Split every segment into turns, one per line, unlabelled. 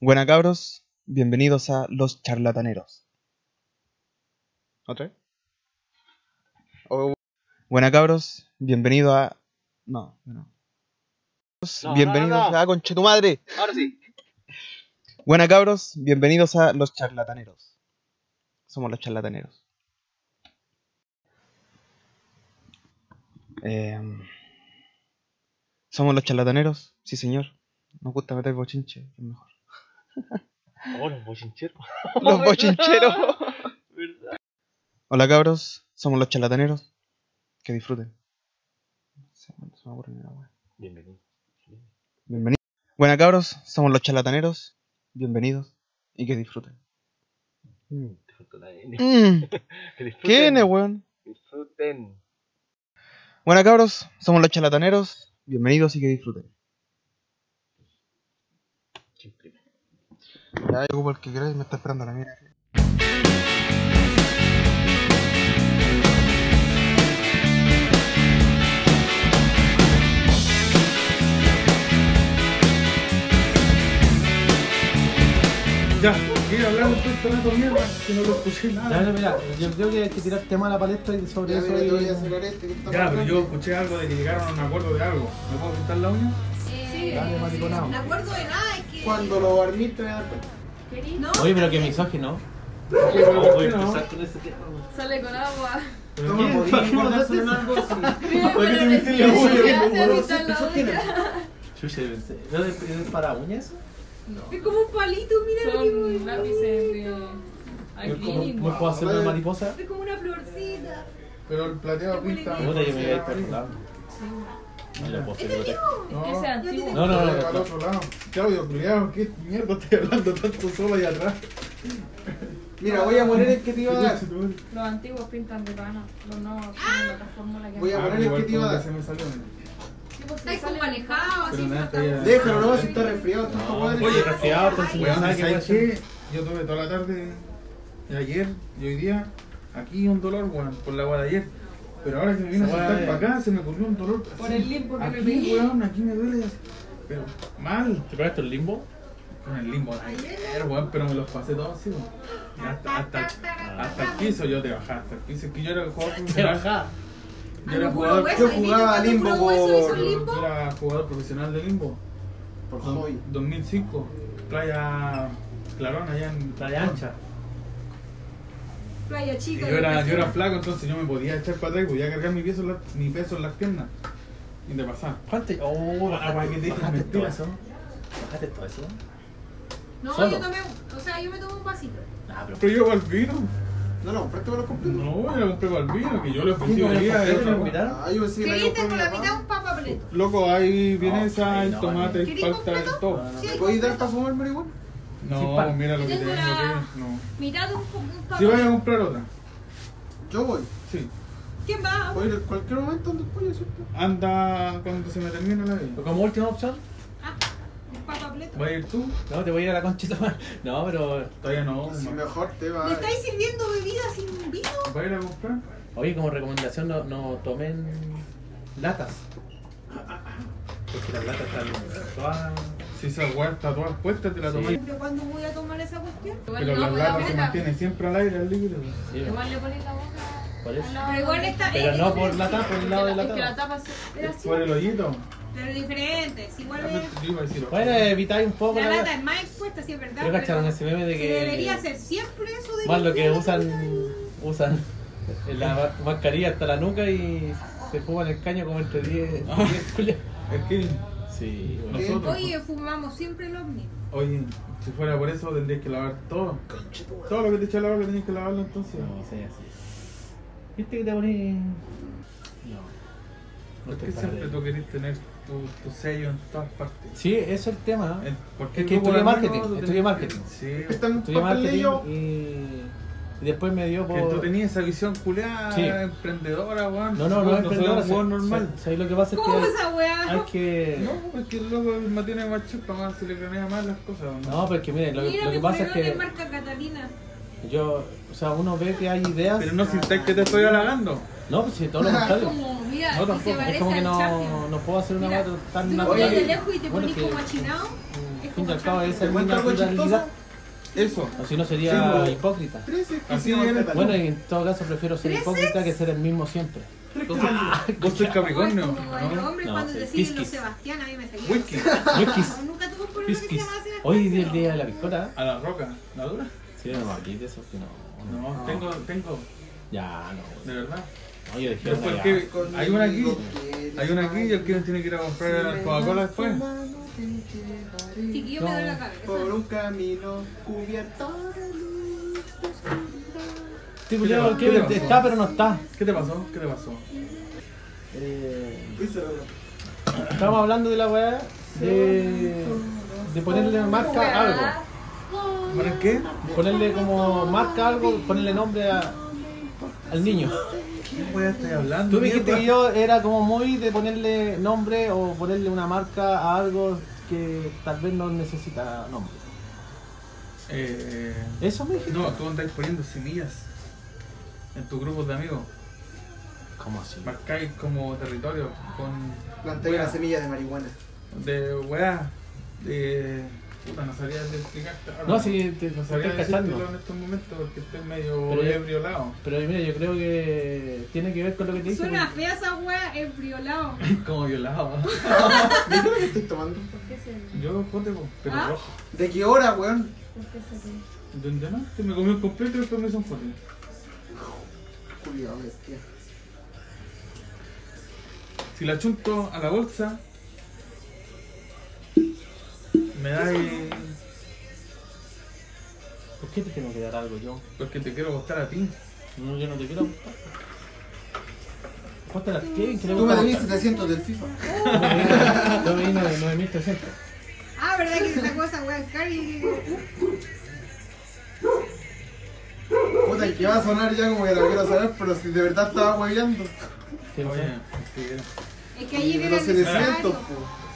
Buena cabros, bienvenidos a Los Charlataneros. ¿Otra vez? O- Oh. Buena cabros, bienvenido a... No, no.
no,
bienvenidos
no, no.
a Conche tu madre.
Ahora sí.
Buena cabros, bienvenidos a Los Charlataneros. Somos los charlataneros. Em, somos los charlataneros, sí señor. Nos gusta meter bochinche, es mejor.
Oh, los bochincheros.
Los bochincheros.
¿Verdad?
Hola cabros, somos los charlataneros. Que disfruten. Se me ocurre nada, weón.
Bienvenido.
Bienvenidos. Buena cabros, somos los charlataneros. Bienvenidos y que disfruten.
Mm, te faltó la N. Que disfruten.
¿Qué viene, weón?
Disfruten.
Buena cabros, somos los charlataneros. Bienvenidos y que disfruten.
Simple.
Ya ocupo el que queráis, me está esperando la mierda.
Ya, quiero hablar de esto rato mierda, que no lo escuché
Ya,
nada.
mira, mira, yo creo que hay que tirar tema a la palestra y sobre eso. y-
Ya, pero yo escuché algo de que llegaron a un acuerdo de algo. ¿Me puedo pintar la uña?
Sí,
Dale, mariconao.
me acuerdo de nada, es que.
Cuando lo armís te vas a dar cuenta.
Querido, No,
Oye, pero que misógino.
Sí, pero
Oh,
¿por
voy a
qué no?
empezar con ese tema. weón.
sale con agua.
¿Pero
No
qué?
me podía acordar sobre algo así.
Pero
te
recién
metiste la
se
boca?
hace
Como
habitar la
los
otra.
Chucha, yo pensé. ¿No es es para uñas?
Es como un palito, mira lo que
Son
bonito.
lápices de
Yo como-
acrílico.
¿Me puedo hacer una mariposa?
Es como una florcita.
Pero el plateo pinta.
Puta, yo me voy a ir perforando. No lo puedo hacer, lo tengo.
Es que sea antiguo.
No, no, no,
Al
no.
otro lado. Claudio, culiao, qué mierda estoy hablando tanto solo ahí atrás. Mira, voy a poner el que te iba a dar.
Los antiguos pintan de pana. Los nuevos tienen otra fórmula que
Voy a
Ah,
poner el
igual
que te iba a
como
dar.
que se me salió.
Está como alejado, así.
Pero nada,
como
todavía-
está-
Déjalo, no, si está resfriado, está Ah,
No.
compadre.
Oye, resfriado, entonces
Weón,
ya sabes que voy a
¿sabes
hacer.
qué? Yo tuve toda la tarde de ayer y hoy día aquí un dolor, weón, por la agua de ayer. Pero ahora que me vine a
Esa
sentar
weá
para
de-
acá, se me ocurrió un dolor.
Por
así.
el limbo que me
aquí,
pegué.
weón, aquí me duele. así. Pero mal.
¿Te acuerdas el limbo?
Con el limbo de ayer, weón, pero me los pasé todos así, weón. Y Hasta, hasta, hasta el
Ah,
piso yo te bajaba, hasta el piso. Es que yo era el jugador
Te
profesional.
bajaba.
Yo era
Ah, no,
jugador,
puro
yo
hueso,
jugaba a
¿viste
limbo
cuando puro hueso hizo
por-
limbo?
Yo era jugador profesional de limbo.
Por
Dos- 2005, playa Clarón allá en
La de ancha.
Playa
Y
chica.
yo era, yo era flaco, entonces yo me podía echar para atrás y podía cargar mi peso, en la- mi peso en las piernas. Y te pasaba.
¿Cuánto? Oh,
Ah, guay, que te
bajaste,
dije,
bajaste todo
mentira.
eso. Bajaste todo eso.
No,
solo.
yo tomé. un- O sea, yo me tomé un vasito.
Nah, pero.
Pero yo para el vino.
No, no, compraste los completos.
No, yo lo compré para el vino, que yo le ofrecí
¿Quién me
bebida.
compré?
era otra
¿Me
cosa.
invitaron?
Ah, yo pensé que me
Quería
compré
con la
una
mitad
papa.
un papa pleto.
Loco, hay
No,
vienesa,
ahí
el
no,
tomate, el
¿Querís
palta, el
completo?
todo.
No, no,
Sí,
¿Puedes dar para fumar marihuana?
Sí,
No,
pa-
mira lo que
Tengo
tengo
la-
que no.
Mirad un poco un
Si vas a
papa.
comprar otra,
Yo voy.
sí.
¿Quién va?
Voy a ir en cualquier momento donde pollo, ¿cierto?
Anda cuando se me termine la vida.
Pero Como última opción,
Ah, un papa pleto.
¿Va a ir tú?
no, te voy a ir a la conchita. No, pero.
Todavía no.
Si
ma.
mejor te va.
¿Me estáis sirviendo bebida sin vino?
¿Va a ir a comprar?
Oye, como recomendación, no, no tomen latas. Porque las latas están todas.
Si esa weá está todas puestas, te la
Sí.
tomas.
¿De cuándo voy a tomar esa cuestión?
Pero
no,
las
pues la
latas se
boca.
mantienen siempre al aire, al líquido. weón.
Sí,
Igual le pones la boca.
por eso.
Pero igual está.
Pero
es
no
diferente.
por la tapa, por el lado de la
Es que la
tapa.
tapa se.
Pero
Es
sí,
Por el hoyito.
pero diferente. Si igual es.
Yo iba a decir,
Bueno, eh. evitáis un poco
La
la
lata
lata.
es más expuesta, sí es verdad.
Yo
pero
cacharon ese meme de
se
que.
debería ser siempre eso de.
Más lo que
limpiar la
usan.
comida
Usan la ma- mascarilla hasta la nuca y se fuman el caño como entre 10.
Es que
Sí, bueno.
¿Qué?
y-
nosotros,
Oye, fumamos siempre los mismos.
oye, si fuera por eso tendrías que lavar todo. Todo lo que te echa a lavar lo tenías que lavarlo entonces.
No, sí, así. ¿Viste que te poní? No. No
¿Por
estoy
qué
para
siempre
de-
tú querés tener tu, tu sello en todas partes?
Sí, eso es el tema.
En- ¿Por qué
Es que
grupo
estudié
de amigos
marketing,
tú
estudié
tenés-
marketing.
Sí,
Están
Estudié marketing
papelillo.
y, y después me dio por...
que tú tenías esa visión culeada,
Sí.
emprendedora, weón.
No, no, no,
Weón,
es emprendedora.
soy un weón normal.
¿Sabes lo que pasa? Es
¿Cómo
que
esa weá?
hay, hay que...
No, porque el loco me tiene más chupa, más se le planea más las cosas. ¿o
No, porque miren, lo,
Mira,
lo
mi
que pasa es
polerón
que
marca Catalina.
yo... O sea, uno ve que hay ideas...
Pero no sintáis que te estoy halagando.
No, pues si todo lo contrario.
Como, mira,
No,
si
tampoco,
se
es
parece
Es como que
al Champions.
no, no puedo hacer una
Mira,
cosa tan
si tú lo
natural.
miras de lejos y te
Bueno,
pones
que-
como achinado, es
fin y al cabo esa
¿Te
es
cuento
una
algo chistoso?
realidad.
Eso.
O si no sería
Sí,
hipócrita.
Tres es que
Así
se llama
es.
Pepe.
Bueno, y en todo caso prefiero ser
¿Tres
hipócrita que ser el mismo siempre.
Vos sois Capricornio.
Como el
¿no?
hombre
No,
cuando
sí.
deciden los
Piscis.
Sebastián, a mí me seguía.
Whisky.
Whiskies.
No, Nunca tuve un problema que se
Piscis.
llamaba Sebastián.
Hoy es el día de la piscola.
A la roca. ¿La dura?
Sí, no, aquí de eso que no. no.
No, tengo, tengo.
Ya, no.
De verdad.
No, yo dejé
Pero
una
porque-
ya.
Conmigo
Hay una aquí,
quieres
Hay una aquí y el que
bailar.
tiene que ir a comprar
Si
Coca-Cola
me das tu
después.
mano, te llevaré
Chiquillo me
No.
duele la
Por
cabeza.
un camino cubierto de luz de oscuridad.
Sí, culiao,
¿Qué te
¿qué?
pasó?
Está, pero no está.
¿Qué te pasó? ¿Qué te pasó?
Eh,
Díselo, bro.
estamos hablando de la weá de, de ponerle marca a algo.
¿Para qué?
Ponerle como marca a algo, ponerle nombre a- al niño.
¿Qué wea estás hablando?
Tú me dijiste
mierda?
que yo era como muy de ponerle nombre o ponerle una marca a algo que tal vez no necesita nombre.
Eh,
Eso me dijiste.
no, tú andáis poniendo semillas en tus grupos de amigos.
¿Cómo así?
Marcáis como territorio con
Planté
wea,
una semilla de marihuana.
de weá. De. Puta, no sabría de explicarte ahora.
No, sí, te, te
No
estoy
sabría decírtelo en
cachando.
estos momentos porque estoy medio
Pero ya-
embriolado.
Pero mira, yo creo que tiene que ver con lo que te dije.
Suena
porque-
fea esa wea embriolado.
Como violado.
¿De qué hora que estoy tomando?
¿Por qué se ríe?
Yo jote, pero
¿Ah?
rojo.
¿De qué hora, weón?
¿Por qué se ríe?
¿Dónde no? Te me comió el completo y después me hizo un jote.
Cuidado, bestia.
Si la chunto a la bolsa, me da eh,
pues, ¿Por qué te tengo que dar algo yo?
porque te quiero gustar a ti.
No, yo no te quiero gustar. Cuéntale a Kevin que le
Tú me
gusta
debías
gustar.
700 del FIFA.
Yo me di 9300.
Ah, ¿verdad que se sacó esa wea Cari?
Puta, que va a sonar ya como que lo quiero saber, pero si de verdad estaba hueveando.
¿Qué pasó?
Oye, sí.
Es que ayer
De
era
los 700,
necesario.
po.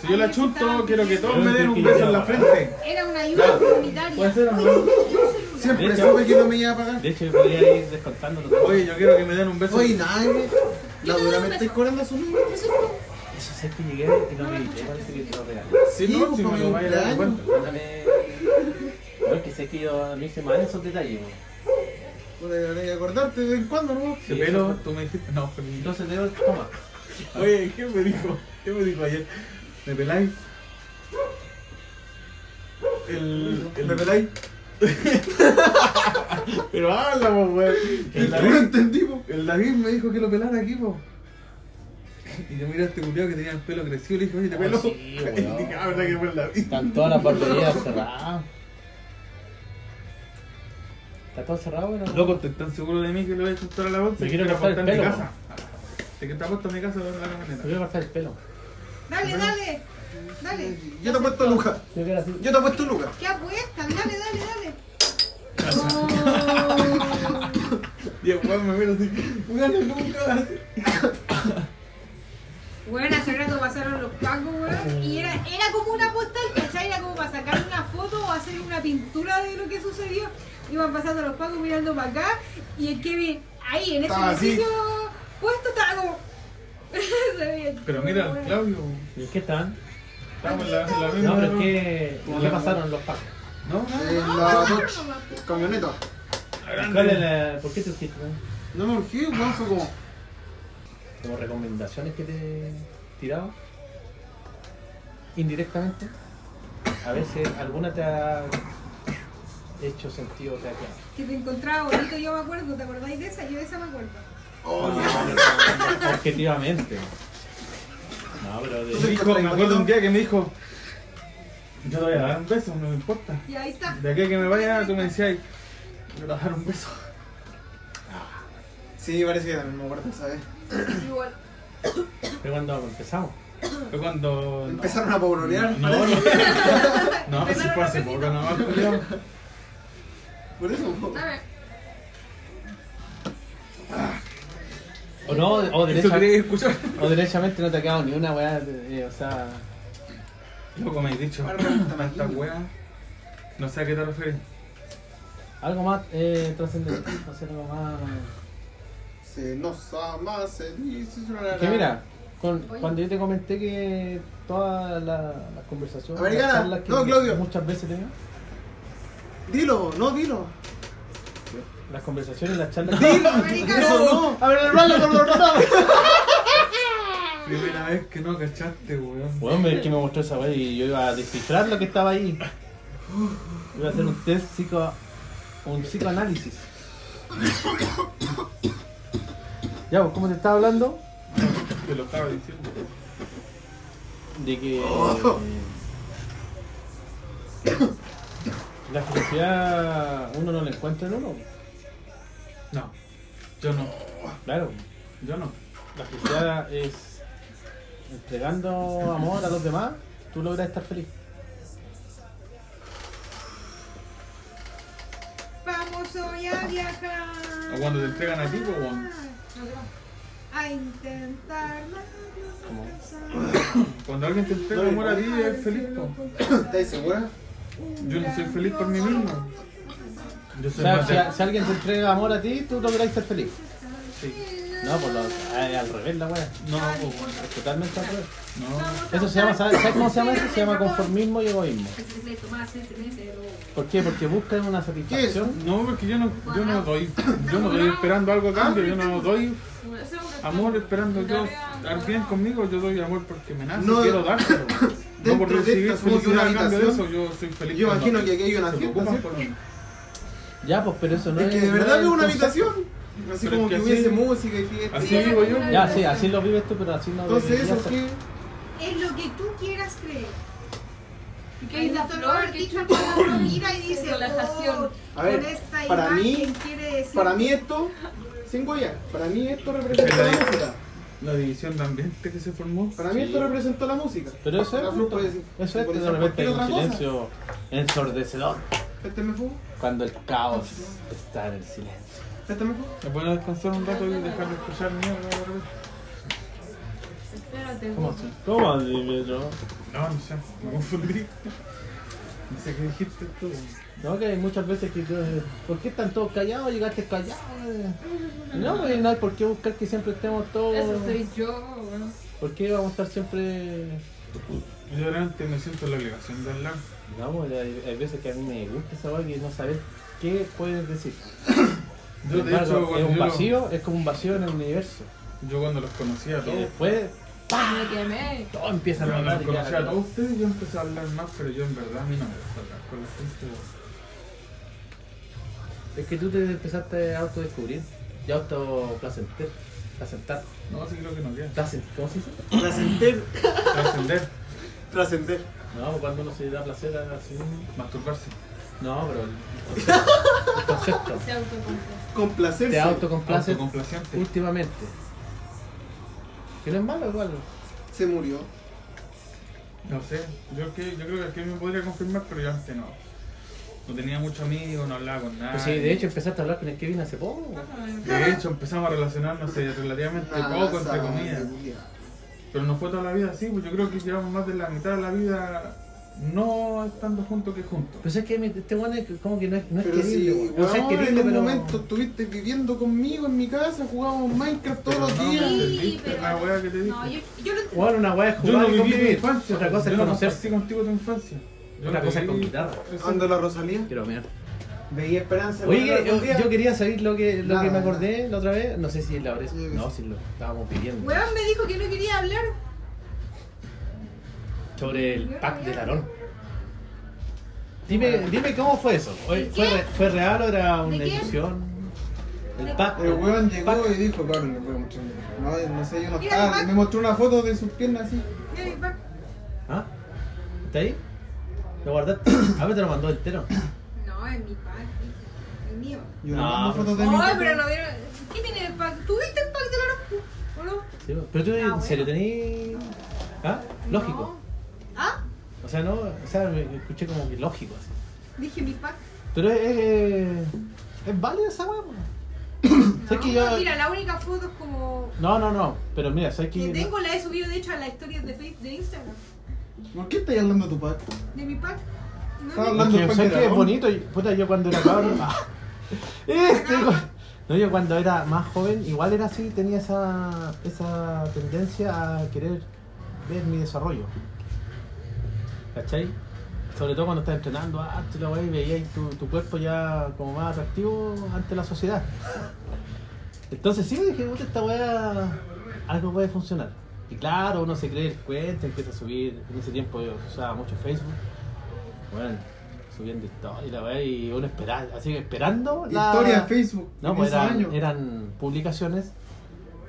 Si yo la chunto, quiero que todos me den un beso en la frente.
Era una ayuda comunitaria.
ser o no?
Siempre
De hecho-
supe que no me iba a pagar.
De hecho, yo podría ir descontándolo todo.
Oye, yo quiero que me den un beso.
Soy nadie. La dura me estoy cobrando su número.
Eso sé que llegué y no me grité, parece que te lo regalé.
Sí,
Sí,
no, si
pues,
me lo
mi
vaya a dar cuenta.
Dame. Bueno, que sé que yo a mí se me dan esos detalles, güey.
Puta, habrá que acordarte de vez en cuando, ¿no?
Sí, pero tú me dijiste, no, fue mi-
Entonces, debo, toma.
Oye, ¿qué me dijo? ¿Qué me dijo ayer? ¿Me peláis? El, el-
¿Me peláis?
Pero habla, po, weón. El
No lo
David,
entendí, po.
el David me dijo que lo pelara aquí, po. Y yo miré a este culiao que tenía el pelo crecido y le dije, oye, te pelo.
sí,
y
weón.
dije, ah, verdad que fue el David.
Están todas las barberías cerradas. ¿Está todo cerrado, bueno?
Loco, ¿estás tan seguro de mí que le voy a chuntar a la bolsa?
Me quiero
Te la
cortar el
aposté en mi
pelo,
casa. Te que te apuesto en mi casa de la
Me
camioneta.
voy a cortar el pelo.
Dale, dale. Dale.
Yo te apuesto Lucas.
Yo quiero así.
Yo te apuesto Lucas.
¿Qué apuestan? Dale, dale, dale. Oh.
Y el weón me mira así, weón, ¿cómo te vas a hacer?
Bueno, hace rato pasaron los pacos, weón. Y era, era como una postal, ¿cachai? Era como para sacar una foto o hacer una pintura de lo que sucedió. Iban pasando los pacos mirando para acá. Y el Kevin, ahí, en ese
Estaba así.
edificio puesto, estaba como. Se veía
Pero mira,
weón.
Claudio,
¿Y qué están?
estamos en la, en la misma.
No, pero es que.
Como
¿Qué
la-
pasaron los pacos?
No, Ah, no,
En la Dodge camioneta.
¿Cuál es la- ¿Por qué te eh? urgiste? güey?
No me urgí, weón, fue como.
¿Como recomendaciones que te tiraba? Indirectamente. A veces alguna te ha hecho sentido, te ha quedado.
Que te encontraba bonito, yo me acuerdo. ¿Te acordáis de esa? Yo de esa me acuerdo.
oh.
Objetivamente. No, pero
Me
de...
dijo- me acuerdo un día que me dijo, yo te voy a dar un beso, no me importa.
Y ahí está.
De aquí a que me vaya, tú me decías, yo te voy a dar un beso.
Sí, parece que también me acuerdo, ¿sabes?
Igual.
Fue cuando empezamos.
Fue cuando... no.
Empezaron a pobronear.
No, no, no, sí fue hace poco, no más, Julio.
Por eso, po.
Dame.
O no, o,
Eso
derecha-
quería escuchar.
o derechamente no te ha quedado ni una weá, eh, o sea...
Loco, me has dicho, esta wea, no sé a qué te refieres.
Algo más eh, trascendente, o sea, algo más...
Se nos ama, se dice.
Que mira, Con- cuando yo te comenté que todas la- las conversaciones,
Americana.
las charlas que
No, Claudio.
muchas veces tengo,
Dilo, no, dilo.
las conversaciones, las charlas.
Dilo,
Americano.
eso no. A ver, hermano, no, no, no.
Primera vez que no cachaste, weón.
Bueno, es que me mostró esa wey y yo iba a descifrar lo que estaba ahí. Iba a hacer un test psico. un psicoanálisis. Ya, pues, ¿cómo te estaba hablando?
Te lo estaba diciendo.
De que. La felicidad uno no la encuentra en uno.
No. Yo no.
Claro.
Yo no.
La felicidad es entregando amor a los demás, tú logras estar feliz.
Vamos hoy a viajar.
O cuando te entregan a ti, pues, weón.
A intentar la
Como-
Cuando alguien te entrega amor a ti es feliz, po.
¿Estáis seguros?
Yo no soy feliz por mí mismo. Yo
O
soy
sea,
más
si,
de-
si alguien te entrega amor a ti, tú lográs ser feliz.
Sí.
No, por lo, eh, al revés la wea.
No, po, weón.
Es totalmente al revés.
No.
Eso se llama, ¿sabes, ¿sabes cómo se llama eso? Se llama conformismo y egoísmo. ¿Por qué? Porque buscan una satisfacción.
No, porque yo no, yo no doy, yo no doy esperando
Ah,
algo a cambio, yo no doy amor esperando yo estar bien conmigo, yo doy amor porque me nace,
No,
quiero dárselo. No por
dentro de
recibir
esta somos
felicidad a
una
cambio de eso,
habitación.
yo soy feliz.
Yo
cuando
imagino que aquí hay una
se
fiesta,
preocupan
¿sí?
por mí.
Ya, pues, pero eso no
Es
es.
que de
no
verdad
es
que es una
un
habitación. Así
Pero
como
es
que
que
hubiese
así-
música y fiesta.
Así digo yo.
concepto. Ya, sí, así lo vives tú, pero así no
Entonces
deberías
eso
ser.
que
Es lo que tú quieras creer.
Que hay una
Cuando los
flor que
artistas
chupa.
cuando mira y dice,
Relajación.
"Oh,
A ver,
con esta
para mí-
imagen quiere decir
para mí esto, sin huella, para mí esto representó
Pero
la
ahí-
música.
La división de ambiente que se formó.
Para mí esto representó la música.
Pero eso es.
La
punto.
puede decir,
Eso es que
puede
de
ser
repente hay
cualquier
un
otra cosa.
silencio ensordecedor.
Este me fue,
Cuando el caos está en el silencio.
este me fue.
Me pueden descansar un rato y dejar de escuchar mierda.
Espérate.
¿Cómo así? ¿Cómo así, Pedro?
No, no sé, me confundí. No sé qué dijiste tú.
No, que hay muchas veces que yo, eh, ¿por qué están todos callados? Llegaste callado. eh. No, pues no hay por qué buscar que siempre estemos todos.
Eso soy yo, weón.
¿Por qué vamos a estar siempre.?
Yo realmente me siento la obligación de hablar.
No, pues, hay, hay veces que a mí me gusta esa vaina y no saber qué puedes decir. Sin
Yo, de
embargo,
hecho,
es
cuando
un
yo,
vacío, es como un vacío en el universo.
yo cuando los conocía a
Y
todos,
después
Me quemé.
todo empieza a
Cuando
rodar
los
y ya-
conocí a todos ustedes, yo empecé a hablar más, pero yo en verdad a mí no me gusta hablar con la gente. weón.
Es que tú te empezaste a autodescubrir y a autoplacentar. Placentar.
No, sí creo que no queda.
Placen- ¿Cómo se dice?
Trascender,
Trascender,
trascender.
No, cuando uno se da placer a sí mismo.
masturbarse.
No, pero el concepto. el concepto.
Se autocomplace.
Complacerse.
Te autocomplaces
Autocomplaciente.
últimamente. Que no es malo igual.
Se murió.
No sé, yo, que, yo creo que aquí me podría confirmar, pero yo antes no. No tenía mucho amigo, no hablaba con nadie.
Pues sí, de hecho empezaste a hablar con el Kevin hace poco.
De hecho, empezamos a relacionarnos eh, relativamente poco, entre
Raza,
comillas.
culiao.
Pero no fue toda la vida así, pues yo creo que llevamos más de la mitad de la vida no estando juntos que juntos.
Pero es que mi- este weón es como que no es, no es
Pero si,
querible, weón. O sea, es
weón,
querible,
en un
pero-
momento estuviste viviendo conmigo en mi casa, jugábamos Minecraft todos
Pero
los
no me
días.
entendiste la wea que te dije.
No, yo, yo lo
Weón, una weá es
Yo no
jugar y
viví tu
convivir.
infancia.
Otra cosa
yo
es
no
conocerse.
compartí contigo tu infancia. Yo
Otra
no
cosa es
viví-
con guitarra.
Anda la Rosalía.
Quiero mirar.
Veía esperanza.
Oye,
Bueno,
yo,
algún día.
yo quería saber lo que, lo
Nada,
que me
nada.
acordé la otra vez. No sé si la habré.
Sí,
No, si lo estábamos pidiendo.
Weón me dijo que no quería hablar.
Sobre el pack de Larón. Dime, dime cómo fue eso. Oye,
¿De
¿Fue,
qué?
re- ¿Fue real o era una
¿De qué?
ilusión? El pack.
El weón llegó
pack.
y dijo, cabrón, le voy a mostrar. No, no sé, yo no
Mira,
estaba.
Mac.
Me mostró una foto de sus piernas así.
Eh, va-
¿Ah? ¿Está ahí? ¿Lo guardaste? A ver, te lo mandó entero.
No, es mi pack. El mío.
Yo
No,
no mando
pero-
fotos de mi
Ay, pero no vieron. ¿Qué tiene el pack? ¿Tuviste el pack de la ¿O no?
Sí, pero tú
Ah,
en serio tenés. ¿Ah? Lógico.
No. ¿Ah?
O sea, no. O sea, me me escuché como que lógico así.
Dije mi pack.
Pero es. Es, es válida esa weá, po.
No, Ah,
¿Sabes que yo-
Mira, la única foto es como.
No, no, no. Pero mira, ¿sabes
Que
qué?
tengo la he subido de hecho a la historia de Facebook, de Instagram.
¿Por qué estás hablando de tu padre?
De mi pack. No,
Estaba
de-
hablando
Porque,
del
¿sabes
pack
qué?
de
Es
Dragón.
bonito. y- Puta, yo cuando era cabrón. ah, este, co- No, yo cuando era más joven, igual era así, tenía esa, esa tendencia a querer ver mi desarrollo. ¿Cachai? Sobre todo cuando estás entrenando harto y la weá, y veías tu, tu cuerpo ya como más atractivo ante la sociedad. Entonces sí me dije, puta, esta weá, algo puede funcionar. Y claro, uno se cree el cuento, empieza a subir. En ese tiempo yo usaba mucho Facebook. Bueno, subiendo historias y la weá, y uno esperaba, así que esperando la...
Historia en Facebook.
No,
en
pues
ese año.
eran, eran publicaciones,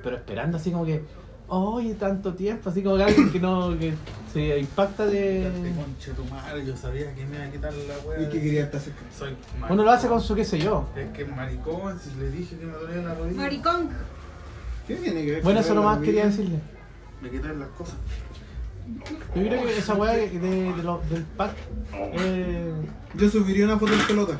pero esperando así como que, oye, tanto tiempo, así como que alguien que no, que se impacta de...
Conche tu madre, yo sabía que me iba a quitar la wea.
¿Y qué querías te hacer?
Soy
Uno lo hace con su qué sé yo.
Es que maricón, si le dije que me dolía la rodilla.
Maricón.
¿Qué tiene que ver
Bueno,
con
eso
ver
nomás
la
quería
vida?
decirle.
Me quitaron las cosas.
Yo creo que esa weá de, de lo- del pack... eh,
Yo subiría una foto en pelota.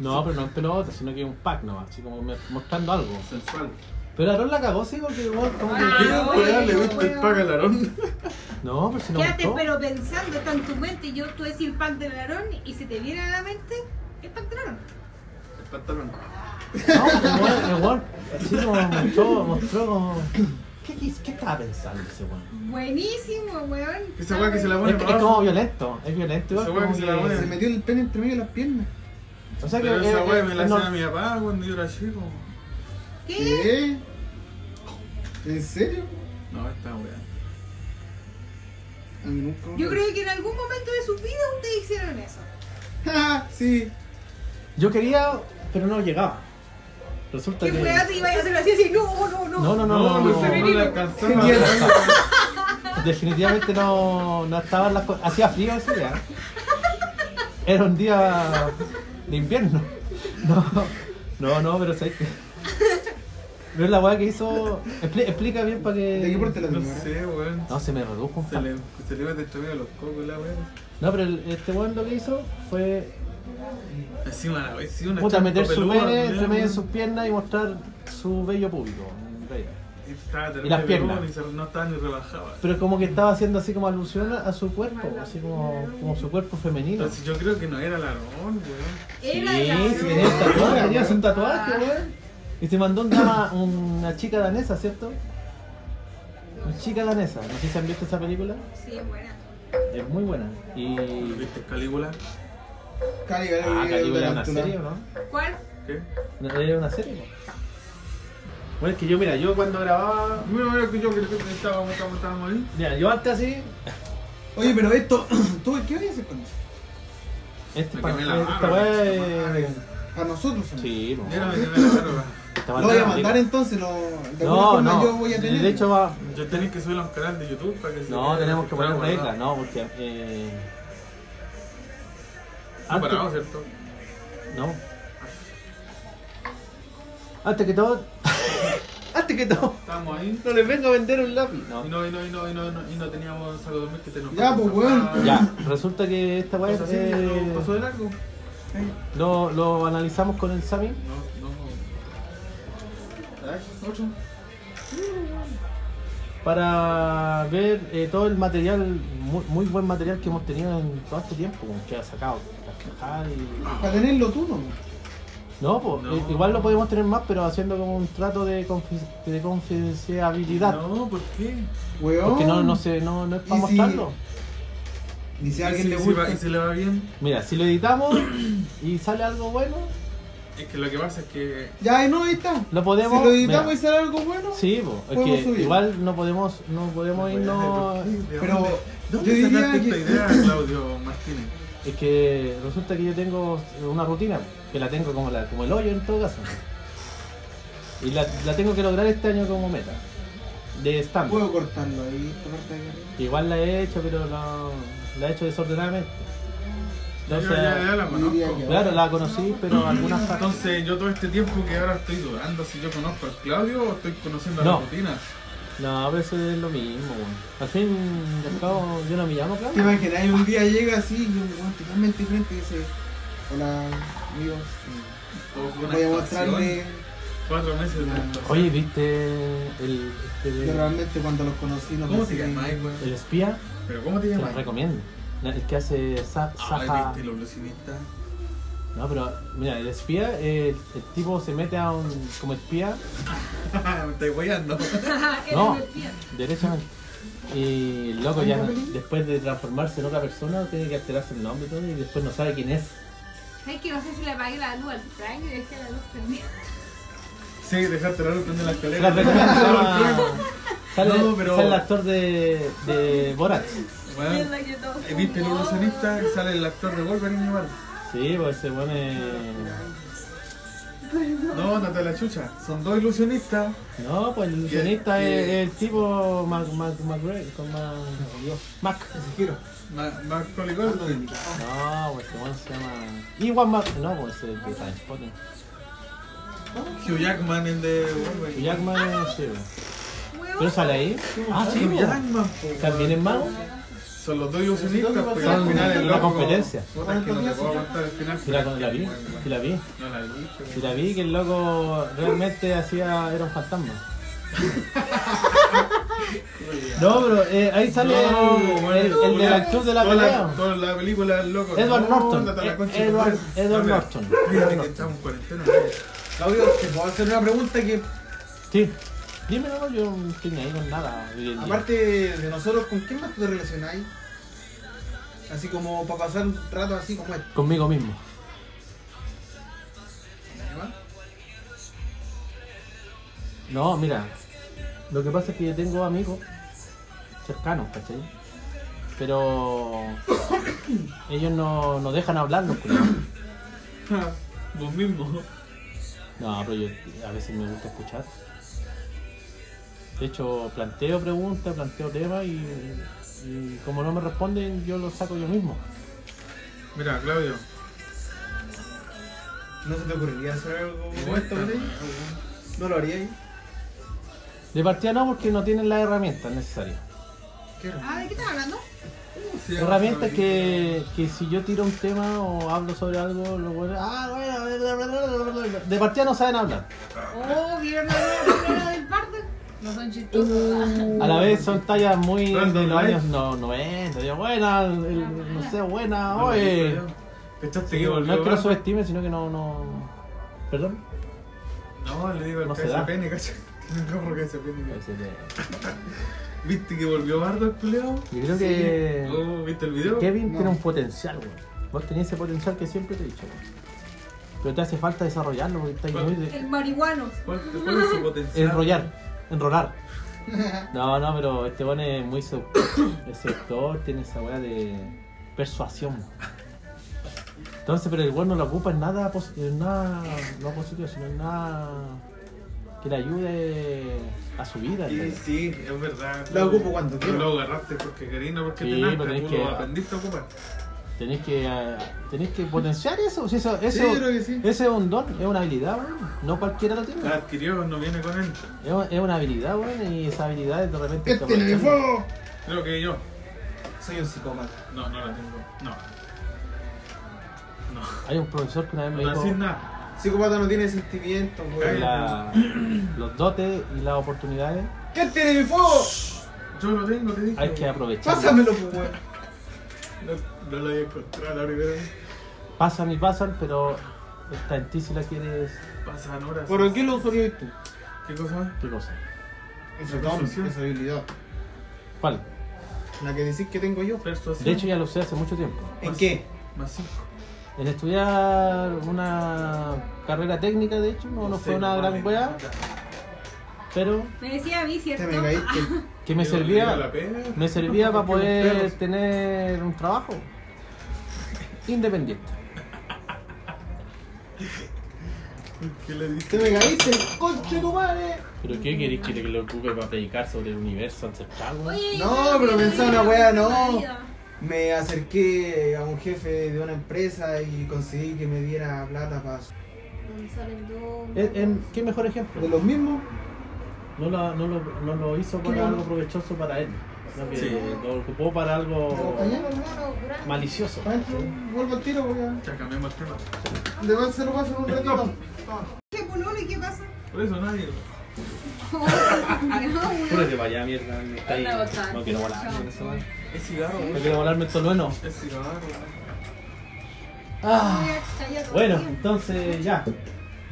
No, pero no en pelota, sino que un pack nomás, así como me- mostrando algo.
Sensual.
Pero Aaron la cagó, sí, porque igual como que-
Ah,
Yo,
oye,
weá, le gusta el
weón.
pagalarón.
No, pero si no
Quédate,
gustó.
pero pensando, está en tu mente. Yo tú decís el pan de larón y se te viene a la mente el pan de larón.
El pantalón.
No, porque el weón- el weón así como mostró, mostró como... ¿Qué, quis- qué estaba pensando ese weón?
Buenísimo, weón.
Esa weá que se la pone
Es,
para
es
abajo.
como violento, es violento igual.
Ese weón
como
que se la
que-
pone-
Se metió el pene entre medio de las piernas.
O sea que...
Pero esa
eh,
weá
eh,
me la
no-
hacía mi papá cuando yo era chico.
¿Qué?
¿Qué? ¿En serio?
No, esta weá.
A mí nunca me
Yo
parece.
creo que en algún momento de su vida ustedes hicieron eso.
Ah, sí.
Yo quería, pero no llegaba. Resulta
¿Qué
que...
weá te iba a hacer así? así? No, no, no.
No, no, no, no, no.
le alcanzó.
Genial.
Definitivamente no, no estaban las cosas. Hacía frío ese día. Era un día de invierno. No, no, no, pero sé que. Pero la weá que hizo. expli- explica bien para que.
¿De qué parte la
No
señora?
sé, weón.
No, se me redujo un
Se
par.
le, se le iba a destruir los cocos la weá.
No, pero el- este weón lo que hizo fue.
Encima la weá, sí, una
Puta,
chanta
meter su
peluda,
pene
mira,
entre medio de
weón.
sus piernas y mostrar su bello público. en realidad.
Y Estaba terrible
Y las piernas.
peludo, ni se- no estaba ni rebajaba.
Pero como que estaba haciendo así como alusión a a su cuerpo, así como, como su cuerpo femenino.
Entonces yo creo que no era larón, weón.
Era
Sí,
la-
sí, tenía un tatuaje, tenía un tatuaje, weón. Y se mandó un dama- una chica danesa, ¿cierto? Una chica danesa, no sé si han visto esa película,
Sí, es buena.
es muy buena. Y.
¿Viste Calígula?
Cali, Cali,
Ah,
Cali,
Calígula era una
Tarántula.
serie, ¿o ¿no?
¿Cuál?
¿Qué?
No, Era una serie, ¿no? Bueno, es que yo, mira, yo cuando grababa.
Bueno, era que yo creo que estábamos, estábamos, estábamos ahí.
Mira, yo antes así.
Oye, pero esto, ¿tú qué voy a hacer con eso?
Este
Me
para
quemé la
Esta
barba,
weá es.
A nosotros. ¿no?
Sí,
Mira,
no.
me quemé la barba.
Estaba
Lo voy a
tan
mandar
rico.
entonces, lo, de
No,
alguna forma
no.
yo voy a tener.
De hecho, va,
Yo tenía que subirlo a un canal de YouTube para que se
No,
vea
tenemos que
está
poner
guardado.
reglas, no, porque. Eh,
Ah,
antes,
parado, ¿cierto?
no. Antes que todo. antes que todo.
Estábamos ahí.
No les vengo a vender un lápiz.
Y
No.
no, y no, y no, y no, y no, y no teníamos saco de dormir que tenemos.
Ya, pues, weón.
Ya, resulta que esta weá.
Pues así,
eh,
¿Pasó de largo?
lo, lo analizamos con el Sami.
No, no. Ay, ¿Ocho?
para ver eh, todo el material, muy, muy buen material que hemos tenido en todo este tiempo, como que ha sacado las cajas y...
Para tenerlo tú, ¿no?
No, pues,
No.
eh, igual lo podemos tener más, pero haciendo como un trato de, confi- de confidenciabilidad.
No, ¿por qué?
Weón.
Porque no, no, sé, no, no es para
Y si-
mostrarlo.
Ni si a
¿Y
alguien
si-
le
si
gusta.
va- ¿Y si le va bien?
Mira, si lo editamos y sale algo bueno,
Es que lo que pasa es que
Ya, ahí no, ahí está.
lo podemos.
si lo editamos y
mira,
sale algo bueno.
Sí, po, es
podemos
que
subir.
igual no podemos, no podemos
Bueno,
irnos.
pues, ¿de
Pero
dónde-
yo
¿Dónde
diría
sacaste
que.
esta idea, Claudio Martínez?
Es que resulta que yo tengo una rutina, que la tengo como, la, como el hoyo en todo caso. Y la, la tengo que lograr este año como meta. De stand
Puedo cortarlo ahí, esta parte de acá arriba.
Que igual la he hecho, pero no, la he hecho desordenadamente.
Yo
Entonces,
ya ya la
diría
conozco.
que-
claro, la conocí, pero algunas partes.
Entonces, yo todo este tiempo que ahora estoy dudando si yo conozco al Claudio o estoy conociendo
No.
la rutina.
No, pero eso es lo mismo, weón. Al fin y al cabo, yo no me llamo
¿Te
Claudio.
imaginas? Y un día llega así y un weón totalmente diferente y dice: Hola, amigos. eh,
Todo fue una
Voy a
actuación.
mostrarle
Cuatro meses de
Ya.
actuación.
Oye, ¿viste el, este-
que realmente cuando los conocí no
¿Cómo
pensé
te
que-
llamáis, weón?
el espía?
¿Pero cómo te
Te lo
llamáis?
recomiendo. La- El que hace Sa-
Ah,
Saja-
¿viste el ilusionista?
No, pero mira, el espía, eh, el, el tipo se mete a un. como espía,
Me estoy weyando.
Eres
No.
un espía.
derechamente. Y el loco ya, después de transformarse en otra persona, tiene que alterarse el nombre y todo, y después no sabe quién es.
¿Sabes que no sé si le apagué la luz al Frank y dejé la luz prendida?
Sí, dejarte la luz prende la
Se la
escalera.
recomiendo. Sale,
No, pero-
sale el actor de, de Borat.
Weón,
Mierda que todo.
Ah, Eh, ¿Viste el ilusionista que sale el actor de Wolverine igual?
Sí, pues ese bueno es...
No, date la chucha. Son dos ilusionistas.
No, pues el ilusionista
¿Qué-
es
qué?
es el tipo Mac, Mac, McRae, con Mac... Dios, Mac.
Ma- Macaulay Goldwyn.
No, pues ese bueno se llama... Iwan Mac... No, pues ese es de Transporting.
Hugh Jackman, el de Wolverine.
Jackman es... Sí, pues.
Huevón.
¿Pero sale ahí? Ah, sí,
Hugh
pues.
Jackman, po,
¿También es mago?
Son los dos ilusionistas, porque al
Son
final el
una
loco.
competencia.
Puta, es que no te puedo aguantar el final.
Sí la, la vi, sí la vi.
No la vi, pero-
Sí la vi, que el loco realmente hacía... era un fantasma. No, pero eh, ahí sale
No,
el,
bueno,
el- el del actor de la
toda
pelea.
Toda la película del loco. No,
Edward Norton. E-
ándate a la concha de tu
Edward,
madre.
Edward
Mira,
Norton.
Mira, que estamos en cuarentena. Claudio, te puedo hacer una pregunta que,
Sí. Dime, no, yo no estoy ni ahí con nada. hoy en día.
Aparte de nosotros, ¿con quién más tú te relacionáis? Así como para pasar un rato así como este.
Conmigo mismo.
¿Nadie más?
No, mira. Lo que pasa es que yo tengo amigos cercanos, ¿cachai? Pero ellos no, no dejan hablarnos. culiao.
Vos mismo.
No, pero yo a veces me gusta escuchar. De hecho, planteo preguntas, planteo temas y, y como no me responden, yo los saco yo mismo.
mira, Claudio,
¿No se te ocurriría hacer algo como esto, Botella? ¿No lo haríais?
De partida no, porque no tienen las herramientas necesarias.
¿Qué era?
Ah, ¿de qué estás hablando?
Herramientas que, que si yo tiro un tema o hablo sobre algo, los buenos- ah, bueno, bla, bla, bla, bla, bla, bla. de partida no saben hablar.
Oh, ¿vieron la nueva película del parto?
No son
Mm.
chistosos.
A la vez son tallas muy de
Random,
los
¿eh?
años no, 90, ya buena, el- no sé, buena, Ah, oye.
¿Cachaste que
No
volvió
es que lo
Barney?
subestime, sino que no, no. Perdón.
No, le digo al
No se
cabeza
da.
pene, ¿cachai? ¿Cómo que se pene?
Parece que-
¿Viste que volvió Bardo el culiao?
Yo creo que
Oh, ¿Viste el video?
Kevin tiene un potencial, weón. Vos tenés ese potencial que siempre te he dicho, weón. Pero te hace falta desarrollarlo porque estás muy de-
El marihuano.
¿Cuál, cuál es su potencial?
Enrollar, enrolar. No, no, pero este bueno es muy sub- es sector, tiene esa weá de persuasión. Entonces, pero el bueno no lo ocupa en nada, pos- en nada no positivo, sino en nada que le ayude a su vida.
Sí,
¿entendés?
sí, es verdad.
La ocupo cuando
Pero
quiero.
lo agarraste porque querís, no porque
Sí,
te nazca,
pero es
tú
que-
lo aprendiste a ocupar.
Tenés que, eh, tenés que potenciar eso, si eso, eso-
Sí, yo creo que sí.
ese es un don, es una habilidad, weón. no cualquiera lo tiene.
La adquirió, no viene con él.
Es, un- es una habilidad, weón, y esa habilidad de repente...
¿Qué
te
tiene de
aprovechan.
fuego?
Creo que yo.
Este Soy un psicópata.
No, no la tengo. No.
Hay un profesor que una vez me
No
dijo...
te haces nada.
Psicópata no tiene sentimientos, güey.
la- los dotes y las oportunidades
¿Qué tiene de fuego?
Yo lo tengo, te dije.
hay que aprovechar.
Pásamelo, pues, güey.
No, no lo había encontrado la primera vez.
Pasan y pasan, pero está en ti si la quieres.
Pasan horas.
¿Por qué lo usarías tú?
¿Qué cosa?
¿Qué cosa?
Eso, Tom, esa habilidad.
¿Cuál?
La que decís que tengo yo.
Persuasión.
De hecho, ya lo usé hace mucho tiempo.
¿En qué?
Más cinco.
En estudiar una carrera técnica, de hecho, no, no fue
sé,
una
no
gran
vale.
weá, pero
Me decía a mí, ¿cierto?
Te me caíste.
que me
Digo, digo
servía,
la pena.
me servía para
Porque los
poder
perros-
tener un trabajo independiente.
¿Qué le dije?
Te me caíste, conche tu madre.
¿Pero qué querés que lo ocupe para predicar sobre el universo ancestral, weón?
Oye,
No,
yo
pero
creo que
pensá
no
una
me gusta
wea, no.
la vida.
Me acerqué a un jefe de una empresa y conseguí que me diera plata para...
Donde salen dos.
Eh, em, ¿Qué mejor ejemplo?
¿De los mismos?
No, la- no, lo, no lo hizo
¿Qué
para
no?
algo provechoso para él, sino que
Sí.
lo ocupó para
¿De
algo
compañeros?
malicioso.
Pa' dentro, vuelvo al tiro, weón.
Ya cambiamos el tema.
De más se lo paso en un ratito.
¿Qué pololo y qué pasa?
Por eso nadie.
No, weón.
Púrate para allá, mierda. me está ahí.
Anda a votar.
No quiero volar.
Chao.
Es cigarro,
No quiero volarme el tonueno.
Es cigarro.
Voy a allá todo
Bueno,
el día.
entonces ya.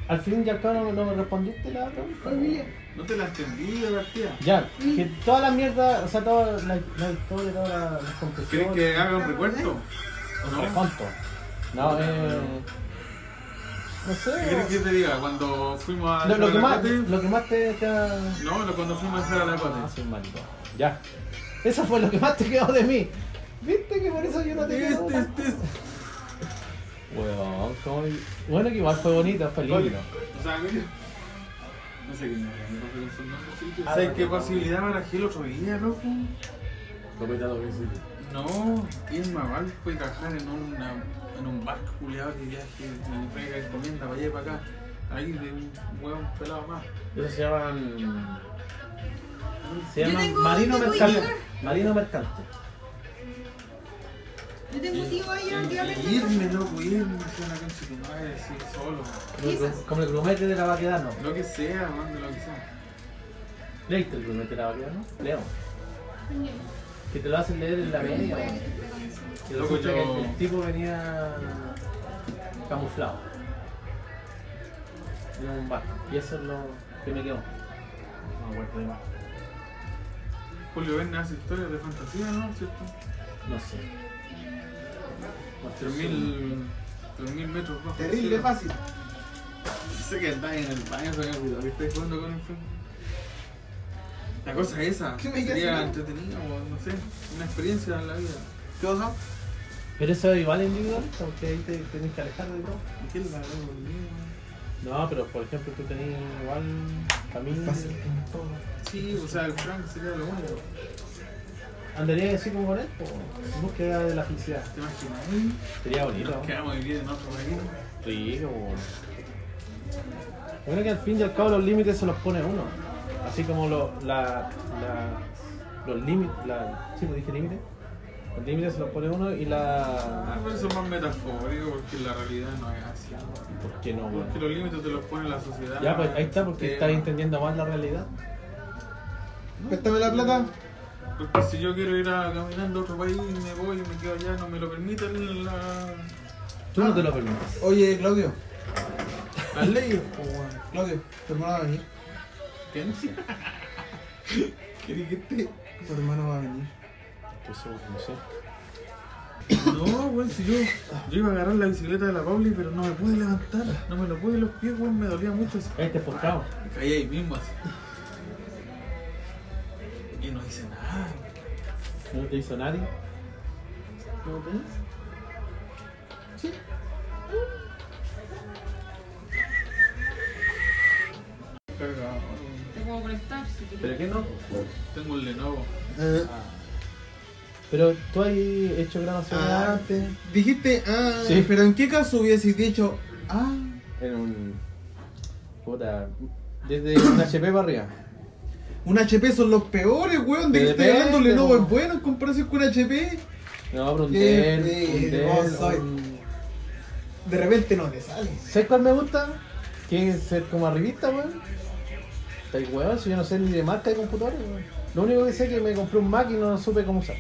Al fin y al cabo no, no me respondiste la pregunta.
Hoy día.
No te la entendí la partida.
Ya, que toda la mierda, o sea, toda la, la historia, todas las las
¿Quieres
confesiones.
que haga un recuerdo? ¿O no?
¿Cuánto? No, eh. No
¿Qué quieres
sé.
que te diga? Cuando fuimos a.
Lo, lo que más,
Chalacote-
lo que más te. te ha-
No, lo- cuando fuimos a hacer a la
Ah, soy un maricón. Ya. Eso fue lo que más te quedó de mí. ¿Viste que por eso yo no te quedo?
Este, este, este.
Weón, cómo- Bueno, que igual fue bonito, fue lindo.
O sea, mira. No sé qué me pasó con su nombre, sí, que-
Ah,
¿Sabes
bueno,
qué
no.
posibilidad barajé el otro día, loco?
Copeta lo que hiciste.
No, Irma Val fue trabajar en, una, en un barco culiado que viaje, me entrega encomienda para allá y para acá. Ahí de un hueón pelado más.
Eso se llaman. Se
Yo
llaman
tengo-
Marino
tengo
Mercante.
Igor.
Marino Mercante.
Yo tengo un tío ahí que va a
Y Irme, loco, irme, fue una cancha que madre, así solo.
Quizás.
Como el grumete de la vaquedad, no.
Lo que sea, mando lo que sea.
¿Leíste el grumete de la vaquedad, pues, no? Leo. Que te lo hacen leer en la media. weón. Que
Loco,
resulta
yo-
que el tipo venía camuflado. En un barco. Y eso es lo que me quedó. No me acuerdo de más.
Julio Verne hace historias de fantasía, ¿no? ¿Cierto?
No sé. No estoy
3000 3000 metros bajo.
Terrible fácil.
Dice que está en el baño, se me olvidó que estáis jugando con el film. La cosa es esa,
¿Qué me quedas
sería
haciendo?
entretenido, o no sé, una experiencia en la vida.
¿Qué oso?
Pero eso es igual individualista, porque ahí te tenés que alejar de todo.
¿Y qué le la hago conmigo?
No, pero por ejemplo tú tenés igual familia.
Fácil.
Sí, o sea, el Frank sería lo único.
Andaría así como con él, po, en búsqueda de la felicidad.
¿Te imaginas?
Sería bonito.
Nos quedamos viviendo en otro país.
Rico, po. Bueno que al fin y al cabo los límites se los pone uno. Así como lo, la, la- los límites, la, sí, pues dije límites. Los límites se los pone uno y
Ah,
la...
pero eso es más metafórico porque la realidad no es así. ¿no?
¿Por qué no, weón?
Porque los límites te los pone la sociedad. Eh,
Ya, pues ahí está, porque
el
estás
sistema.
entendiendo más la realidad.
Préstame la plata.
Porque si yo quiero ir a caminando a otro país y me voy y me quedo allá, no me lo permiten la...
Tú no te lo permites.
Oye, Claudio,
las leyes. pues, weón.
Claudio, tu hermano va a venir.
¿Qué?
¿Qué dijiste? Tu hermano va a venir.
Pues no sé.
No, weón, si yo, yo iba a agarrar la bicicleta de la Pauli, pero no me pude levantar. No me lo pude los pies, weón, me dolía mucho. así.
Este postado.
Me caí ahí mismo así. Y no hice nada.
No te hizo nadie.
¿No ves? Cargado.
Ah,
Te puedo prestar si quieres.
¿Pero qué no? Ah.
Tengo un Lenovo.
Eh,
Pero tú has hecho grabación
Ah.
antes.
Dijiste, ah,
Sí.
pero ¿en qué caso hubieses dicho, ah,
En un. Puta. Desde un HP para arriba.
un HP son los peores, weón?
Pero
Dijiste,
depende,
dándole no
po.
es bueno en comparación con un HP.
No, pero un
Sí,
Dell,
sí,
un Dell,
vos soy.
un-
De repente no te sale.
¿Sabes cuál me gusta? ¿Quieres ser como arribista, weón? Está weón, si yo no sé ni de marca de computadores, weón. Lo único que sé es que me compré un Mac y no supe cómo usar.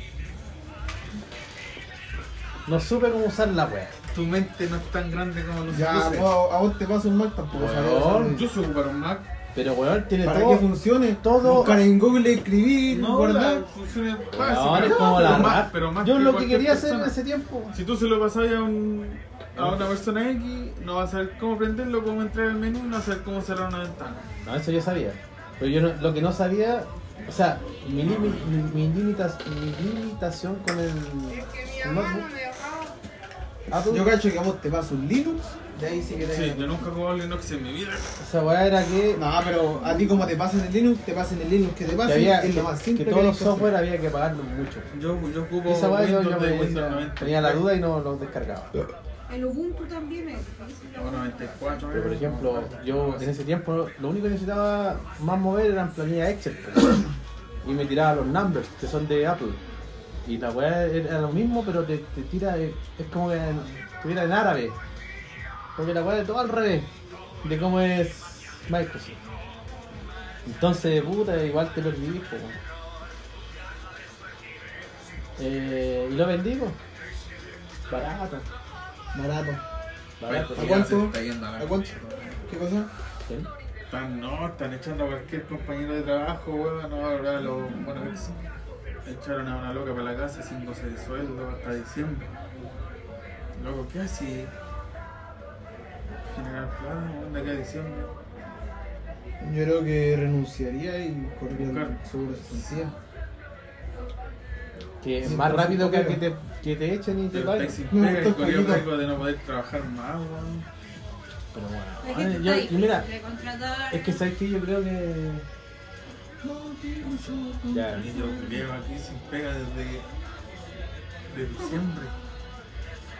No supe cómo usar la weá.
Tu mente no es tan grande como los
Ya,
otros.
vos, a vos te pasa un Mac tampoco.
Weón,
sabes, sabes.
Yo soy ocupar un Mac.
Pero weón, tiene
Para que
todo.
funcione,
todo-
buscar en Google, escribir,
No,
guardar.
la función es
Weón,
básica.
es como la
pero más,
rap.
pero más
Yo lo que
cualquier
quería hacer en
persona.
ese tiempo.
Si tú se lo pasas a, un, a una persona X, no vas a saber cómo prenderlo, cómo entrar al menú, no vas a saber cómo cerrar una ventana.
No, eso yo sabía. Pero yo no- lo que no sabía, o sea, mi, limi- mi, mi limitas- mi limitación con el.
Es que mi
No,
mamá
no.
no me dejaba.
Apple,
Yo cacho que a vos te pasa un Linux, de ahí sí que te...
Sí, yo nunca he jugado Linux en mi vida.
esa weá era que,
No, pero a ti como te pasa en el Linux, te pasa en el Linux que te
que,
pasa,
había,
es lo más
que,
simple. hay
todos los
que hacer.
software había que pagarlos mucho.
Yo, yo ocupo
Y esa weá yo,
Windows
yo
de
me
Windows
decía-
90.
tenía la duda y no los descargaba.
El Ubuntu también eh. es.
No, 94,
Pero, por
eh,
ejemplo,
no,
yo
no,
en ese tiempo lo único que necesitaba más mover eran planillas Excel. y me tiraba los numbers, que son de Apple. Y la weá era lo mismo, pero te, te tira, eh, es como que en- estuviera en árabe. Porque la weá es todo al revés de cómo es Microsoft. Entonces, puta, igual te perdí, po, weón. Eh, y lo vendí, po. Barato.
Barato.
Barato.
¿A cuánto?
Está yendo a
¿A
ver.
cuánto? ¿Qué pasa?
Están, no, están echando a cualquier compañero de trabajo, weón. No, ahora lo, bueno, ex- echaron a una loca para la casa sin goce de sueldo hasta diciembre. Loco, ¿qué así? Generar plata, weón, de acá a diciembre.
Yo creo que renunciaría y corría
Buscar.
el seguro de asistencia.
Que es
Sí,
más
por
rápido que, que,
supuesto.
te, que te echen y te
Pero estáis
paguen.
sin
No,
pega y
estoy
corrió
poquito.
riesgo de no poder trabajar más, weón.
Pero bueno,
La gente
yo-
está
y mira, Eh,
difícil de contratar.
es que sabes que yo creo que. Ya,
Y yo llevo aquí sin pega desde, desde diciembre.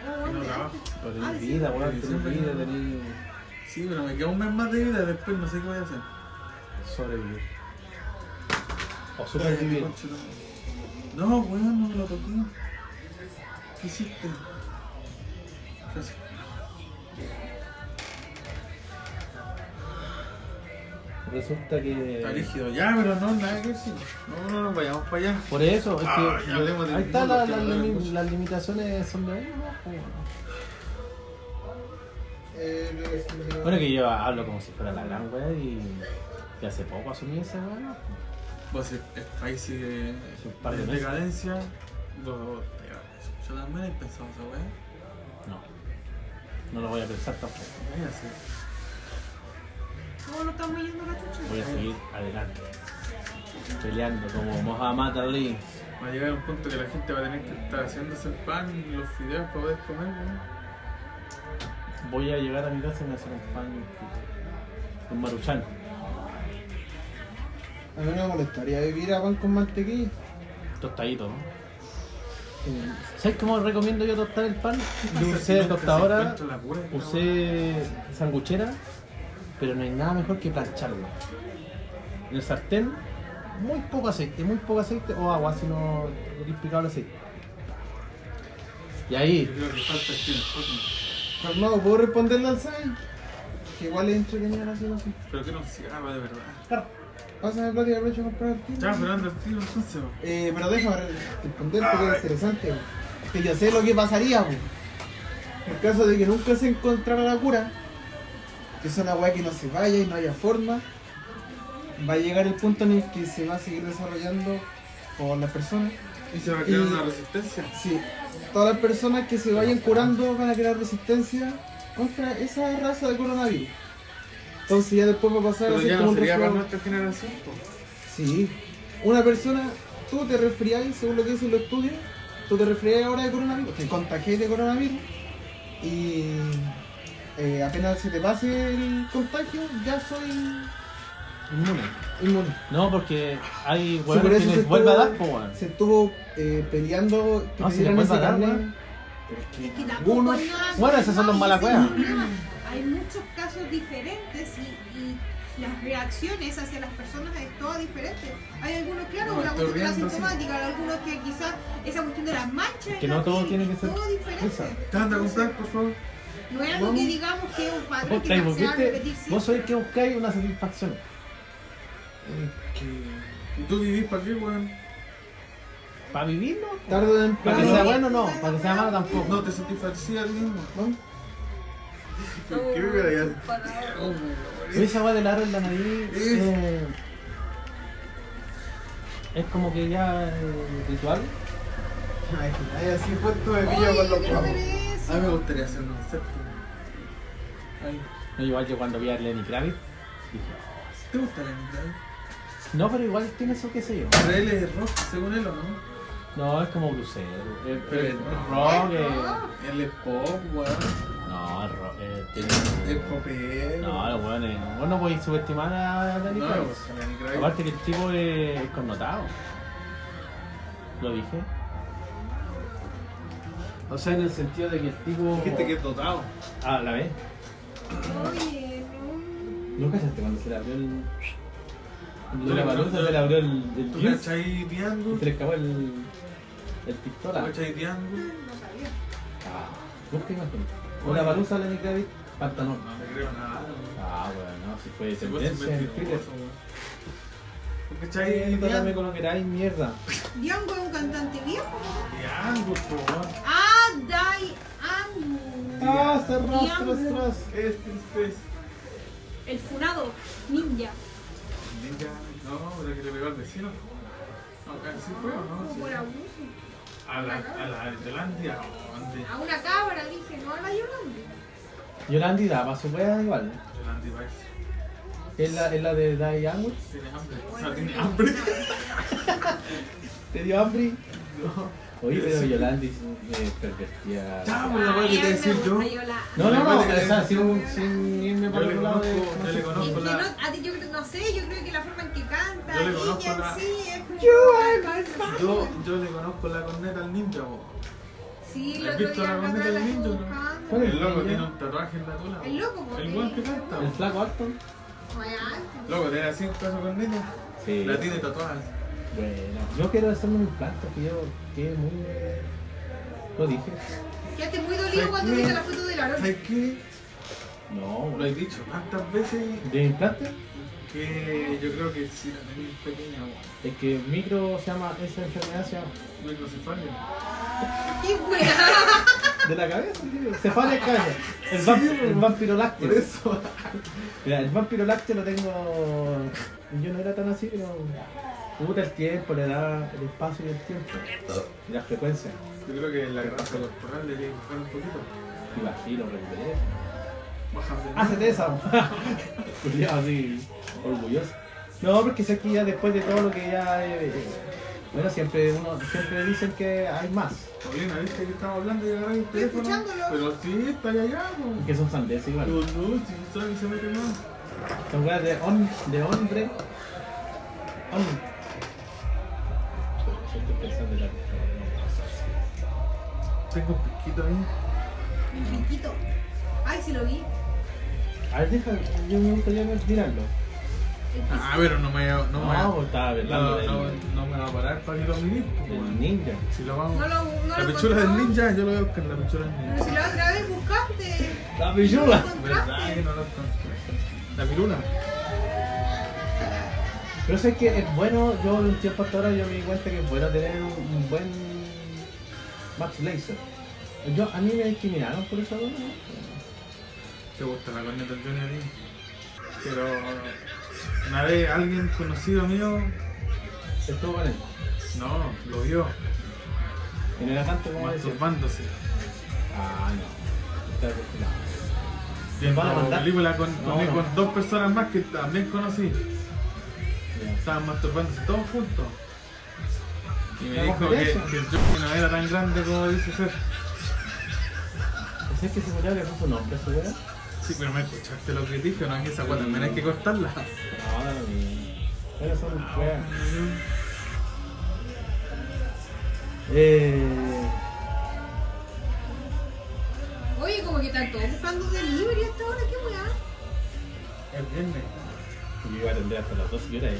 Oh,
que no
hombre.
trabajo.
pero tenés vida, weón, tenés vida, tenés
Sí, pero me queda un mes más de vida, después no sé qué voy a hacer.
sobrevivir. O supervivir.
No, weón, no me lo toqué. ¿Qué hiciste? Gracias. Está
Resulta que.
rígido ya, pero no, nada que decir. No, no nos vayamos para allá.
Por eso, es
Ah,
que.
ya hablemos de
ahí está,
mundo,
la-
que
la-
no
la-
hablemos.
las limitaciones son de uno, weón.
Eh, lo-
Bueno, que yo hablo como si fuera la gran wea y, y hace poco asumí esa wea.
Pues el, el país sigue
un par de
de
meses.
decadencia. Lo- Yo también he pensado esa weá.
No, no lo voy a pensar tampoco.
¿Qué voy a hacer?
¿Cómo no estamos yendo a la chucha?
Voy a seguir adelante, peleando como Mohamed Ali.
Va a llegar un punto que la gente va a tener que estar haciéndose el pan y los fideos para poder comer, weón.
Voy a llegar a mi casa y me voy a hacer un pan y un frito. un maruchan.
A mí no me molestaría vivir a pan con mantequilla.
Tostadito, ¿no?
Eh,
¿Sabes cómo recomiendo yo tostar el pan?
Hasta
Yo usé
que nunca se
tostadora,
encuentra la cuerda, weón.
usé sanguchera, pero no hay nada mejor que plancharlo. En el sartén, muy poco aceite, muy poco aceite o agua, si no queréis picar el aceite. Y
Yo
ahí,
creo que falta Stephen Hawking.
Calmado, ¿puedo responderle al Sai? Que igual es entretenido así, no sé.
Pero que no se haga de verdad.
Pásame plata y aprovecho a comprar el tiro.
Ya, pero anda el tiro entonces, weón.
Eh, pero déjame responder porque es interesante. güey. Que yo sé lo que pasaría, güey. En caso de que nunca se encontrara la cura, que es una weá que no se vaya y no haya forma, va a llegar el punto en el que se va a seguir desarrollando por las personas.
Y se va a crear
Y-
una resistencia.
Sí, todas las personas que se vayan curando van a crear resistencia contra esa raza de coronavirus. Entonces ya después va a pasar
Pero
a ser
ya
como
no
un
sería para
resfriado.
nuestra generación, po.
Sí. Una persona, tú te resfriáis, según lo que dicen los estudios, tú te resfriáis ahora de coronavirus, te contagiáis de coronavirus y eh, apenas se te pase el contagio, ya soy
inmune.
inmune.
No, porque hay
Sí, por
hueones que
eso se
les vuelve a
estuvo-
dar, po, weón.
Se estuvo eh, peleando que
No,
te
si le
dieran
vuelve a
ese
dar,
carnet.
weón.
Es que tampoco
Algunos-
es nada
Bueno, esos son los
normal,
mala
ese es el problema. Hay muchos casos diferentes y, y las reacciones hacia las personas es todo diferente. Hay algunos, claro,
No,
una
estoy
cuestión
riendo,
asintomática, hay algunos que quizás esa cuestión de las manchas.
Que no
la
todo
piel,
tiene que ser
Todo diferente.
esa.
¿Te anda a comprar, por favor?
No es algo que
Vamos.
digamos que es un
Vos
patrón que
traes,
se va a
¿viste?
repetir siempre.
Vos sabés que buscáis una satisfacción.
¿Y tú vivís para qué, weón?
¿Para vivir, no?
Tarde o
Para que
temprano.
sea bueno, no. Para que sea malo, tampoco.
No te satisfacía a ti mismo.
¿no?
¿Por qué, weón?
Pero Esa agua del aro en la nariz eh, es como que ya eh, ritual.
Ay, ay, así puesto
eh,
de
Oye,
pilla con
yo
los
quiero
pavos.
ver eso.
A mí me gustaría hacer un concepto. Ay,
No, igual yo cuando vi a Lenny Kravitz dije, "Oh".
¿Te gusta la mitad?
no, pero igual tiene eso que sé yo.
Pero él es rock, según él, ¿o no?
No, es como blusero. Es,
Pero
es
es
rock. eh,
Él es pop, weón.
no, es rock. eh,
Él
tiene-
es popero.
no, los weones. Vos no podéis subestimar a Lenny
No,
Kravitz.
pues, Lenny Kravitz.
Aparte que el tipo es, es connotado. Lo dije. O sea, en el sentido de que el tipo.
Dijiste que es dotado.
Ah, la vez. Ah.
Oye, no.
¿No cachaste este, cuando se le abrió el.
Yo
Cuando
le
la balanza se le abrió el. el
¿Tú
juice
cachai
y
Triángulo?
se le escapó el. el
¿Tú
pistola.
cachai Triángulo?
No sabía.
Ah, busca imagen. Una baluza Lenny Kravitz, pantalón.
No me creo nada, weón.
Ah, bueno, no, si fue
Se puede ser
sentencia en Twitter.
mentiroso, weón. ¿Tú
Ay,
cachai
trátame
Triángulo?
con lo que queráis, mierda.
Django es un cantante viejo. ¿no?
Triángulo, po, weón.
Ah, Diane.
Ah, tras, tras, tras.
Es tristeza.
El funado ninja.
Ninja, no, la que le pegó al vecino. No, casi fue o no.
Como
Sí.
por abuso.
A la, a la de Tailandia, ¿o dónde?
A una cabra, dije, no a la Yolanda.
Yolandi daba su wea igual. ¿eh? ¿no?
Tailandia Vice.
Es la, es la de Dai Angul.
Tiene hambre. O sea, tiene hambre.
¿Te dio hambre?
No.
Oye, pero Yolandi me eh, pervertía.
Ya, pues, la wea que te decir yo.
Ay, hola.
No, no, no,
Recuerda que
o sea,
le-
sin, sin irme
Yo
por
le
otro lado.
conozco, yo
de-
le
Es
conozco
que no,
la.
a ti yo creo, no sé, yo creo que la forma en que canta,
Yo le
ella
conozco
en
la-
sí, es como...
Yo, yo le conozco la corneta al ninja, vos.
Sí, el
¿Has
otro
visto
día
la
la
banda
otra
del
la estuve
ninja, no?
buscando.
¿Cuál es?
El loco tiene un tatuaje en la tula.
El loco, vos,
El guan que
el-
canta,
¿El
vos.
flaco Alton?
Bueno,
Loco, tiene así un caso corneta.
Sí.
La tiene tatuada.
Bueno, yo quiero hacerme un implante que yo quedé muy. Lo dije.
quedaste muy dolido cuando
Sí.
viste la foto de la Aarón.
¿Sabes qué?
No,
Lo he dicho tantas veces
¿De implante?
que yo creo que si la tenés pequeña, vos.
Es que micro se llama, esa enfermedad se llama.
Microcefalia.
¡Qué weá!
De la cabeza, tío. Se falla el cabeza. El, vamp- el vampiro lácteo.
Por eso.
Mira, el vampiro lácteo lo tengo. Yo no era tan así, pero. Puta el tiempo, le da el espacio y el tiempo. Y la frecuencia.
Yo creo que la grasa corporal debería bajar un poquito.
Imagino, recuperé.
Bájame.
Hacete esa. Culiado así, orgulloso. No, porque sé que ya después de todo lo que ya. eh, eh, bueno, siempre uno siempre dicen que hay más.
Paulina, viste que estamos hablando y agarrar el teléfono.
escuchándolo.
Pero sí, está allá, allá, vos.
Que son sandeces igual.
Los dos, si saben que se meten más.
Son weas de, hom- de hombre. Hom- Yo estoy pensando en la-
Tengo un piquito ahí.
Un piquito. Ay, se lo vi.
A ver, deja, yo me gustaría ver- mirarlo.
Ah, pero no me, no me,
No, estaba hablando
no,
del
no, no me va a parar para que lo miren. pues,
del
weón.
ninja.
Si lo vamos.
No lo, no
la
lo
pechura del
encontraba.
ninja, yo lo veo con la pechura del
Pero
ninja.
si la otra vez buscaste.
La
no lo
pichula.
¿Verdad que
encontraste.
no lo encontré? La pirula.
Pero sé que es bueno, yo de un tiempo hasta ahora yo me di cuenta que es bueno tener un, un buen Max Laser. Yo, a mí me discriminaron por eso, ¿no?
Te gusta la corneta del Johnny a ti. Pero una vez alguien conocido mío,
Estuvo con él.
no, lo vio
Y no era tanto como decía.
masturbándose.
Ah, no. Está desesperado.
Viendo
van a
una
mandar?
película con,
No,
con-
no.
con dos personas más que también conocí. Estaban masturbándose todos juntos. Y me
Vamos
dijo
por
que,
eso.
que el Johnny no era tan grande como dice ser.
¿Sabes que se murió le puso nombre a su weá?
Sí, pero me escuchaste lo que dije, no, que esa guata también hay que cortarla.
No, no, Pero son weas. Eh.
Oye, como que están todos buscando delivery hasta ahora, qué weá.
El viernes.
Yo iba a atender hasta las 12 horas.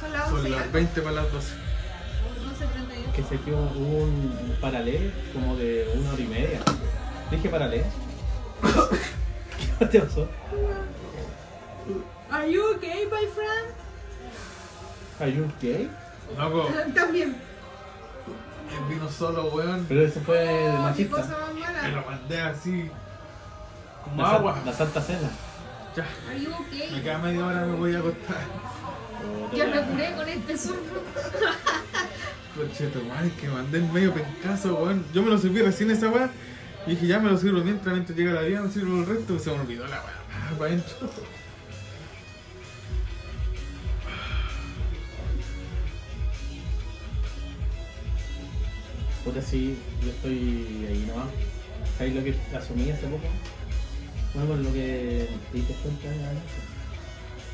Son las 11
Son
ya.
las 20 para las 12.
11.31.
Que se que hubo hubo un, un paralé como de una hora y media. Dije paralé. ¿Qué te pasó?
Are you okay, my friend?
¿Are you gay?
Loco,
También.
él vino solo, weón.
Pero eso
Eh,
fue
Oh, qué cosa
machista.
más
Me
mala.
lo mandé así. Como
La, san-
agua.
la Santa Cena.
Ya.
Are you
Me
okay?
queda media hora, me voy a acostar.
Yo me curé con este surfo.
Concheto, weón, que mandé en medio pencazo, weón. Yo me lo sirví recién esa weá. Y dije, ya me lo sirvo mientras, mientras llega la vida, me sirvo el resto. Se me olvidó la weá. Ah, para adentro.
Puta, sí, yo estoy ahí nomás. ¿Sabes lo que asumí hace poco? Bueno, con lo que te diste cuenta de la noche.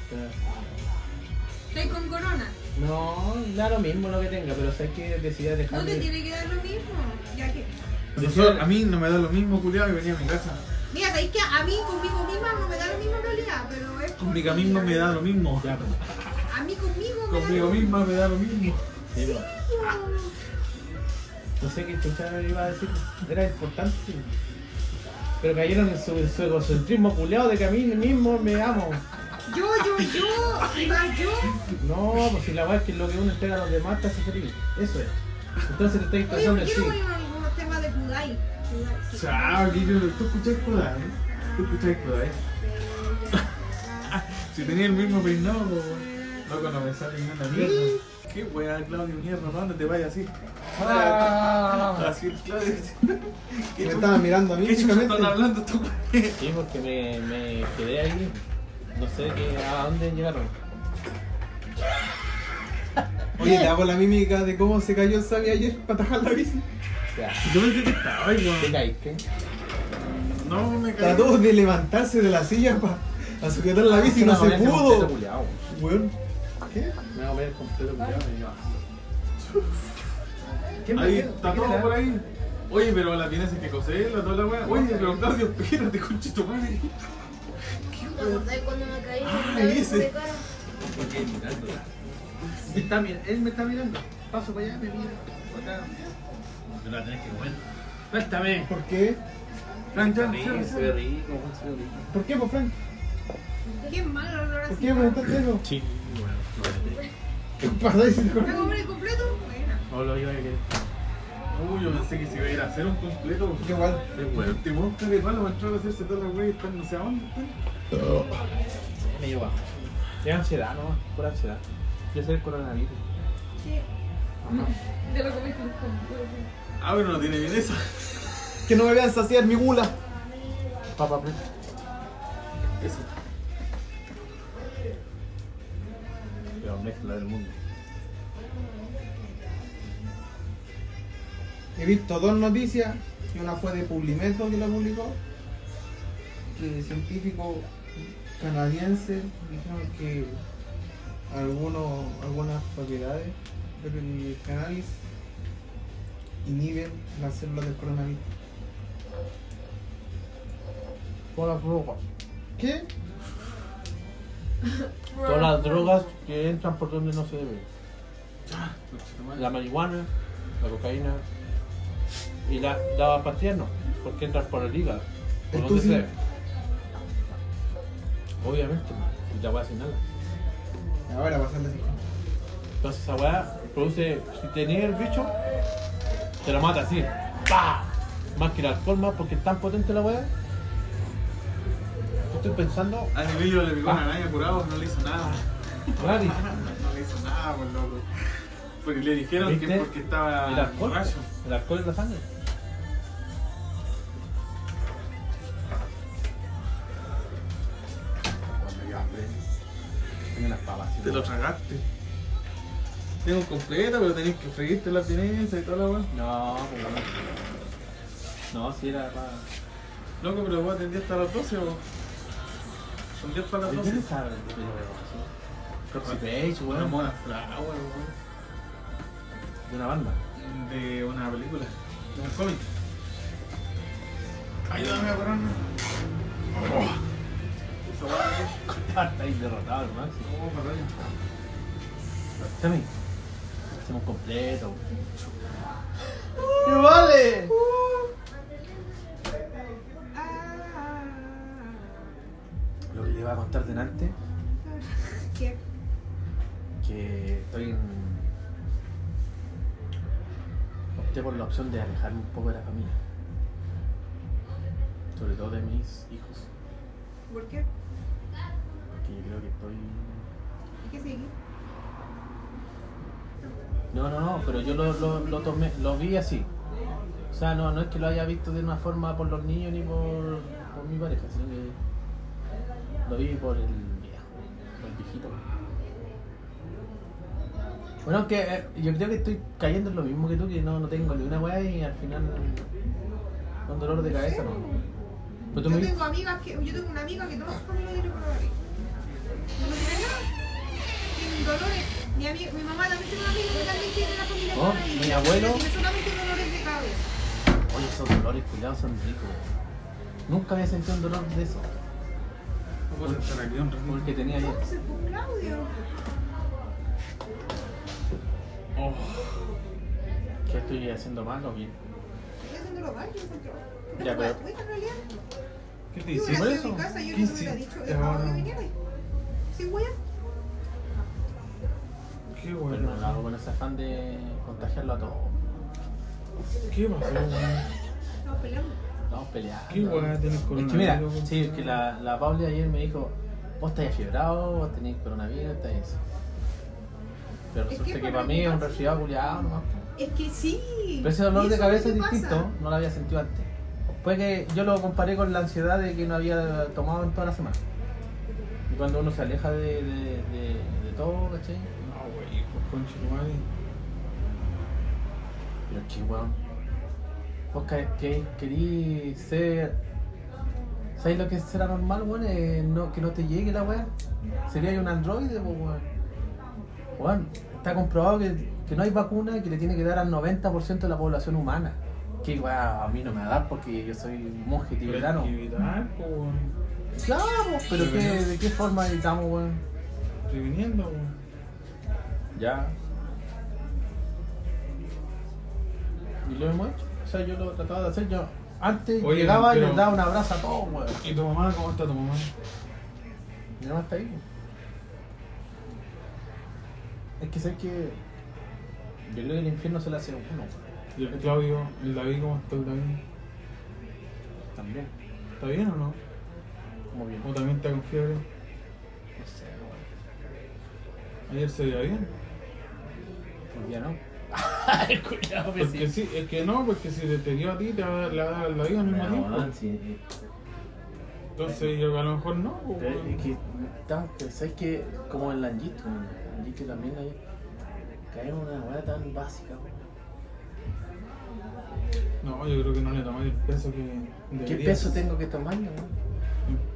O sea,
Estoy con corona.
No, da lo mismo lo que tenga, pero sé que decidí dejar
No te
de-
tiene que dar lo mismo. Ya que.
Nosotros- a mí no me da lo mismo, culiado, y venía a mi casa.
Mira, sabéis que a mí conmigo misma no me da la misma realidad, pero es.
Conmigo misma me da lo mismo.
Ya, pues.
A mí conmigo me
Conmigo
da.
misma me da lo mismo.
Sí, pero- No sé qué chucha iba a decir, era importante. sí. Pero cayeron en su, su egocentrismo culeado de que a mí mismo me amo.
Yo, yo, yo, y más yo.
No, pues si la verdad es que lo que uno espera a los demás te hace feliz. Eso es. Entonces te estoy
Oye,
pensando
¿por
en
qué
sí.
no voy a algunos temas de Kudai? Kudai, sí.
Chao, Guillo, tú escuchas Kodak, ¿no? Tú escuchas ¿eh? Kodak. si tenía el mismo peinado, weón. loco, no me sale ni una mierda. ¿Qué weá, Claudio, mierda? ¿Para dónde te vayas así? Ah, Así el Claudio.
Que me estaba mirando a mí.
¿Qué chucha
únicamente.
están hablando tú?
Sí, porque me, me quedé ahí. No sé qué, a dónde llegaron.
Oye, te hago la mímica de cómo se cayó el Sabi ayer para atajar la bici.
Ya,
Yo pensé que estaba ahí,
te
weón.
caíste.
No, me caí.
Trató de levantarse de la silla para sujetar la bici y
Ah,
no se pudo. Weón. ¿Qué?
Me voy a ver completo culiao, y yo, ah.
Ahí, está todo por ahí. Oye, pero la tienes que coserla, toda la weá. Oye, pero Claudio, espérate, conche tu madre.
¿Te acordás cuando me caí?
Ah,
Me caí
ese.
de cara.
Porque él mirando. Me está mir- él me está mirando. Paso para allá, me mira. para acá. Te la tenés que comer. Suéltame.
¿Por qué?
Fran, ya,
Sí,
ya,
se ve rico, Juan, se ve rico.
¿Por qué, po, Frank?
Qué malo el olor
¿Por
así.
qué me preguntaste eso?
Sí, bueno, no vete.
¿Qué pasa ahí si te
¿Me
acuerdas?
compré el completo? Buena.
No lo iba a querer.
Uy, yo pensé que se iba a ir a hacer un completo. este
Porque igual.
Qué bueno.
Te monta de palo, entró a hacerse toda la wea y están no sé a dónde. están.
Me llevo abajo. Es ansiedad, no, pura ansiedad. Yo soy el coronavirus.
Sí.
Te lo comiste un poco.
Ah, pero no tiene bien eso.
Que no me vean saciar mi gula.
Papá, please.
Eso.
Pero mezcla del mundo.
He visto dos noticias, y una fue de Publimetro que la publicó, que científicos canadienses dijeron que algunos, algunas propiedades del cannabis inhiben las células del coronavirus.
Todas las drogas.
¿Qué?
Todas las drogas que entran por donde no se deben.
Conche tu madre.
La marihuana, la cocaína y la, la pastilla no, porque entran por el hígado. Por donde
Entonces-
se debe. Obviamente, y la weá sin nada.
Ahora pasarles así.
Entonces esa weá produce, si tenés el bicho, te lo mata así. ¡Pah! Más que el alcohol, más porque es tan potente la weá. Yo Estoy pensando,
A mi niño le picó una araña curado, no le hizo nada.
Rari,
No le hizo nada, por loco. Porque le dijeron que
¿Viste?
es porque estaba
el alcohol,
borracho.
el alcohol es la sangre. Tengo unas papas.
Te lo tragaste. Tengo un completo, pero tenés que freírte la abstinencia y toda la weá.
No, pues bueno. No, si era para.
Loco, pero voy a atender hasta las 12 o. Son 10 para las 12.
sabe? Proxy Page,
Una
weón.
mona flower, weón.
De una banda.
De una película. De un cómic. Ayúdame a pararme. Oh. Esa weá, ¿no?
Estáis derrotado al máximo.
Oh, perdón.
Sammy, hacemos completo.
¡Qué vale!
Ah,
Lo que le iba a contar delante,
¿Qué?
que estoy en. Opté por la opción de alejarme un poco de la familia. Sobre todo de mis hijos.
¿Por qué?
Porque yo creo que estoy
¿Qué sigue?
No, no, no, pero yo lo, lo, lo tomé, lo vi así. O sea, no, no es que lo haya visto de una forma por los niños ni por, por mi pareja, sino que lo vi por el viejo, por el viejito. Bueno, aunque eh, yo creo que estoy cayendo en lo mismo que tú, que no, no tengo ni una weá y al final con dolor de cabeza no. Pero tú
yo
me
tengo amigas que. Yo tengo una amiga que todos sus familia tiene coronavirus. ¿No me tiene nada? Tienen dolores. Mi, ami- mi mamá también tiene una amiga que también tiene la familia
Oh,
coronavirus.
mi abuelo.
Tiene solamente dolores de cabeza.
Oye, esos dolores cuidados son ricos. Nunca había sentido un dolor de eso,
Vamos a estar aquí un rato.
como el que tenía ayer.
Se fue Claudio.
Oh,
¿Qué estoy haciendo mal o bien?
Estoy haciéndolo mal, yo encuentro.
Ya,
Pero
pero-
la cuenta en realidad.
¿Qué te
Yo
dice? ¿Por
hubiera sido en
eso?
mi casa, yo
¿Qué
no te
hice?
hubiera dicho,
Ya,
dejado que
bueno.
viniera. Sin hueá.
Qué
Pero no
bueno.
lo hago con ese afán de contagiarlo a todos.
¿Qué pasó?
Estamos peleando.
No, Estamos peleando.
¿Qué weá tenés
Es
coronavirus?
que mira,
weón?
sí, es que la, la Pauli ayer me dijo, vos estás afiebrado, vos tenés coronavirus, estás eso. Pero
Es que
resulta que,
por
para
lo
mí es un
menos-
resfriado culiado, ¿no?
Es que sí.
Pero ese dolor
¿Y
de
eso
cabeza
qué
es
pasa?
distinto, no lo había sentido antes. Fue que yo lo comparé con la ansiedad de que no había tomado en toda la semana. Y cuando uno se aleja de, de, de- de todo, ¿cachai?
No, wey, pues concha tu madre.
Pero qué weón. Vos que, que, querí ser. ¿Sabes lo que será normal, weón? Eh, no, que no te llegue la weá. Sería un androide, pues, weón. Weón, está comprobado que, que no hay vacuna que le tiene que dar al 90% de la población humana. Que weá, a mí no me va a dar porque yo soy monje
Pero hay
tibetano.
que evitar, po, weón.
Claro, pero ¿qué- ¿de qué forma evitamos, weón?
Previniendo, pues. weón.
Ya. Y lo hemos hecho. O sea, yo lo trataba de hacer. Yo antes
Oye,
llegaba y
pero-
les daba un abrazo a todos, weón.
¿Y tu mamá? ¿Cómo está tu mamá?
Mi mamá está ahí. weón. Es que sé que. Yo creo que el infierno se le hace a uno, weón.
¿Y el Claudio? ¿El David cómo está el David?
También.
¿Está bien o no?
Como bien.
¿O también está con fiebre?
No sé, weón.
Ayer se veía bien.
Hoy día no. El culiao me
Porque sí, es que no, porque si te, te dio a ti, te va a dar- le va a dar al David al mismo tiempo.
eh,
Entonces, yo a lo mejor no, po,
Pero
weón.
es que, estamos- pero ¿sabes que Como el Lanjito, el Lanjito también hay caer en una weá tan básica. weón.
No, yo creo que no le tomáis el peso que
¿Qué
deberías.
peso tengo que tomar, weón?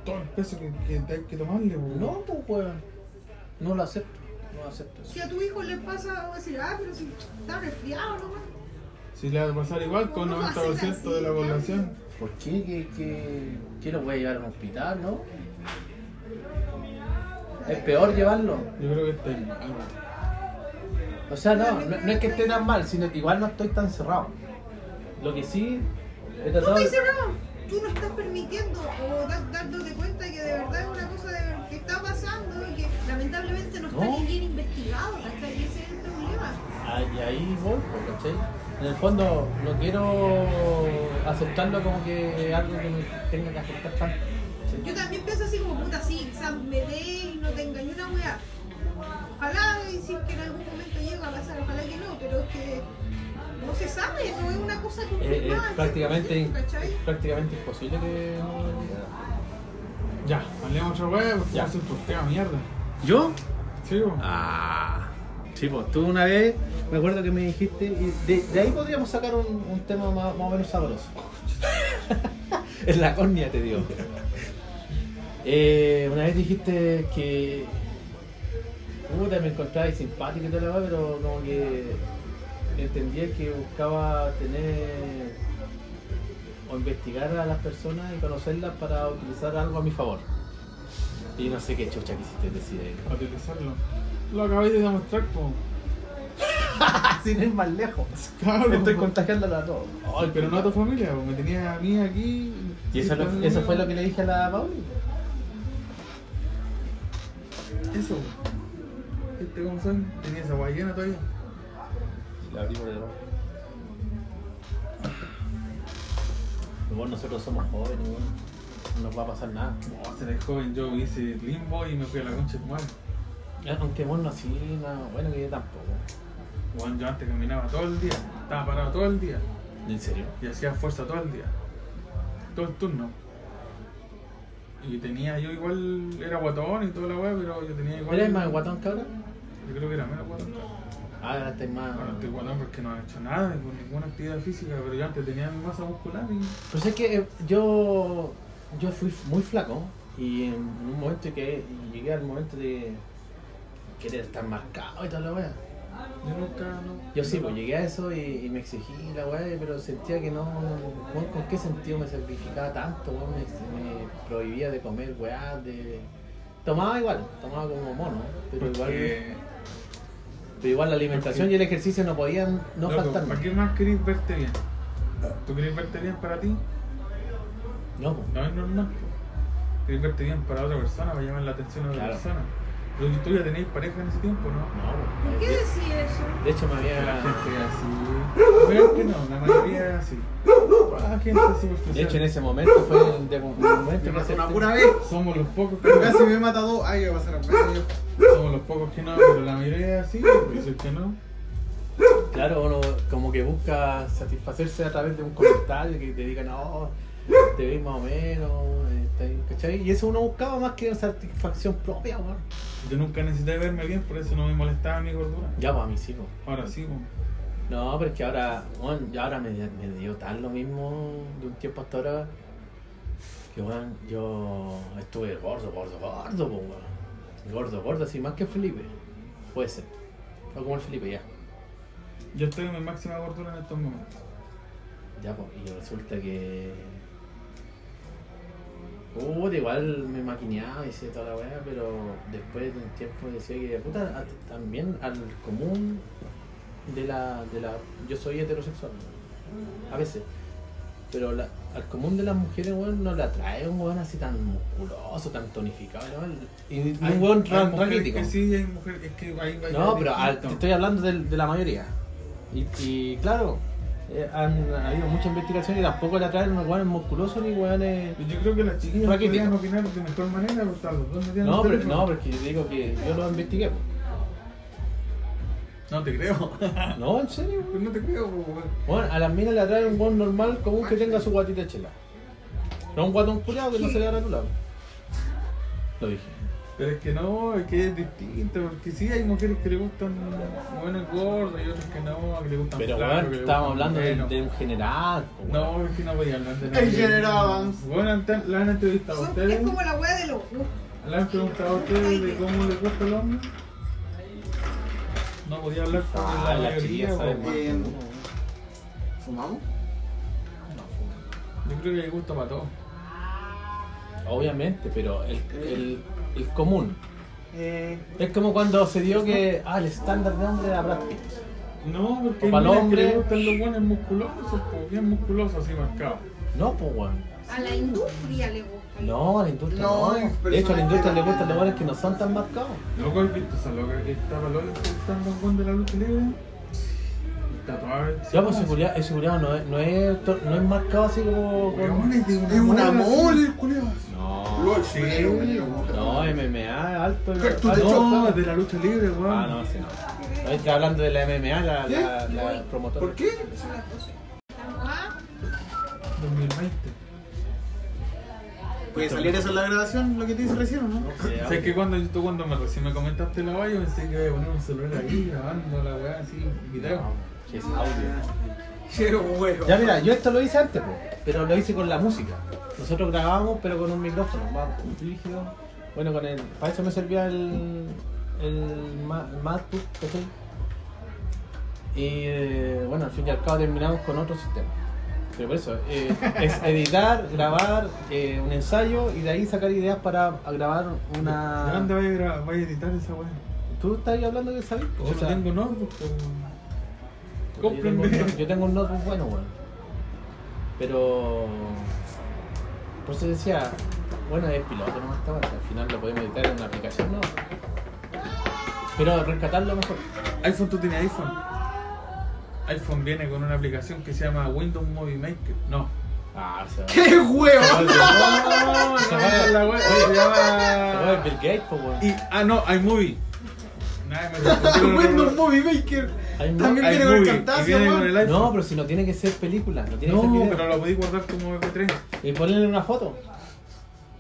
Todo el peso que, que hay que tomarle, po, weón.
No, pues weón. No lo acepto. No lo acepto.
Si a tu hijo le pasa, va a decir, ah, pero si está resfriado, no más.
Si le va a pasar igual con
No, no va a ser
90% de la
así,
población.
¿Por qué? ¿Qué, qué, qué lo voy a llevar a un hospital, no? Es peor llevarlo.
Yo creo que está ahí mal, weón.
O sea, no, no, no es que esté tan mal, sino que igual no estoy tan cerrado. Lo que sí, he
No
tratado.
estoy cerrado. Tú no estás permitiendo o da- dándote cuenta que de verdad es una cosa de ver- que está pasando y que lamentablemente no está
No.
ni bien investigado. ¿cachai? Y ese es el problema.
Ah, Y ahí voy, pues, ¿cachai? En el fondo no quiero aceptarlo como que algo que me tenga que afectar tanto. Eh, ¿cachai?
Yo también pienso así como puta, sí, quizás me dé y no te engañó una weá. Ojalá decir que en algún momento llega a pasar, ojalá que no, pero es que no se sabe, no es una cosa confirmada.
Eh, eh,
al 100%,
prácticamente,
¿cachai?
prácticamente imposible que...
Ya, hablemos otra weá, pues, porque
Ya.
ya. se postea mierda.
¿Yo?
Sí, pues, weón.
Ah, sí, pues tú una vez, me acuerdo que me dijiste, y de, de ahí podríamos sacar un, un tema más, más o menos sabroso. en la córnea te dio. Eh, una vez dijiste que. Puta, me encontrabas simpático y toda la weá, pero como que entendía que buscaba tener o investigar a las personas y conocerlas para utilizar algo a mi favor. Y no sé qué chucha quisiste decir ahí.
Para utilizarlo. Lo acabáis de demostrar, po.
Sin ir más lejos.
Claro,
Estoy
po.
contagiándola a todos.
Ay, pero no a tu familia, po. me tenía a mí aquí.
Y eso, lo- eso fue lo que le dije a la Pauli.
Eso, ¿Viste Este, cómo son? Tenía esa guay llena todavía.
La abrimos de nuevo. Bueno, nosotros somos jóvenes, bueno. No nos va a pasar nada.
No, Oh, se el joven, yo hice limbo y me fui a la concha de tu madre.
Aunque bueno, así, no, bueno, que yo tampoco.
Weón, yo antes caminaba todo el día, estaba parado todo el día
¿En serio?
y hacía fuerza todo el día, todo el turno. Y tenía yo igual, era guatón y toda la weá, pero yo tenía igual.
¿Eres más guatón que ahora?
Yo creo que era menos guatón.
Ah, ahora estás más.
Ahora estoy guatón porque no he hecho nada, con ninguna actividad física, pero yo antes tenía mi masa muscular y.
Pues es que eh, yo, yo fui muy flaco y en un momento que llegué al momento de querer estar marcado y toda la weá.
Yo nunca. No,
Yo sí, pues llegué a eso y, y me exigí la weá, pero sentía que no. weón, ¿Con qué sentido me sacrificaba tanto? weón? Me, me prohibía de comer weá, de. Tomaba igual, tomaba como mono, pero igual,
Porque-
pero igual la alimentación
porque-
y el ejercicio no podían no
Loco,
faltarme.
¿Para pues, qué más querés verte bien? ¿Tú querés verte bien para ti?
No, pues,
No es normal. po. Querés verte bien para otra persona, para llamar la atención a otra
Claro.
persona. Pero tú ya tenéis pareja en ese tiempo, ¿no?
no,
¿Por
pues,
qué
de,
decir eso?
de hecho me
La
había.
gente es así. Pero es que no, la mayoría es así. a gente superficial.
De hecho, en ese momento fue el de el momento
Me
que
pasó una
acepté.
pura vez.
Somos los pocos que
Pero casi me he matado. Ay, va a pasar a veces.
somos los pocos que no, pero la mayoría sí, pues el que no.
Claro, uno como que busca satisfacerse a través de un comentario que te digan, no, te ves más o menos, está ahí", ¿cachai? Y eso uno buscaba más que satisfacción propia, weón.
Yo nunca necesité verme bien, por eso no me molestaba mi gordura.
Ya, pues, para mis hijos.
Ahora sí, pues.
No, pero es que ahora, bueno, ya ahora me, me dio tan lo mismo de un tiempo hasta ahora que, bueno, yo estuve gordo, gordo, gordo, pues, weón. Gordo, gordo, así más que Felipe. Puede ser. No como el Felipe, ya.
Yo estoy en mi máxima gordura en estos momentos.
Ya, pues, y resulta que. Puta, igual me maquineaba y hacía toda la weá, pero después de un tiempo decía que, puta, a- también al común de la, de la. Yo soy heterosexual, ¿no? a veces. Pero la- al común de las mujeres, weón, no la atrae un weón así tan musculoso, tan tonificado, ¿no? Y
Hay-
un weón
hay
ra-
mujeres
raquítico.
que sí, hay mujeres, es que ahí va
No, pero al- te
distinto.
estoy hablando del- de, la mayoría. Y, y claro, eh, han habido mucha investigación y tampoco le atraen unos hueones musculosos ni hueones.
Pues Yo creo que las chiquillas
Raquítico.
podrían opinar de mejor manera, porque están los dos metiendo
No,
el
pero,
teléfono.
no, porque yo digo que yo lo investigué. po.
No te creo.
No, en serio.
Pues no te creo, weón.
Bueno, a las minas le atraen un hueón normal común que tenga su guatita de chela. No un guatón culiado que no se le haga tu lado. Lo dije.
Pero es que no, es que es distinto, porque sí hay mujeres que le gustan buenas gordas y otras que no, que le gustan
Pero
flacas, que
bueno,
le
estábamos
gustan
hablando de,
morenos.
de un general. po, weón.
No, es que no voy a hablar de
En general.
Bueno, ante- la han entrevistado a
Son-
ustedes,
es como la weá de los. ¿no?
le han preguntado a ustedes de cómo les gusta el hombre. No podía hablar por
Ah,
la
las chiquillas
mayoría,
saben más.
weón.
Eh, ¿Fumamos?
Yo creo que hay gusto para todo.
Obviamente, pero el, el, el común.
Eh,
Es como cuando se dio que ah, el estándar de hombre era Brad Pitt.
No, porque
O para
hay
los
mujeres que le
hombres.
gustan los buenos musculosos, pues bien musculosos así marcados.
No, pues weón.
A la industria le gusta.
No, a la industria
No,
no.
es
De hecho, a la
personal.
industria le gustan los buenos que no son tan marcados.
Loco, ¿has visto esa loca que estaba loca entrevistando a un buen de la lucha libre? Y Tatuado.
Ya, pues seguridad, el seguridad no es, no, es, to- no es marcado así como.
Weón,
como-
es de una,
Es una
mole, así.
mole el culeo.
No.
Lol,
sí.
bueno, bueno.
No, MMA, alto. Ah,
Pero tú
alto-
te
No, es de la lucha libre, weón.
Ah, no, sí, no. No, Está hablando de la MMA, la, la, la promotora.
¿Por qué?
Son las 12.
2020.
Puede salir eso en la grabación, lo que te hice recién, ¿o ¿no?
Sí,
O sea, es que cuando yo- tú cuando me, recién me comentaste la valla, pensé que iba a poner un celular aquí grabando la weá así, video.
No, sí, es audio.
Che, huevo.
Ya, mira, yo esto lo hice antes, po, pero lo hice con la música. Nosotros grabábamos, pero con un micrófono más rígido. Bueno, con el, para eso me servía el, el ma- el MacBook, ¿cachai? Y eh, bueno, al fin y al cabo terminamos con otro sistema. Pero por eso, eh, es editar, grabar eh, un ensayo y de ahí sacar ideas para grabar
¿De dónde
una.
vaya a, gra- vaya a editar esa weá?
Tú estás ahí hablando de saber,
Yo no tengo notebook,
yo tengo,
Cómprenme.
un not- yo tengo un notebook bueno, weón. Pero. Por eso decía, bueno, es piloto nomás estaba, al final lo podemos editar en una aplicación, ¿no? Pero rescatarlo mejor.
iPhone, tú tienes iPhone. iPhone viene con una aplicación que se llama Windows Movie Maker. No.
Ah, se va.
¡Qué huevo!
Se va el-
No,
Se
se
va el-
la wea, se
se va el Bill
llama.
Gates, pues, po, weón.
Y, ah, no, iMovie. Nada, me confundí.
Windows Movie Maker.
Hay mu-
También viene con el
iMovie, y
cantazo,
viene con el
weón.
iPhone.
No, pero si no tiene que ser película, no tiene que ser
No,
video.
pero lo podéis guardar como MP3.
Y ponerle una foto.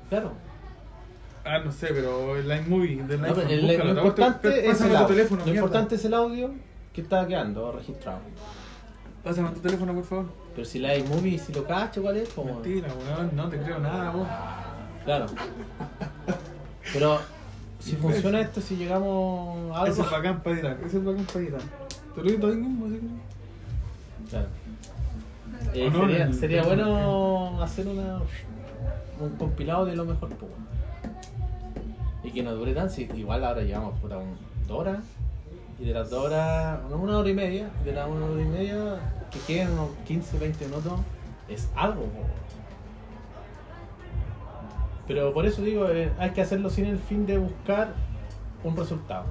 Claro.
Ah, no sé, pero el iMovie del
No,
iPhone.
pero el-
búscalo,
lo
te-
importante
te-
es el
Pásame tu
audio.
teléfono,
Lo
mierda.
importante es el audio que está quedando registrado.
Pásame tu teléfono, por favor.
Pero si la iMovie, si lo cacho, ¿cuál es? po, weón?
Mentira, weón, no te creo nada, vos.
Claro. Pero si funciona esto, si llegamos a
Ese
algo.
es bacán para Irán, ese es bacán para Irán. Te lo digo ahí mismo, así que...
Claro. Eh,
O no,
sería,
el-
sería
el-
bueno hacer una, un compilado de lo mejor. po, weón. y que no dure tan. Si, igual ahora llevamos puta un, dos horas. Y de las dos horas, no, una hora y media. y De la una hora y media, que queden unos 15, 20 minutos, es algo. po, weón. Pero por eso digo, eh, hay que hacerlo sin el fin de buscar un resultado.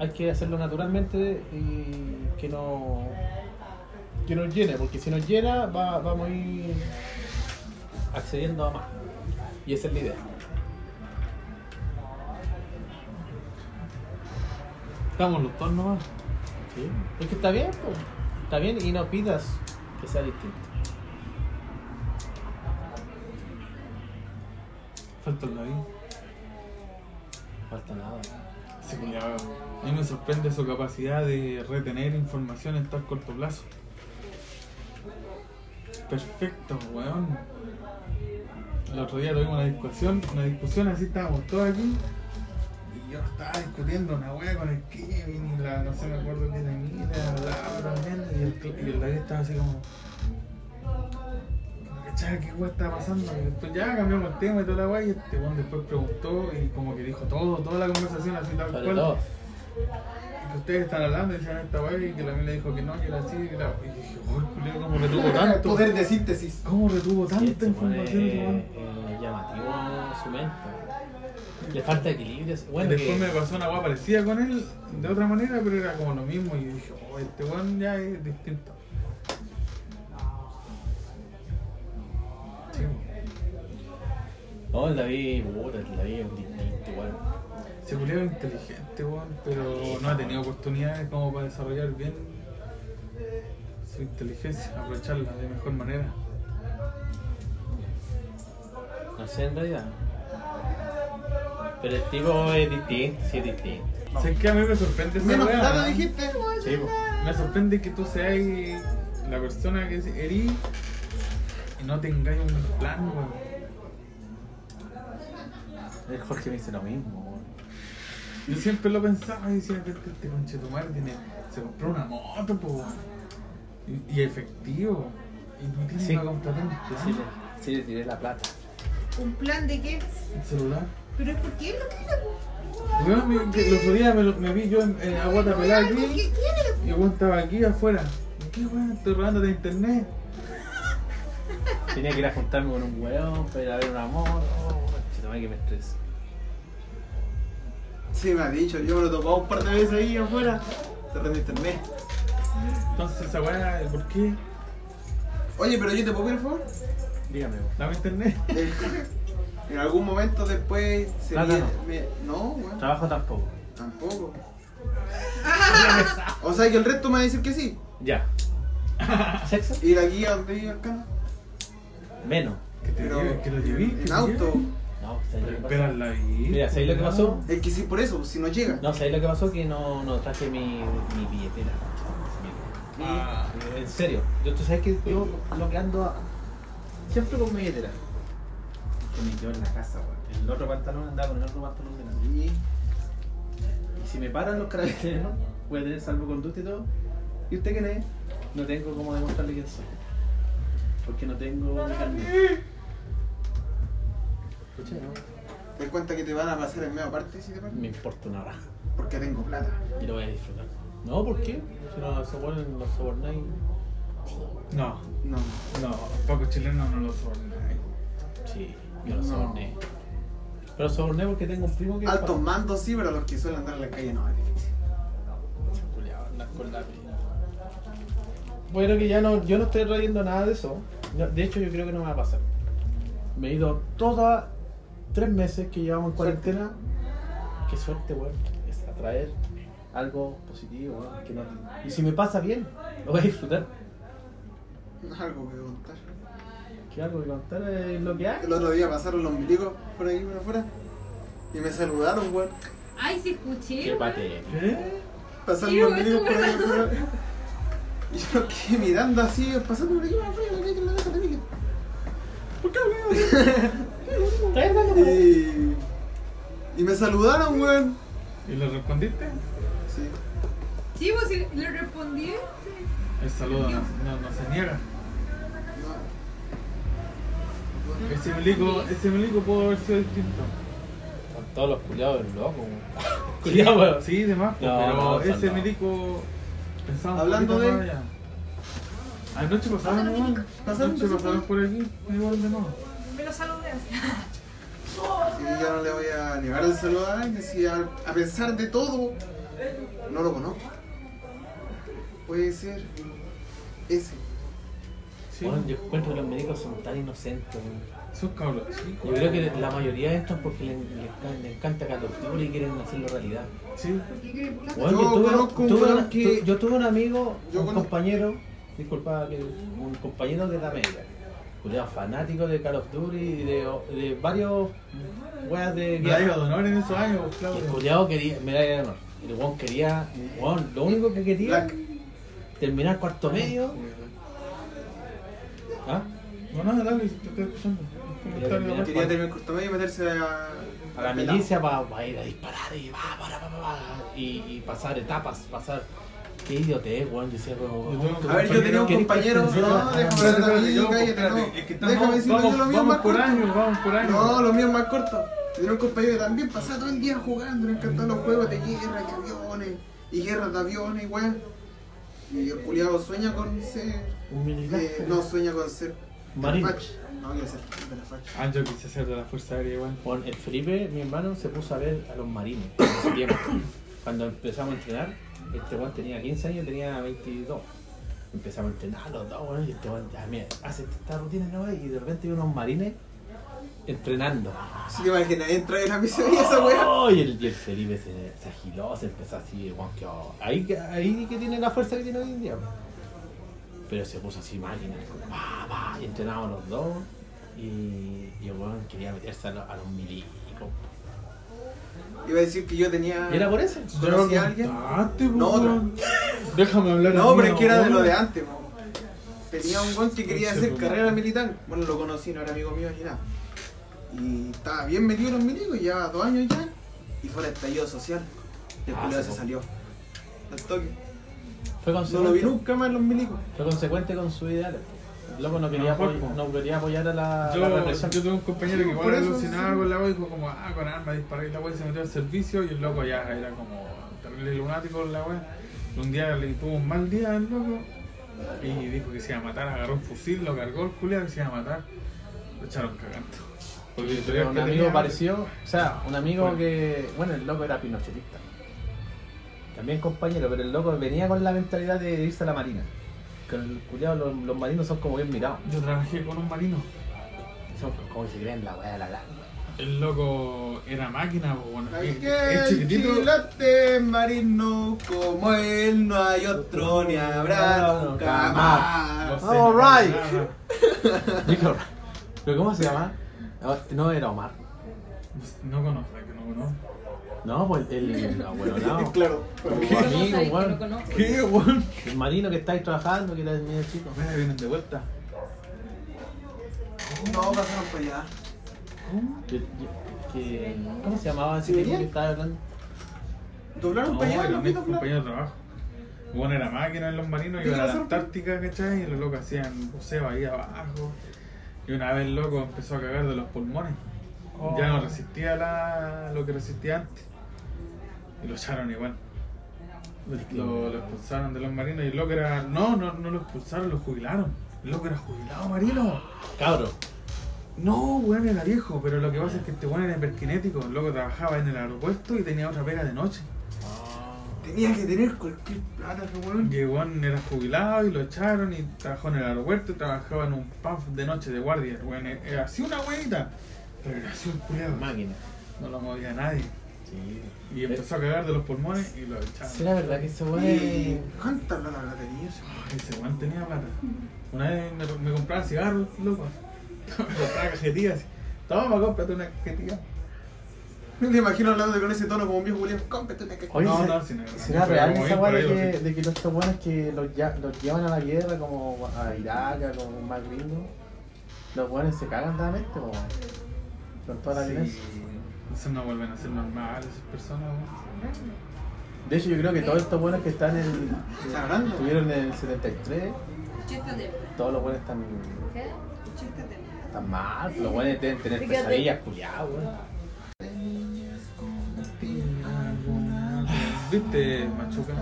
Hay que hacerlo naturalmente y que no que nos llene, porque si nos llena va- vamos a ir accediendo a más. Y esa es la idea. Estamos los dos nomás. Sí. Es que está bien, pues. Está bien y no pidas que sea distinto.
Falta el David.
Falta nada.
Sí, culiao. A mí me sorprende su capacidad de retener información en tan corto plazo. Perfecto, weón. El otro día tuvimos una discusión, una discusión así estábamos todos aquí. Y yo estaba discutiendo una weá con el Kevin y la, no sé, me acuerdo que era Mila, Laura, también. Y el, Cl- y el David estaba así como. ¿Cachai? ¿Qué weá está pasando? Y después ya cambiamos el tema y toda la weá. Y este weón después preguntó y como que dijo todo, toda la conversación así tal
Sobre
cual
todo.
que ustedes están hablando y decían esta wey y que la mía le dijo que no, que era así, que la... y dije, uy, culiao, ¿cómo retuvo tanto?
Poder de síntesis.
¿Cómo retuvo
Sí,
tanta
este weón es,
información? ese weón?
eh, llamativo su mente. Le falta equilibrio. ese-
Y
Bueno,
después
que-
me pasó una weá parecida con él, de otra manera, pero era como lo mismo y dije, oh, este weón ya es distinto. Sí, weón.
No, Oh, el David, puta, el David es un distinto, weón.
se culiao es inteligente, weón, pero no ha tenido oportunidades como para desarrollar bien su inteligencia, aprovecharla de mejor manera.
No sé en realidad. Pero el tipo es distinto, sí es distinto.
Sé que a mí me sorprende esa
Menos
weá,
plata
¿no?
dijiste.
Sí, po.
Me sorprende que tú seas la persona que eres y no tengáis un plan, weón.
El Jorge me dice lo mismo, weón.
Yo siempre lo pensaba y decía, este, este conchetumar tiene, se compró una moto, po, weón. Y, y efectivo. Y no tiene
Sí.
para comprar un
Sí,
plan.
le- sí le tiré la plata.
¿Un plan de qué?
Un celular.
Pero es porque él lo quiere.
Weón, me- que el otro día me, lo- me vi yo en, en la guata pelada
¿Por
aquí.
qué quiere?
Y el weón estaba aquí afuera. ¿Qué weón? Estoy robando de internet.
Tenía que ir a juntarme con un Oh, weón para ir a ver una moto. Se toma que me estresa.
Sí, me ha dicho, yo me lo he topado un par de veces ahí afuera. Cerrando internet.
Entonces esa weá, ¿por qué?
Oye, pero yo te puedo pedir, por favor.
Dígame, weón.
Dame internet.
Eh, en algún momento después se
Plata
viene-
no.
me- No, weón.
Trabajo tampoco.
Tampoco. O sea que el resto me va a decir que sí.
Ya. ¿Sexo?
Y de aquí a donde vive acá.
Menos.
Que te
Pero
lleve, que lo llevé. que
en
te
auto.
lleve.
No, ¿sabes lo que pasó?
Espera la
Mira, ¿sabéis lo que pasó?
Es que sí, por eso, si no llega.
No, ¿sabéis lo que pasó? Que no, no traje mi, mi billetera. Ah. En serio, yo tú sabes que yo lo que ando a- siempre con mi billetera. Que me quedó en la casa, weón. El otro pantalón andaba con el otro pantalón de la Y si me paran los carabineros, voy a tener salvoconducto y todo. ¿Y usted quién es? No tengo cómo demostrarle quién soy. Porque no tengo mi carnet. Escuché, ¿no?
Te das cuenta que te van a pasar en medio aparte si te paran.
Me importa una raja.
Porque tengo plata.
Y lo voy a disfrutar. No, ¿por qué? Si no se ponen los sobornáis.
No,
No.
no, Paco Chileno no lo soborna.
Sí, yo lo
No.
soborné. Pero soborné porque tengo un primo que.
Altos mandos sí, pero los que suelen andar en la calle no es difícil.
Culeado, andar con la pila. Bueno, que ya no, yo no estoy trayendo nada de eso. No, de hecho, yo creo que no me va a pasar. Me he ido todas tres meses que llevamos en cuarentena. Qué suerte, weón. Es atraer algo positivo, weón. que no- Y si me pasa bien, lo voy a disfrutar.
Algo que contar.
Que algo que contar es lo que hay.
El otro día pasaron los milicos por aquí, por afuera. Y me saludaron, weón.
Ay, sí escuché.
Qué
weón.
patético.
¿Qué?
Pasaron
Sí,
los
weón,
milicos
tú
por aquí,
me
por afuera. Y yo quedé mirando así, pasando por aquí, por afuera, por aquí, en la casa de Miguel.
Traer algo, weón.
Y... y me saludaron, weón.
¿Y le respondiste?
Sí.
Sí, pues sí, le respondí.
El saludo no, no, no se niega.
No.
Ese milico, ese milico pudo haber sido distinto.
Con todos los culiados del loco, weón. Culiado, weón.
Sí, de más,
No,
pero
no,
ese
no.
milico pensaba un
Hablando
poquito
de-
más allá. Anoche pasaron, weón.
Pasaron,
Anoche pasaron
pasaron.
por aquí, igual de nuevo.
Me lo saludé así.
Sí, yo no le voy a negar el saludo a alguien si a, a pesar de todo no lo conozco. Puede ser
ese.
Bueno, yo encuentro que los médicos son tan inocentes. weón.
Son cabros chicos. eh.
Yo creo que la mayoría de estos es porque les, les- les encanta Call of Duty y quieren hacerlo realidad.
Sí.
Weón,
Yo
yo,
conozco
tuve,
un
tuve
weón
una- tu-
que-
yo tuve un amigo,
Yo
un
conozco-
compañero, disculpa, que- un compañero de la media, culiao, fanático de Call of Duty y de, de varios weas de
Medalla de honor en esos años, pues,
Y el
Claudio.
culiao quería, medalla de honor. El weón quería, weón, lo único que quería
Black.
terminar cuarto medio. ¿Ah?
No, no, dale, te estoy escuchando.
terminar
Quería terminar corto medio y meterse a.
a la
pelada.
milicia para ir a disparar y va, para, para, para, y, y pasar etapas, pasar. Qué idiotez, weón. Yo decía,
Yo tengo
weón,
un
A ver, yo tenía un compañero. No, déjame
Espérate,
hablar de
espérate,
mí,
yo, espérate, es
cállate,
que
no.
estamos-
Déjame decirte yo
vamos-
lo mío
Vamos
más
por
corto.
años, vamos por años.
No, lo mío es más corto. Tenía un compañero que también pasaba todo el día jugando, le encantaban los juegos de guerra y aviones, y guerras de aviones, weá. Y el culiado sueña con ser.
Un militar.
eh, no, sueña con ser.
Marino.
Fach. No, quiere ser de la facha.
Ah, yo quise ser de la Fuerza Aérea igual.
Bueno, el Felipe, mi hermano, se puso a ver a los marines en ese tiempo. Cuando empezamos a entrenar, este weón tenía 15 años, yo tenía 22. Empezamos a entrenar los dos, weón, y este weón, ya, mira, hace esta rutina nueva y de repente hay unos marines entrenando.
Si te imaginas, entra en la miseria esa weá.
Oh, y, el, y el Felipe se, se agiló, se empezó así, el weón, que oh, ahí, que- ahí que tiene la fuerza que tiene hoy en día. weón. Pero se puso así máquina, como, va, va, y entrenábamos los dos. Y, y el weón quería meterse a, los- a los milicos.
Iba a decir que yo tenía.
Y era por eso.
¿Conocí a alguien?
Contaste,
No,
po,
otra.
weón. Déjame hablar. a
No,
mí,
pero es que era de
weón.
lo de antes, po. Tenía un guan que quería
Conche
hacer
tu
carrera
madre.
militar. Bueno, lo conocí, no era amigo mío ni nada. Y estaba bien metido en los milicos, llevaba dos años ya. Y fue el estallido social. El
Ah,
culiao
sí,
se
po.
salió. Al toque.
Fue
No lo vi
consecuente,
nunca más en los milicos.
fue consecuente con sus ideales. El loco no quería,
A lo mejor,
apoy-
po.
no quería apoyar a la, la
Yo, yo
represión.
tuve un compañero que
por
igual
eso,
alucinaba
sí.
con la wea y dijo como, ah, con arma disparar y la wea y se metió al servicio y el loco ya era como terrible lunático la wea. Y Un día le tuvo un mal día el loco y dijo que se iba a matar, agarró un fusil, lo cargó el culiao y se iba a matar. Lo echaron cagando. Porque el
Pero
historial
un
que
amigo
tenía-
pareció, o sea, un amigo
Bueno.
que, bueno, el loco era pinochetista. También compañero, pero el loco venía con la mentalidad de irse a la marina. Que el culiao, los, los marinos son como bien mirados.
Yo trabajé con un marino.
Son como que se creen la weá de la gran.
El loco era máquina, po, bueno, es, es
Aquel
chiquitito.
chilate marino como él no hay otro ni habrá nunca
No
más.
sé,
All
no
right.
nada.
Dijo, ¿pero cómo se llama? No, No era Omar.
No conozco, que no conozco.
No, pues el, el abuelo, no.
Claro.
Tu amigo, weón.
¿Qué, weón?
El marino que estáis trabajando, que era el medio chico.
Mira, vienen de vuelta.
No pasaron para allá.
Yo- yo- que- ¿Cómo se llamaba ese tipo que estaba hablando?
¿Doblaron
No,
para allá?
era
¿No
mi
vi doblar?
compañero de trabajo. Bueno, era máquina en los marinos,
¿Qué
iba a la
pasó?
Antártica, ¿cachai? Y los locos hacían buceo ahí abajo. Y una vez el loco empezó a cagar de los pulmones. Ya no resistía la, lo que resistía antes. Y lo echaron igual. Lo, lo expulsaron de los marinos y el loco era. No, no, no lo expulsaron, lo jubilaron. El loco era jubilado marino.
Cabro.
No, weón, era viejo, pero lo que pasa es que este weón era hiperkinético. El loco trabajaba en el aeropuerto y tenía otra pega de noche.
Tenía que tener cualquier plata, ese weón.
Que weón era jubilado y lo echaron y trabajó en el aeropuerto y trabajaba en un pub de noche de guardia. El weón era así una weita, pero era así un culiado.
Máquina.
No lo movía nadie.
Sí.
Y empezó a cagar de los pulmones y lo echaron.
¿Será verdad que ese weón
Y-
es-
¿Cuánta plata habrá tenido ese
Ay, Ese weón tenía plata. Una vez me, me compraba cigarros, loco. Me compraba cajetillas. Toma, cómprate una cajetilla.
Me imagino hablando con ese tono como un viejo William. Cómprate una caca.
Oye,
No,
¿se-
no, sí, no, no,
¿será
pero
real
como
esa
bien
weá
por
de,
ahí lo
que-
sé.
de que los buenos que los, lla- los llevan a la guerra como a Irak, a como más gringos? Los buenos se cagan de la mente, po, weón. Con toda la violencia.
Eso no vuelven a ser normales esas personas, weón.
De hecho, yo creo que todos estos buenos que están en.
Sabrán.
Estuvieron en el 73,
Chéstate.
todos los buenos están,
¿Qué?
están mal, los buenos deben tener
Fíjate.
pesadillas, culiados, weón.
¿Viste Machuca?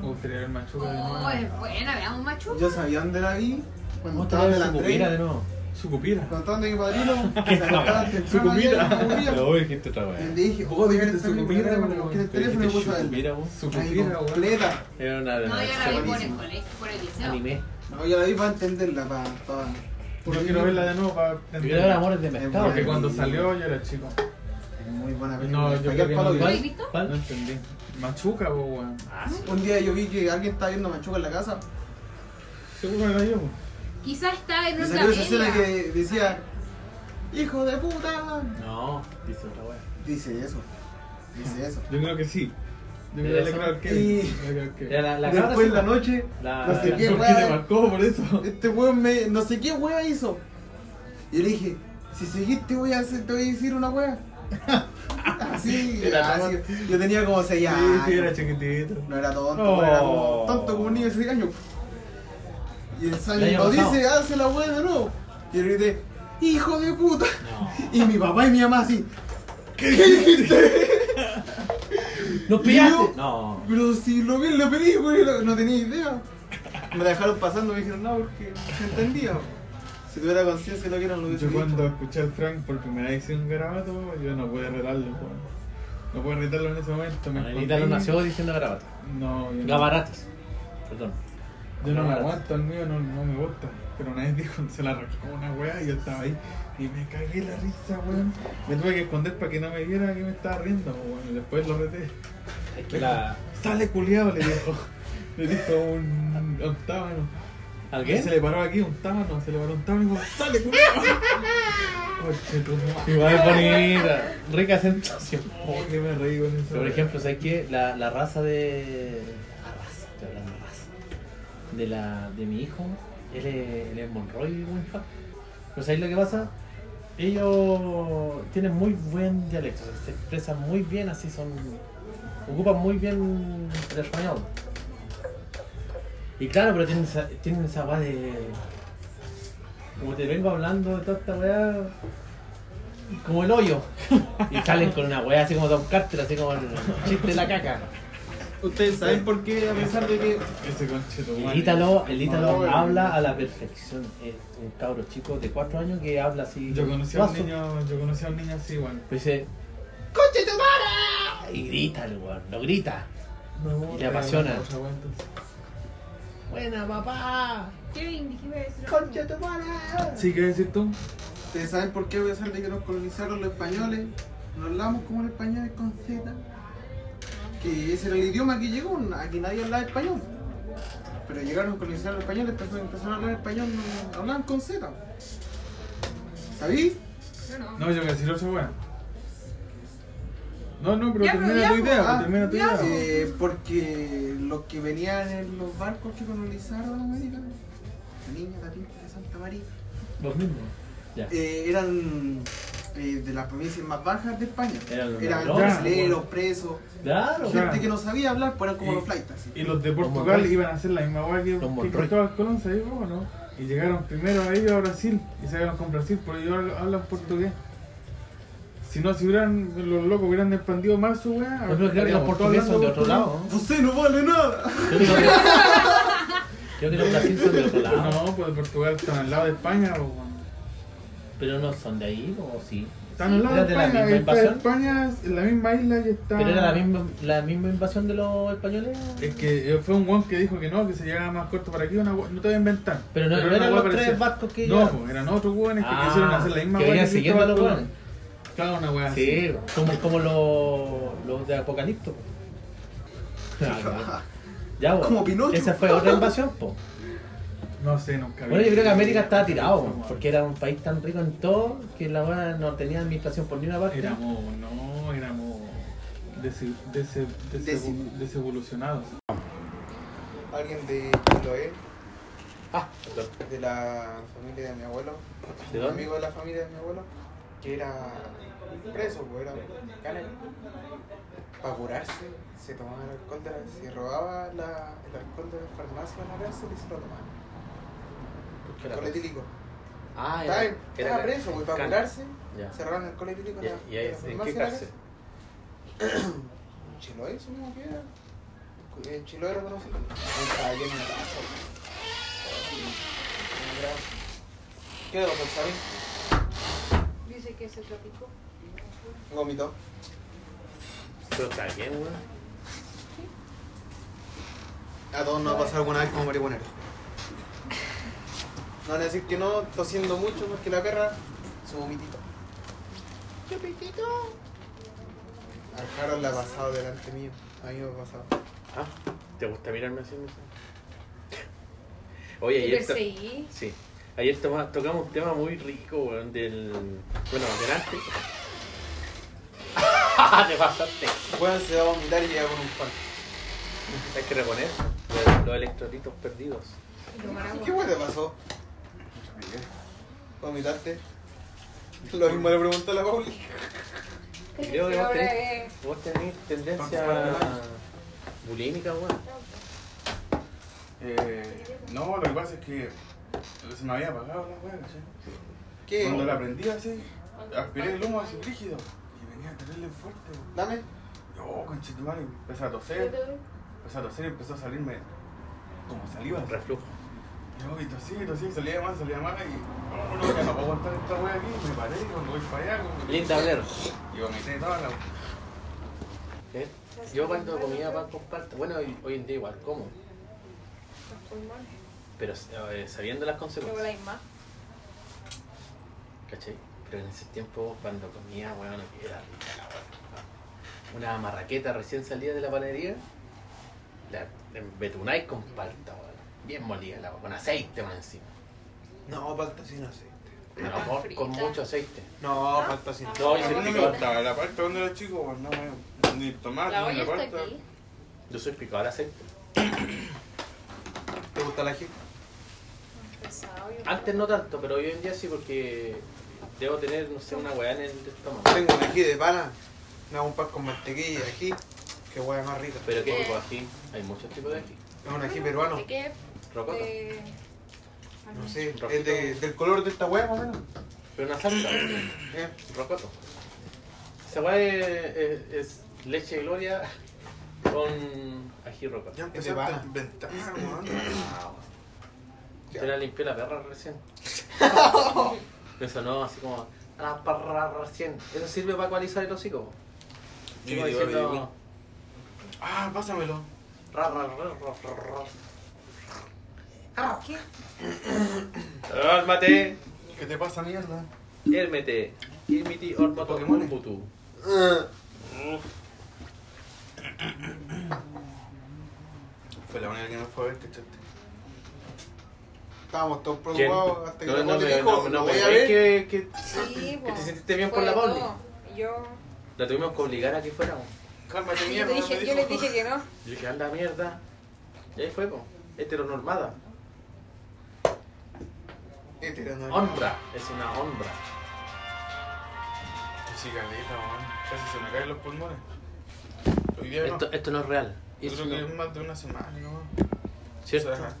Me gustaría ver Machuca de nuevo.
Oh, es buena, veamos macho.
Yo sabía dónde la vi. Cuando
¿Cómo
estaba en
te
la
su copira de
Andrés.
nuevo?
Sucupira.
Contando que padrino. Se acostaba
Su
temprano ahí en la
cupira.
cuadrilla.
dijiste otra
Y le dije, oh, debe
Su
estar mi
copira,
padrino,
weón.
cuando busqué el
Pero
teléfono y
dijiste
puse a
su
él.
copira, weón.
Su
Ahí
copira, weón.
completa.
Era una de
No, yo
las
la vi por el colegio, por el liceo.
anime.
No, yo la vi para entenderla, para. para...
Yo quiero verla de nuevo para
Yo creo que el amor es de mercado.
Porque cuando salió yo era chico.
Es muy buena película.
No, yo creo que no.
¿Lo has visto?
Ah, No entendí. Machuca, po, weón.
Un día yo vi que alguien estaba viendo Machuca en la casa.
Seguro que no yo.
Quizás está en
Y
otra
salió esa escena
media.
que decía: ¡Hijo de puta!
No, dice otra wea.
Dice eso. Dice eso.
Yo creo que sí. Yo
Pero
creo que
eso-
creo que
y-
Yo creo que-
Era la, la cara
Después
sí,
en pues, la noche,
La,
no sé
la-
qué,
¿Por qué te
weón.
marcó por eso?
Este weón me. no sé qué wea hizo. Y le dije, si seguís te voy a hacer, te voy a decir una wea. Así,
Era
así. Yo tenía como 6
Sí,
años.
sí, era chiquitito.
No era tonto,
No.
era como tonto como un niño de 6 años. Y el Sammy
año
nos
pasado.
dice, hace la wea de nuevo. Y yo le grité, hijo de puta.
No.
Y mi papá y mi mamá así. ¿Qué dijiste?
¡Nos
pillaste!
pillaste! No.
Pero si lo vi en la película, y lo- no tenía idea. Me dejaron pasando, me dijeron, no, porque se entendía. Si tuviera conciencia de lo que eran, lo hubiese
Yo
dicho.
cuando escuché al Frank por primera vez un garabato, yo no pude retarlo, weón. No pude retarlo en ese momento. Me
Anelita lo
escondí.
nació diciendo garabato.
No, yo no,
Gabaratas. Perdón.
yo no me
Gabaratas.
aguanto, el mío no, no me gusta. Pero una vez dijo, se la arrancó una weá y yo estaba ahí. Y me cagué la risa, weón. Me tuve que esconder para que no me viera que me estaba riendo, weón. Y después lo reté.
Es que la.
Sale culiado, le dijo. Le dijo un, un tábano.
¿Alguien?
Se le paró aquí un tábano, se le paró un tábano y dijo, sale culiado. Coche, tu madre.
Igual es bonita. Rica sensación.
Oh, que me reí con eso.
Pero, por ejemplo, ¿sabes qué? La, la raza de. La raza, estoy hablando de raza. De, la, de mi hijo, él es, él es Monroy, buen ja. Pero ¿sabes lo que pasa? Ellos tienen muy buen dialecto, o sea, se expresan muy bien, así son. ocupan muy bien el español. Y claro, pero tienen esa, tienen esa weá de. Como te vengo hablando de toda esta weá. Como el hoyo. Y salen con una weá así como Don Carter, así como el chiste de la caca.
Ustedes saben por qué, a pesar de que
Ese conche tu
El
madre.
Ítalo, el Ítalo
No, weón.
habla a la perfección. Es un cabro chico de 4 años que habla así.
Yo conocí a un
guaso.
niño, yo conocí a un niño así, weón.
Pues dice. ¡Conche tu madre! Y grita el weón, lo grita.
No,
Y te apasiona.
no, no, aguanto.
¡Buena papá!
Kevin, dijime eso.
Concha tu madre.
Sí, ¿qué decir tú?
¿Ustedes saben por qué, a pesar de que nos colonizaron los españoles, no hablamos como los españoles con Z? Que ese era el idioma que llegó, aquí nadie hablaba español. Pero llegaron a colonizar los españoles, entonces empezaron a hablar español, no hablaban con Z. ¿Sabí?
Yo no.
No, yo voy a decir otra weón. No, no, pero
Ya, pero
termina
ya, pues,
tu idea, pues,
ah,
termina tu
ya,
idea. pues.
Eh, porque los que venían en los barcos que colonizaron América, la niña, la pinta de Santa María,
Los mismos. Ya.
eh, eran eh, de las provincias más bajas de España.
Eran los
Eran
ladrones,
brasileros, presos.
Claro,
Ya.
Gente que no sabía hablar, pues eran como
Y-
los flaitas.
Y los de
Los
Portugal
Monroy.
iban a hacer la misma weá que,
Los
que
Monroy.
Cristóbal Colón, se dijo o no? Y llegaron primero a ellos a Brasil y se quedaron con Brasil, porque ellos hablan- hablan portugués. Si no, si hubieran, los locos hubieran expandido más su weá.
Yo creo que los
estaríamos todos
portugueses son de
hablando
otro lado. ¿no?
Usted no vale nada.
Yo creo que- creo que los brasileños son de otro lado.
portugués. No, pues Portugal están al lado de España, po, weón.
Pero no son de ahí, o sí.
Están al lado
¿Era
de
de la
España,
misma
está
invasión?
España es la misma isla que está.
Pero era la misma, la misma invasión de los españoles.
Es que eh, fue un guan que dijo que no, que se llegaba más corto para aquí. Una, gua- no te voy a inventar.
Pero no, no
era una
eran
gua
los tres
parecida.
vascos que
No,
llegaron.
po, eran otros guanes que
Ah,
quisieron hacer la misma
que
gua
venían
que
siguiendo a los
Cristóbal
guanes.
Colón. Cada una wea así.
Sí, como, como los, los de Apocalipto. po. ya, po.
Como Pinocho.
Esa fue otra invasión, po.
No sé, nunca vi.
Bueno, yo creo que América estaba tirado, porque era un país tan rico en todo que la hora no tenía administración por ninguna parte.
Éramos, no, éramos dese- dese- dese-
Desi-
desevolucionados.
Alguien de Chiloé, Ah, de la familia de mi abuelo,
¿De
un
dónde?
amigo de la familia de mi abuelo, que era preso, pues era canel. Para curarse, se tomaba el alcohol de la, se robaba la- el alcohol de la farmacia en la cárcel y se lo tomaba.
Porque era
Alcohol
preso.
etílico.
Ah,
Estaba, estaba
era-
preso, pues para
can-
curarse,
Ya.
cerraron el alcohol etílico en la,
¿Y, y ahí,
en la
en
farmacia
qué
de la
cárcel?
Chiloé, eso mismo que era. Cu- En Chiloé lo conocí. Estaba lleno de raza. Una gran- ¿Qué de los Sabi?
Dice que se traficó.
Vomitó.
Pero está bien, weón.
A todos nos ha pasado alguna vez como marihuanero. van a decir que no, tosiendo mucho porque la perra su vomitito. ¿Qué pitito? Al Harold la ha pasado delante mío. A mí me ha pasado.
Ah, ¿te gusta mirarme así? Misa? Oye, ayer, to-
perseguí.
sí, ayer toma- tocamos un tema muy rico, weón, del... Bueno, delante. Te pasaste.
Weón se va a vomitar y llega con un pan.
Hay que reponer los- los electrolitos perdidos.
Y tomar agua.
¿Qué weón te pasó? ¿Vomitaste? Lo mismo le preguntó a la Pauli.
Creo que
Ahora
vos
es-
tenés, vos tenés tendencia bulímica, weón.
Eh, no, lo que pasa es que se me había apagado la weá, ¿cachai? Cuando
¿Qué?
la prendí así, aspiré el humo así rígido y venía a tenerle fuerte, weón.
Dame.
Oh, conchetumare, empecé a toser, empecé a toser y empezó a salirme como saliva. así.
Reflujo.
Yo, y tosí, y tosí, salía más, salía más y oh, no, ya no puedo aguantar esta weá aquí, me paré, cuando voy para allá, como que-
Linda Blair.
y vomité toda la
¿eh? Yo cuando comía pan con palta, bueno, hoy, hoy en día igual como,
Los pulmones.
pero eh, sabiendo las
Luego
consecuencias.
la más.
¿Cachai? Pero en ese tiempo, cuando comía, weón, era rica la weá. Una marraqueta recién salida de la panadería, la embetunáis con palta, weón. Bien molida la weá, con aceite más encima.
No, palta sin aceite.
Pero con- con
frita.
mucho aceite.
No, palta sin
No, y
A mí Ah, no me
certificado.
gustaba la parte cuando era chico, weón, no me ni tomate,
La
ni
olla
la
está
parte.
aquí.
Yo soy picado al aceite.
¿Te gusta la gente?
Pesado. yo
Antes no tanto, pero hoy en día sí, porque debo tener, no sé, una weá en el estómago.
Tengo un ají de pana. Me hago un pan con mantequilla y ají. Qué hueá más rica.
Pero qué tipo de ají, hay muchos tipos de ají.
Es un ají peruano.
creo que,
Rocota.
eh,
No sé,
Rojito.
es de- del color de esta hueá más o menos.
Pero una salsa,
Eh,
rocoto. Esa weá es, es- es leche gloria con ají rocoto.
Ya
Es de
empezaste
pana.
a inventar, weón.
Wow. Yo la limpié la perra recién. Me sonó así como a la perra recién. Eso sirve para ecualizar el hocico.
Sí,
Sigo
digo,
diciendo,
digo. Ah, pásamelo.
ra, ra, ra, ra, ra, ra.
¿Qué?
Órmate,
¿Qué te pasa, mierda?
érmete, irmiti, ormoto,
Pokémones.
urbutu.
Fue la única que me fue a ver, cachate.
Estábamos todos
¿Quién?
preocupados hasta que
No,
la
no,
Pauli
me-
dijo,
no,
"Lo
no,
voy
me-
a
es
ver.
que, que
Sí,
que
po.
te sentiste bien
Fue
por la
de
Pauli.
todo. Yo,
La tuvimos que obligar a que fuéramos.
Cálmate,
yo,
mierda.
te dije,
me
yo
dijo.
les dije que no.
Yo dije, anda mierda. Y ahí fue, po. Este Heteronormada.
Este,
Heteronormado.
Honra. Es una honra.
Sí, caleta, este, weón. Casi se me caen los pulmones. Hoy día no.
Esto, esto no es real.
Yo
Eso
creo que
no-
es más de una semana, ¿no?
¿Cierto?
O sea,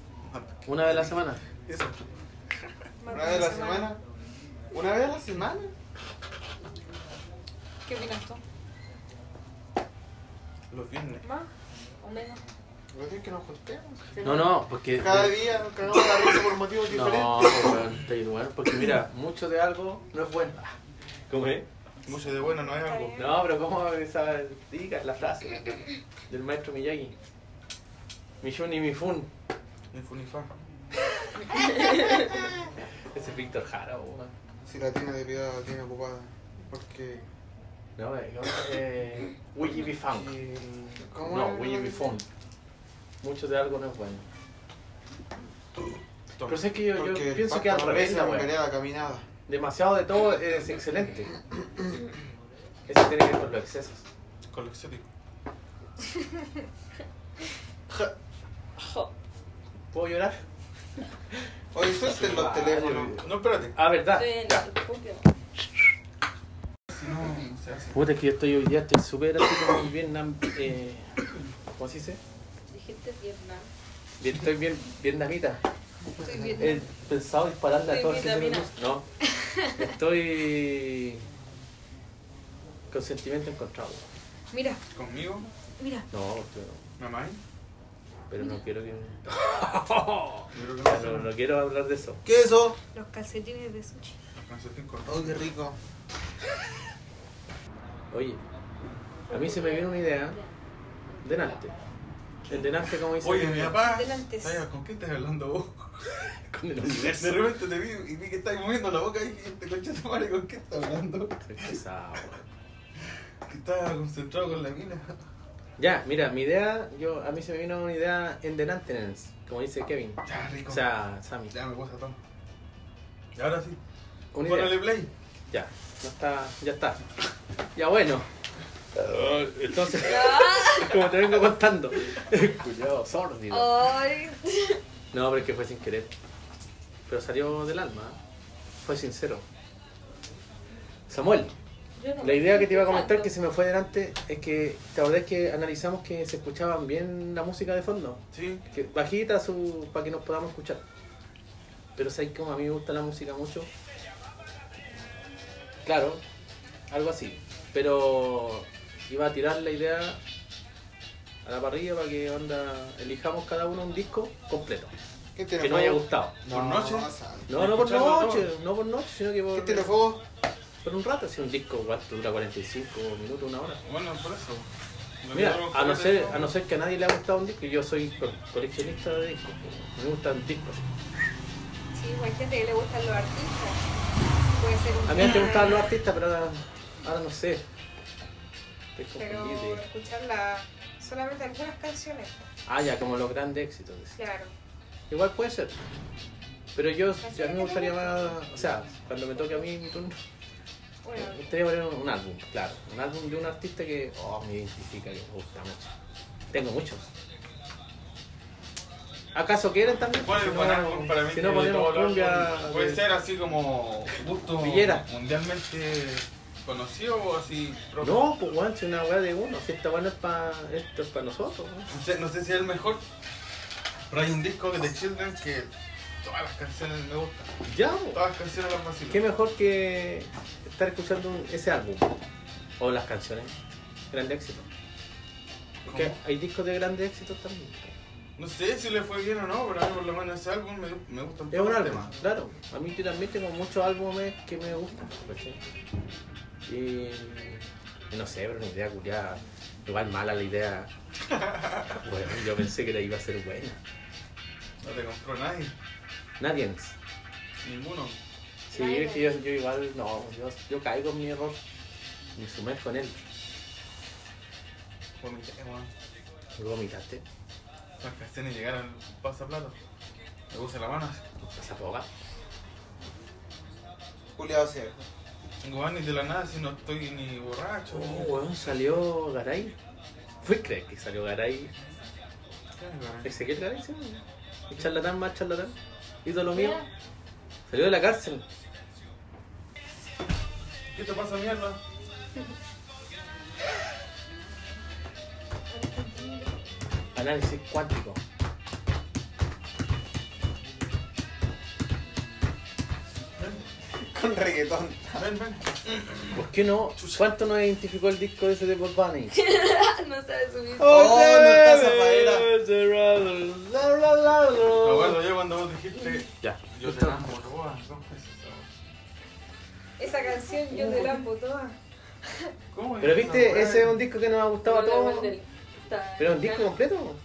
Una vez a la semana.
eso.
Una vez a la semana. ¿Una vez a la semana?
¿Qué opinas tú?
Los viernes.
¿Más o menos?
Lo que es que nos juntemos. que
No, no, porque.
Cada día nos cagamos la risa por motivos
No, pues,
diferentes.
weón, te digo, weón, porque mira, mucho de algo no es bueno. ¿Cómo es?
Mucho de bueno, no es algo.
No, pero ¿cómo esa diga la frase del maestro Miyagi? Mi yun y mi fun.
Ni funifa.
Ese es Víctor Jara, weón.
Si la tiene de piedad, la tiene ocupada. Porque.
No, eh, no, eh, Will you be found?
y- ¿Cómo
No,
era?
will you be found? Mucho de algo no es bueno. Pero sé que yo, yo
Porque el
pienso que al
pacto
revés, la
regresa con
weón.
vereda caminada.
Demasiado de todo es excelente. Eso tiene que ver con los excesos.
Con lo exótico.
¿Puedo llorar?
Oye, suelten los teléfonos.
No, espérate.
Ah, verdad.
Estoy en
Ya.
el Pokémon.
Si no, se hace.
Puta, es que yo estoy hoy día, estoy súper así como bien. nam- Eh, ¿Cómo se dice?
Dijiste "Este Vietnam.
Bien, estoy bien vietnamita.
Estoy
He
Vietnam.
pensado dispararle a
Estoy
todos. así que me
vietnamina.
gusta. No. Estoy. con sentimiento encontrado.
Mira,
Conmigo,
mira.
No, pero no.
mamá.
Pero no quiero que.
Yo creo que
No, no quiero hablar de eso.
¿Qué es eso?
Los calcetines de sushi.
Francisco cortó.
Oh, qué rico.
Oye, a mí se me viene una idea. Delante. El delante, como dice.
Oye, mi papá.
Delante.
Ay, ¿Con quién estás hablando vos?
con el
De
universo.
repente te vi y vi que estáis moviendo la boca y dije, este coche de madre, ¿con qué está hablando?
Soy pesado, weón.
Que estaba concentrado con la mina.
Ya, mira, mi idea, yo, a mí se me vino una idea en The Maintenance, como dice Kevin.
Ya, rico.
O sea, Sammy.
ya me puse a todo. Y ahora sí,
Una idea.
ponle play.
Ya, no está, ya está. Ya bueno. Entonces, como te vengo contando. Cuidado, sórdido.
Oh. Ay,
No, pero es que fue sin querer. Pero salió del alma. ¿eh? Fue sincero. Samuel, la idea que te iba a comentar que se me fue delante es que te acordás que analizamos que se escuchaban bien la música de fondo.
Sí.
Que bajita su para que nos podamos escuchar. Pero sabes como a mí me gusta la música mucho. Claro, algo así. Pero iba a tirar la idea a la parrilla para que onda elijamos cada uno un disco completo
¿Qué tiene
que no haya
fuego?
gustado.
¿Por noche?
No, no por
Escucharlo
noche, no Este por noche, sino que por.
¿Qué tiene fuego?
Por un rato, si un disco cuánto dura 45 minutos, una hora.
Bueno, por eso. Lo
Mira,
que
a no,
tenemos que
ser,
hacer-
a no ser que a nadie le ha gustado un disco, y yo soy co- coleccionista de discos, pues, me gustan discos.
sí, hay gente que le gustan los artistas. Puede ser un
A mí antes me
tema,
gustaban los artistas, pero ahora, ahora no sé. Estoy
Pero
confundido.
escuchar la- solamente algunas canciones.
Ah, ya, como los grandes éxitos. decía.
Claro.
Igual puede ser. Pero yo, a mí me gustaría más, o sea, cuando me toque a mí mi turno,
Bueno,
Me gustaría poner un, un álbum, claro. Un álbum de un artista que oh, me identifica, que me gusta mucho. Tengo muchos. ¿Acaso quieren también?
¿Cuál es
Si
el
no-
buen álbum para mí?
Si
que
no ponemos
todo lo-
cumbia...
Puede
de-
ser así como gusto
Villera.
mundialmente conocido o así propio.
No, pues weón, si una weá de uno. Si esta weá no es para... Esto es para nosotros. weón.
No sé, no sé si es el mejor, pero hay un disco de The Children que todas las canciones me gustan.
Ya, pues. weón.
Todas las canciones las vacilo.
Qué mejor que estar escuchando un- ese álbum. O las canciones. Grande éxito. Porque hay discos de grandes éxitos también.
No sé si le fue bien o no, pero a mí por lo menos ese álbum me, me gusta
Es un álbum, claro. A mí yo también tengo muchos álbumes que me gustan. ¿cachai? Y, y no sé, pero una idea culiada. Igual mala la idea. Bueno, yo pensé que la iba a ser buena.
No te compró nadie,
Nadie.
ninguno.
Sí, es que yo, yo igual, no, yo, yo caigo en mi error. Me sumerjo en él.
Por mi tema.
¿Lo vomitaste?
Las canciones llegaron al pasaplato. Me puse la mano.
¿Pasa poca?
Juliado sea. Weón, y de la nada si no estoy ni borracho.
Oh,
ni-
weón, salió Garay. ¿Fue creer que salió Garay?
¿Qué, weón?
Ezequiel Garay, sí. El charlatán más charlatán. Ídolo mío. Salió de la cárcel.
¿Qué te pasa, mierda?
Análisis cuántico.
Con reggaetón. Ven, ven.
¿Por qué no? ¿Cuánto nos identificó el disco ese de Bob Bunny?
Oh,
Oh,
no sabe subir.
Me acuerdo yo cuando vos dijiste.
Oh. Ya.
Yo te amo, todas, dos veces.
Esa canción yo te la amo toda.
¿Cómo
Pero viste, ese es un disco que nos ha gustado a todos. Pero es un disco completo.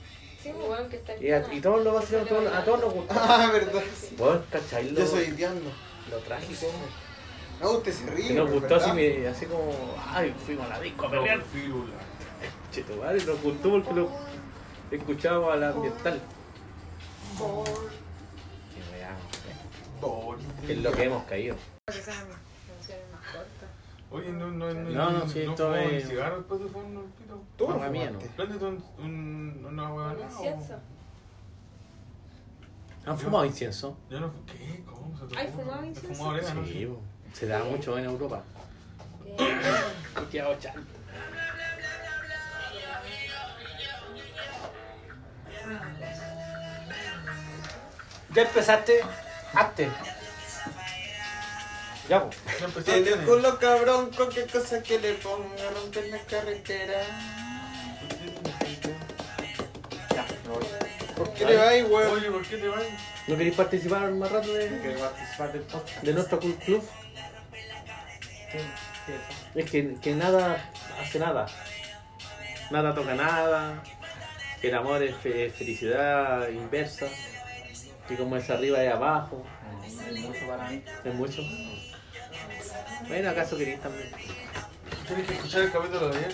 Sí, bueno, que está
Y a, y todos nos va a hacer, a todos, a todos nos gusta.
Ah, verdad.
Vos, ¿cachai? Lo,
Yo soy indiano.
lo trágico.
No, usted se ríe.
Que nos
pero
gustó
es
así,
verdad.
me- así como, ay, fuimos a la disco a pelear.
No, fírula.
Cheto, madre, nos gustó porque lo escuchábamos a la ambiental. Qué weá,
Bonito.
Es lo que hemos caído.
Que sea mi canción más corta.
Oye, no, no, no.
No, no, sí, esto
fumamos
es-
un cigarro después de fumar pues, un pito.
Tú no, mía no.
Préndete un, un, una huevona.
¿No
o-
es cierto?
¿Han fumado incienso?
Yo no. ¿Qué? ¿Cómo se te
¿Hay
ocurre?
fumado
He
incienso?
fumado orégano,
Sí, bo. se da mucho en Europa. Cuteado chan. Ya empezaste, hazte. Ya, bo.
Ya empezó,
Tiene
tiene.
el culo cabrón, cualquier cosa que le ponga, rompe la carretera.
ya, me voy.
¿Por qué le vais, weón?
Oye, ¿por qué te vas?
¿No queréis participar más rato de,
Que participar del podcast.
de nuestro cul- club? Es que, que nada hace nada. Nada toca nada. El amor es fe- felicidad inversa. Y como es arriba y abajo. Es mucho para mí. Es mucho. Bueno, acaso queréis también.
Tienes que escuchar el capítulo de ayer.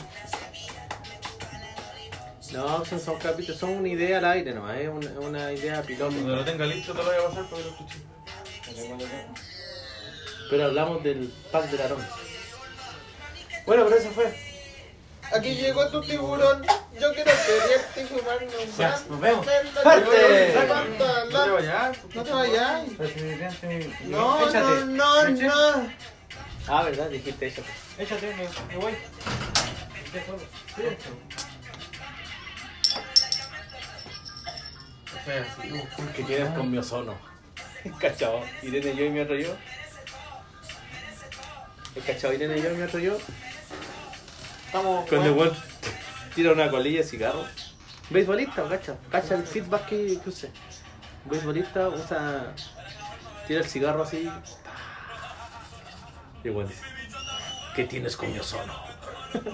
No, son, son capítulos, son una idea al aire nomás, es una, es una idea piloto.
Cuando lo tenga listo te lo voy a pasar porque lo escuché.
Pero hablamos del pack de Larón.
Bueno, pero eso fue. Aquí llegó tu tiburón. Yo quiero quererte y fumarme un
Ya,
gran-
nos vemos.
Fuerte.
No te vayas.
No te vayas.
No,
No, no, no, no.
Ah, verdad, dijiste eso.
Échate, me, me voy. Ya solo. Sí.
Que quedas con mi ozono. Cachao. Irene, yo y mi otro yo. El cachao, Irene, yo y mi otro yo.
Estamos.
Cuando el weón tira una colilla de cigarro. Beisbolista, cacha. Cacha el feedback que, que usé. Beisbolista usa. Tira el cigarro así. Y igual dice. ¿Qué tienes con mi ozono?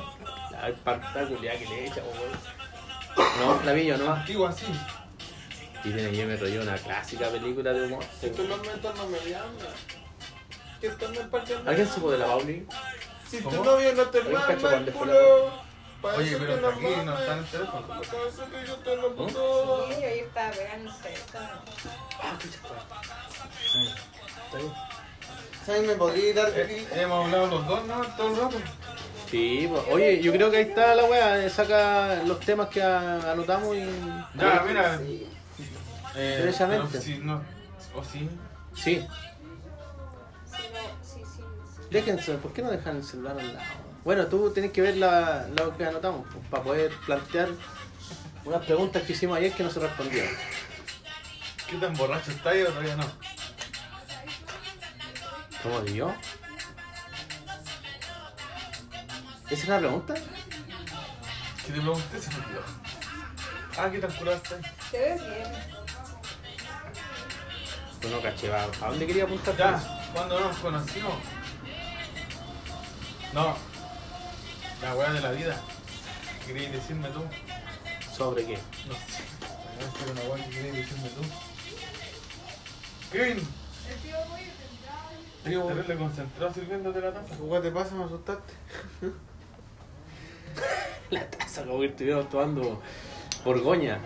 La pantalla culiada que le echa, po, weón. No, la vi yo nomás.
Digo así.
Y tiene yo me rollo una clásica película de humor.
Si tú lo metes, no me llamas. Que están en el parque.
¿Alguien supo de la Pauli?
Si
¿Cómo?
tu novio no te
Oye,
mama
cacho,
el
¿cuándo fue la-
culo.
Oye, pero
que la
hasta aquí no
mama.
está en el teléfono.
Parece que yo te lo
¿Mm?
puto.
Sí, ahí estaba pegándose.
Ah,
¿Sabes? ¿Me podría dar
Eh,
Eh, Hemos hablado los dos, ¿no? Todo el rato.
Sí, po. oye, yo creo que ahí está la weá. eh, Saca los temas que a- anotamos y.
Ya, mira. Eh,
Derechamente.
pero si no- ¿O sí?
Sí,
Sí, no, sí, sí, sí.
déjense, ¿por qué no dejan el celular al lado? Bueno, tú tenés que ver la, lo que anotamos pues, para poder plantear unas preguntas que hicimos ayer que no se respondieron.
¿Qué tan borracho está yo todavía no?
¿Cómo yo? ¿Esa es la pregunta?
¿Qué te pregunté? Se me olvidó. Ah, ¿qué tan curado estás?
Te ves bien.
Pues no caché, ¿a a dónde quería apuntar?
Ya, cuando nos conocimos. No. La weá de la vida. ¿Querías decirme tú?
¿Sobre qué?
No sé. La weá era una weá que querías decirme tú. Kevin. Te ves le concentrado sirviéndote la taza.
¿Qué te pasa? Me asustaste.
La taza, como que estuviéramos tomando Borgoña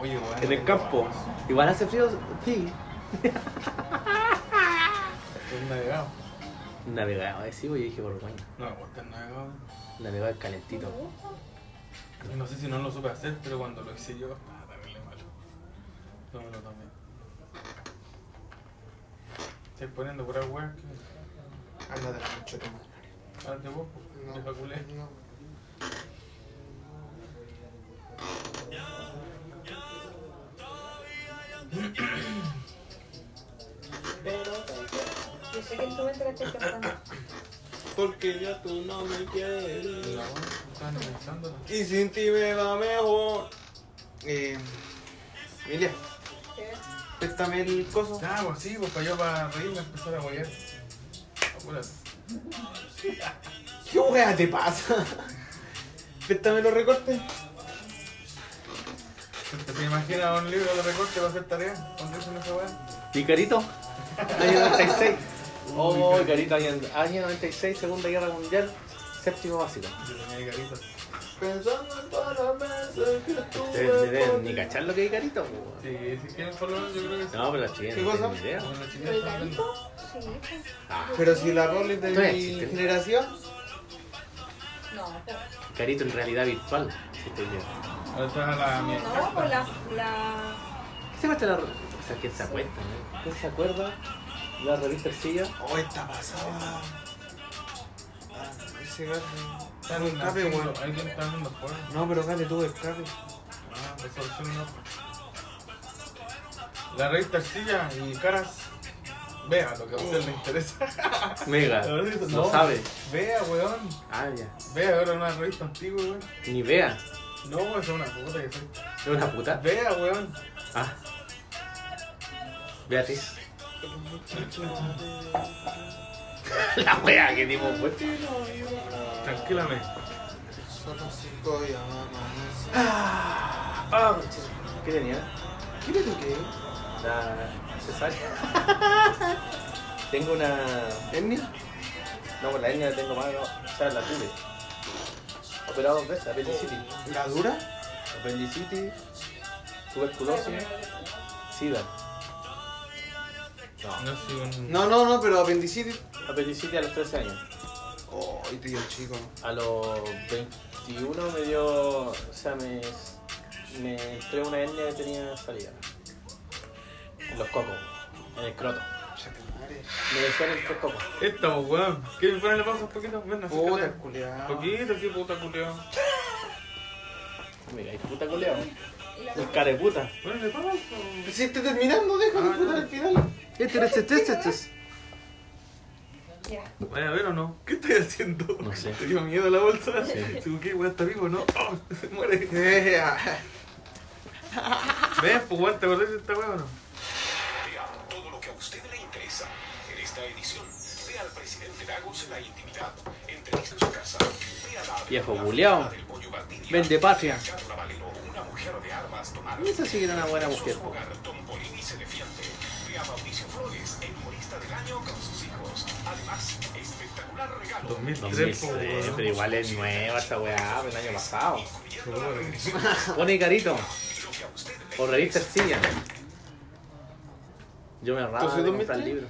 Oye, weá.
en el campo. Igual hace frío, sí.
Estoy navegado.
Navegaba, sí, pues, yo dije Borgoña.
No me gusta el navegado.
Navegaba el calentito.
No sé si no lo supe hacer, pero cuando lo hice yo, ah, estaba terrible malo. No me lo tomé. Estoy poniendo pura weá que.
Ándate la concha de tu madre.
Hazte vos,
No,
Ah, deja culé.
no.
Yo sé que en tu mente la estoy cantando.
Porque ya tú no me quieres.
La weá, estaban pensando.
Y sin ti me va mejor. Eh. Emilia, préstame el coso.
Ah, pues sí, pues para yo para reírme empezar a guayar. Ah, Apúrate.
¿Qué wea te pasa? préstame los recortes.
¿Te, te imaginas un libro de recorte para hacer tarea? ¿Cuándo dicen esa weá?
¿Y Carito? Año 96. Oh, Carito, año, año 96, Segunda Guerra Mundial, séptimo básico.
Yo tenía carita.
Pensando en todas las veces que
Ustedes no
estuve
deben
con
ni cachar lo que es Carito. po.
Sí, si quieren por lo menos yo creo que sí.
No, pero la chica
¿Qué
no
cosa?
tiene ni idea.
Bueno, la chica
¿El
está hablando.
garito? Sí.
Ah,
Pero si la Rolling de
Todavía
mi
existe.
generación.
No,
Carito en realidad virtual. si estoy bien.
Ahora está la mía.
no, pues la, la...
¿Qué se cuesta la re- O sea, ¿quién se acuerda? no? ¿Quién se acuerda? La revista Ercilla.
Oh, esta pasada. Ah, Ese gato.
Están
Un escape,
haciendo-
weón.
Alguien está dando fuego.
No, pero Gale tuvo escape.
Ah, resolución no. La revista Arcilla y Caras. Vea lo que a usted le
Oh.
interesa.
Mega.
La revista-
No sabe.
Vea, weón.
Ah, ya.
Vea, era una revista antigua, weón.
Ni vea.
No, weón, es una puta que soy.
Es una puta.
Vea, weón.
Ah. Beatriz. la wea que dimos vuelta.
Tranquilame.
Son las cinco y mamá.
Ah, ¿Qué tenía?
¿Qué le toqué?
La cesárea. tengo una. ¿Etnia? No, pues la etnia la tengo más. no. O sea, la tuve. Operado dos veces, apendicitis.
¿La dura?
Apendicitis, tuberculosis, sida.
No, No, no, no, pero apendicitis.
Apendicitis a los 13 años.
Oh, y te dio chico.
A los 21 me dio. O sea, me. Me entré una hernia que tenía salida. En los cocos. En el croto. Me decían el tres cocos.
Esta, pues, weón. ¿Quieres ponerle pausa un poquito? Ven, acércate.
Puta culiao.
Poquito, qué puta culiao.
Mira, hay puta culeado. El careputa.
Ponle pausa.
Si esté terminando,
Ah,
déjame puta al final. Este, este, este, este, este.
¿Vaya a ver o no? ¿Qué estoy haciendo?
No sé.
¿Te dio miedo la bolsa?
Sí.
Digo, ¿qué weón está vivo o no? Oh, se muere.
Eh, ah.
¿Ves? Pues weón, ¿te acordás de esta weón o no?
Vea todo lo que a usted le interesa. En esta edición, vea al presidente Lagos en la intimidad. Entrevista en su casa. Vea la
Viejo culeado. Vende patria.
Chadra Valero, una mujer de armas tomada.
Esa sí que era una buena mujer, po.
Tom Polini se defiende. Vea a Mauricio Flores, el humorista del año con sus hijos. Además, espectacular regalo.
pues,
2003,
po, weón.
pero igual es nueva esta weá, del año pasado. Pone carito. O revista silla. Yo me ahorraba de
Entonces,
comprar
2003.
libros.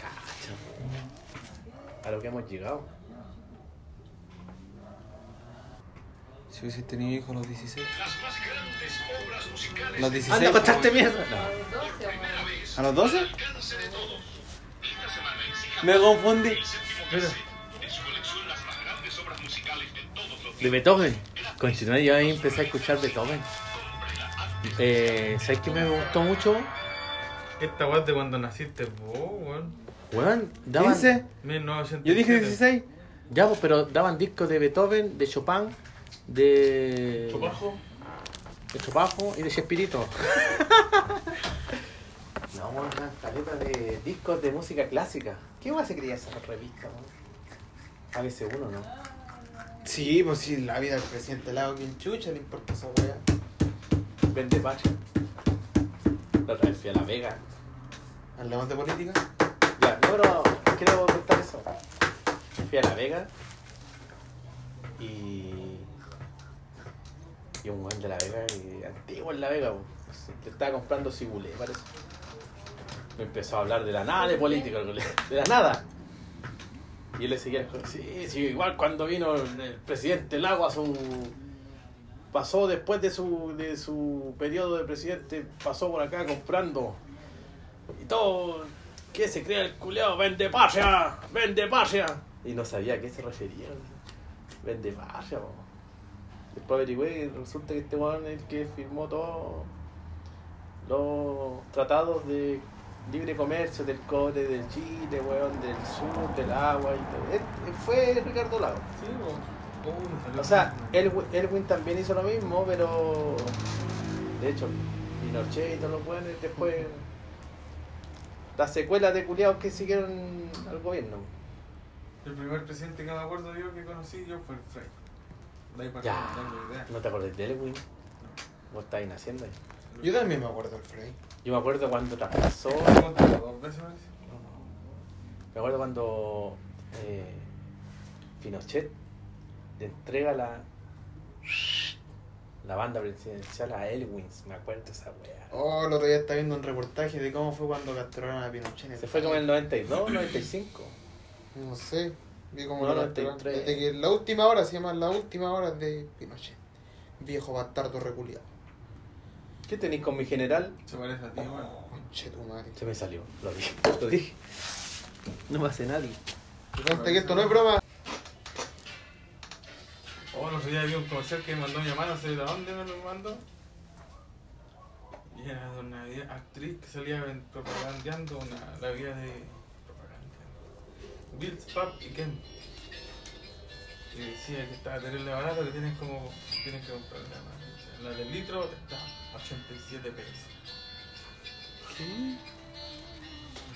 Cacha, weón. A lo que hemos llegado.
Si hubiese tenido hijos a los 16.
musicales.
Los 16.
Anda, contaste mierda.
¿A los 12? Me confundí.
De Beethoven. Continué, yo ahí empecé a escuchar Beethoven. Eh, ¿Sabes qué me gustó mucho?
Esta weón de cuando naciste vos, weón.
Weón, daban.
15. 1987.
Ya, pues, pero daban discos de Beethoven, de Chopin, de.
Chopajo.
De Chopajo y de Chespirito. no, weón, una caleta de discos de música clásica. ¿Qué weón se creía esa revista, A veces uno, ¿no?
Sí, pues sí, la vida del presidente Lago, quien chucha le importa esa weá.
Vende pacha. La otra vez fui a La Vega.
¿Hablamos de política?
Ya, no, pero quiero contar eso. Fui a La Vega y. Y un weón de La Vega, y antiguo en La Vega, po. le estaba comprando cibulé, parece. Me empezó a hablar de la nada de política, el colega, de la nada. Y él le seguía, sí, sí, igual cuando vino el el presidente Lago a su pasó después de su, de su periodo de presidente, pasó por acá comprando. Y todo, ¿qué se cree el culeado? ¡Vende pacha! ¡Vende pacha! Y no sabía a qué se refería. Vende pacha, po. Después averigüé y resulta que este weón es el que firmó todos los tratados de libre comercio del cobre, del Chile, weón, del sur, del agua y todo. Este Fue Ricardo Lago.
Sí, weón. Oh, me salió.
O sea, Elwin, Elwin también hizo lo mismo, pero. De hecho, Pinochet y todos los buenos después. Las secuelas de culiados que siguieron al gobierno.
El primer presidente que me acuerdo yo que conocí yo fue el Frey. De ahí para
Ya.
darle idea.
¿No te acordás de Elwin? Vos estabas naciendo ahí.
Yo también me acuerdo del Frey.
Yo me acuerdo cuando traspasó.
Dos veces parece.
Me acuerdo cuando. eh, Pinochet le entrega la. La banda presidencial a Elwin, me acuerdo esa wea.
Oh, el otro día estaba viendo un reportaje de cómo fue cuando capturaron a Pinochet. en el
Se fue como en el
país.
92, 95.
No sé. Vi como
No,
lo capturaron.
93.
Desde que la última hora se llama la última hora de Pinochet. Viejo bastardo reculiado.
¿Qué tenéis con mi general?
Se parece a ti, weón.
Conche tu madre.
Se me salió, lo dije, lo dije. No me hace nadie.
Pues Y conste que esto no es broma.
Oh, el otro día vi un comercial que me mandó mi mamá, no sé de dónde me lo mandó. Y era de una vida- actriz que salía ven- propagandeando una, la vida de. propaganda. Bills, Pap y Ken. Y decía que estaba terrible barato, que tienes como. tienes que comprar la más. La del litro está a 87 pesos.
¿Qué?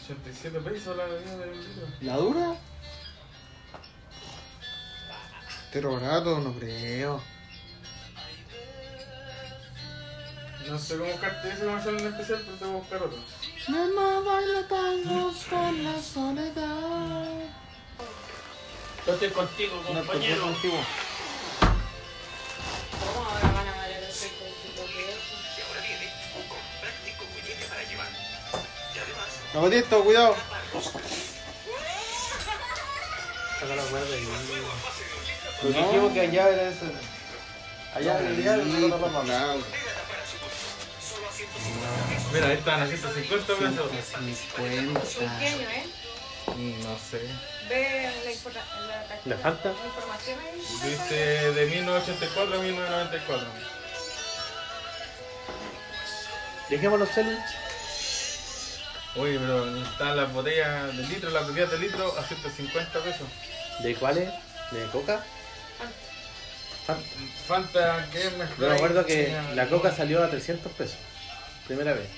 87 pesos la bebida del litro.
¿La dura? Pero barato, no creo.
No sé cómo buscarte ese comercial en especial, pues, pero tengo que buscar otro.
Mamá baila tangos con la soledad.
Yo estoy contigo, compañero.
¿Cómo ahora van a valer el efecto de tipo que es?
Y ahora viene un con práctico juguete para llevar. Y además,
No, Batista, cuidado.
Saca la cuerda y.
Lo que dijimos que allá era eso. Allá
No,
allá
sí,
no, no, no, no, no.
Mira, ahí están a 150 pesos. Mm,
150.
Ingenio, ¿eh?
No sé.
Ve la, informa- la, la,
¿Le falta?
la información ahí.
Dice de 1984 a 1994.
Dejemos los celos.
Oye, pero están las botellas de litro, las bebidas de litro a 150 pesos.
¿De cuáles? ¿De coca?
Fanta, ¿qué es
Yo me acuerdo que la coca salió a 300 pesos. Primera vez.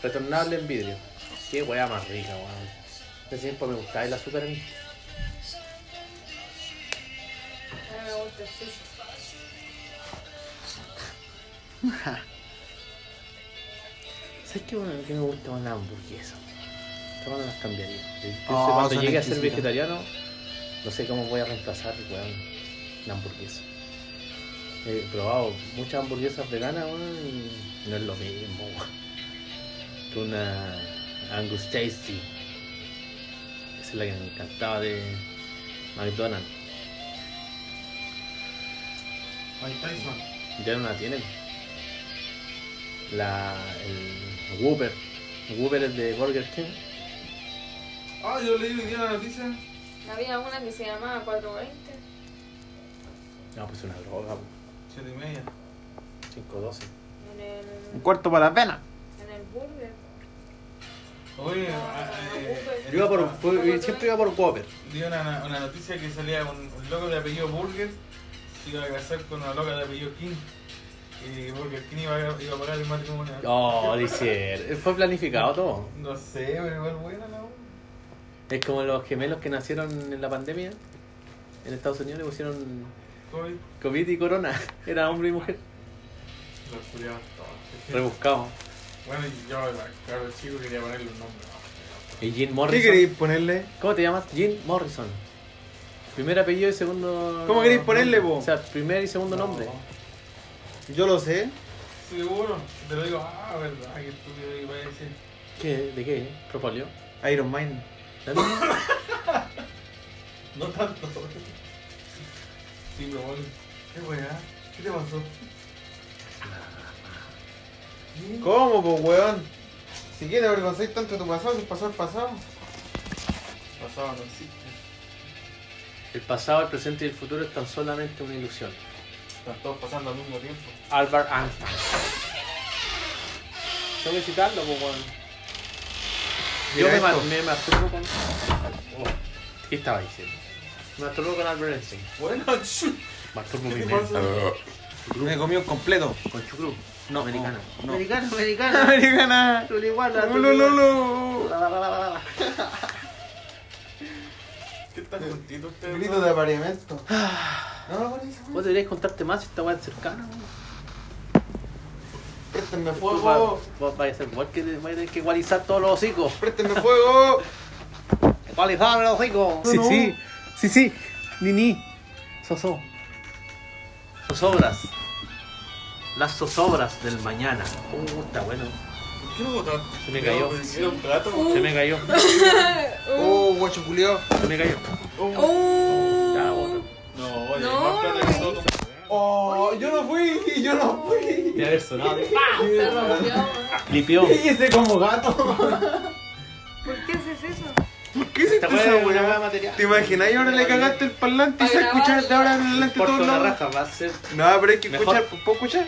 Retornable en vidrio. Qué weá más rica, weón. De tiempo me gustaba el azúcar en
Ahora me gusta el sushi.
¿Sabes qué, bueno, que me gusta más la hamburguesa? Esta weá no las cambiaría. Yo pienso
Oh,
que cuando
son
llegue a ser
exquisitas.
vegetariano, no sé cómo voy a reemplazar, weón, la hamburguesa. He probado muchas hamburguesas veganas, weón, y no es lo mismo, weón. Que una Angus Tasty. Esa es la que me encantaba de McDonald's.
Mike Tyson.
Ya no la tienen. La. el Whopper. Whopper es de Burger King.
Ah, yo leí hoy día la noticia.
Había una que se llamaba 420.
No, pues es una droga,
7 y media.
512.
En el,
Un cuarto para la pena.
en el burger.
Oye, ah, eh,
Yo iba por, fui- siempre iba por Whopper.
Di una, una noticia que salía un, un loco de apellido Burger se iba a casar con una loca de apellido King. Y Burger King iba a, iba a pagar el matrimonio.
Oh, dice. Fue planificado todo.
No sé, pero igual buena la wea.
Es como los gemelos que nacieron en la pandemia. En Estados Unidos le pusieron
COVID.
COVID y corona. Era hombre y mujer.
Los curiados todos.
Rebuscado.
Bueno, y yo, claro, el chico quería ponerle un nombre.
Y Jim Morrison.
queréis ponerle?
¿Cómo te llamas? Jim Morrison. Primer apellido y segundo.
¿Cómo queréis ponerle, po?
O sea, primer y segundo nombre.
Yo lo sé.
Seguro, te lo digo, ah, verdad, que estúpido iba a decir.
¿Qué? ¿De qué? ¿Propolio?
Iron Man.
No tanto. Sí, pero bueno. Qué weá, ¿qué te pasó?
¿Cómo, po, weón? Si quieres avergonzáis tanto tu pasado, si el pasado es pasado.
Pasaba, no existe.
El pasado, el presente y el futuro están solamente una ilusión.
Están todos pasando al mismo tiempo.
Albert Einstein. Tengo que citarlo, pues, weón. Yo
Mira
me, ma-
esto.
me masturbo con. Oh, ¿Qué estaba diciendo? Me masturbo con Albert Einstein.
Bueno,
Masturbo mi
¿Qué
mente.
pasa? Me comí un completo.
Con chucrú. No, americano.
no.
Americano, americano.
Americana.
Tú le igualas,
No,
tú
no,
le
no,
igualas.
no.
La, la, la, la, la.
¿Qué tan juntito ustedes? Ah.
Grito
no?
de apareamiento. No, por eso.
Vos deberías contarte más si esta weá es cercana, weón.
Préstenme
Vos
fuego.
va- vos vais a ser igual que vais a tener que igualizar todos los hocicos.
Préstenme fuego.
Igualizar los hocicos.
Sí, sí.
Sí, sí. Nini. Soso. Zozobras. Las zozobras del mañana. Uh, está bueno.
¿Por qué no votaron?
Se me cayó.
Era un plato.
Se me cayó.
Uh.
Oh, guacho culiao.
Se me cayó.
Uh.
Ya, bota.
No, oye, más plata que todo.
Oh, yo no fui, yo no fui.
Debe haber sonado.
Se rompió.
Lipió.
Fíjese como gato.
¿Por qué haces eso?
¿Qué hiciste
Esta weá
esa
es una weá
weá?
material.
¿Te imaginas? Y ahora le cagaste el parlante y se va a escuchar de ahora en adelante
Corto
todo
la
lados.
raja, va a ser.
No, pero hay que
Mejor.
escuchar, ¿puedo escuchar?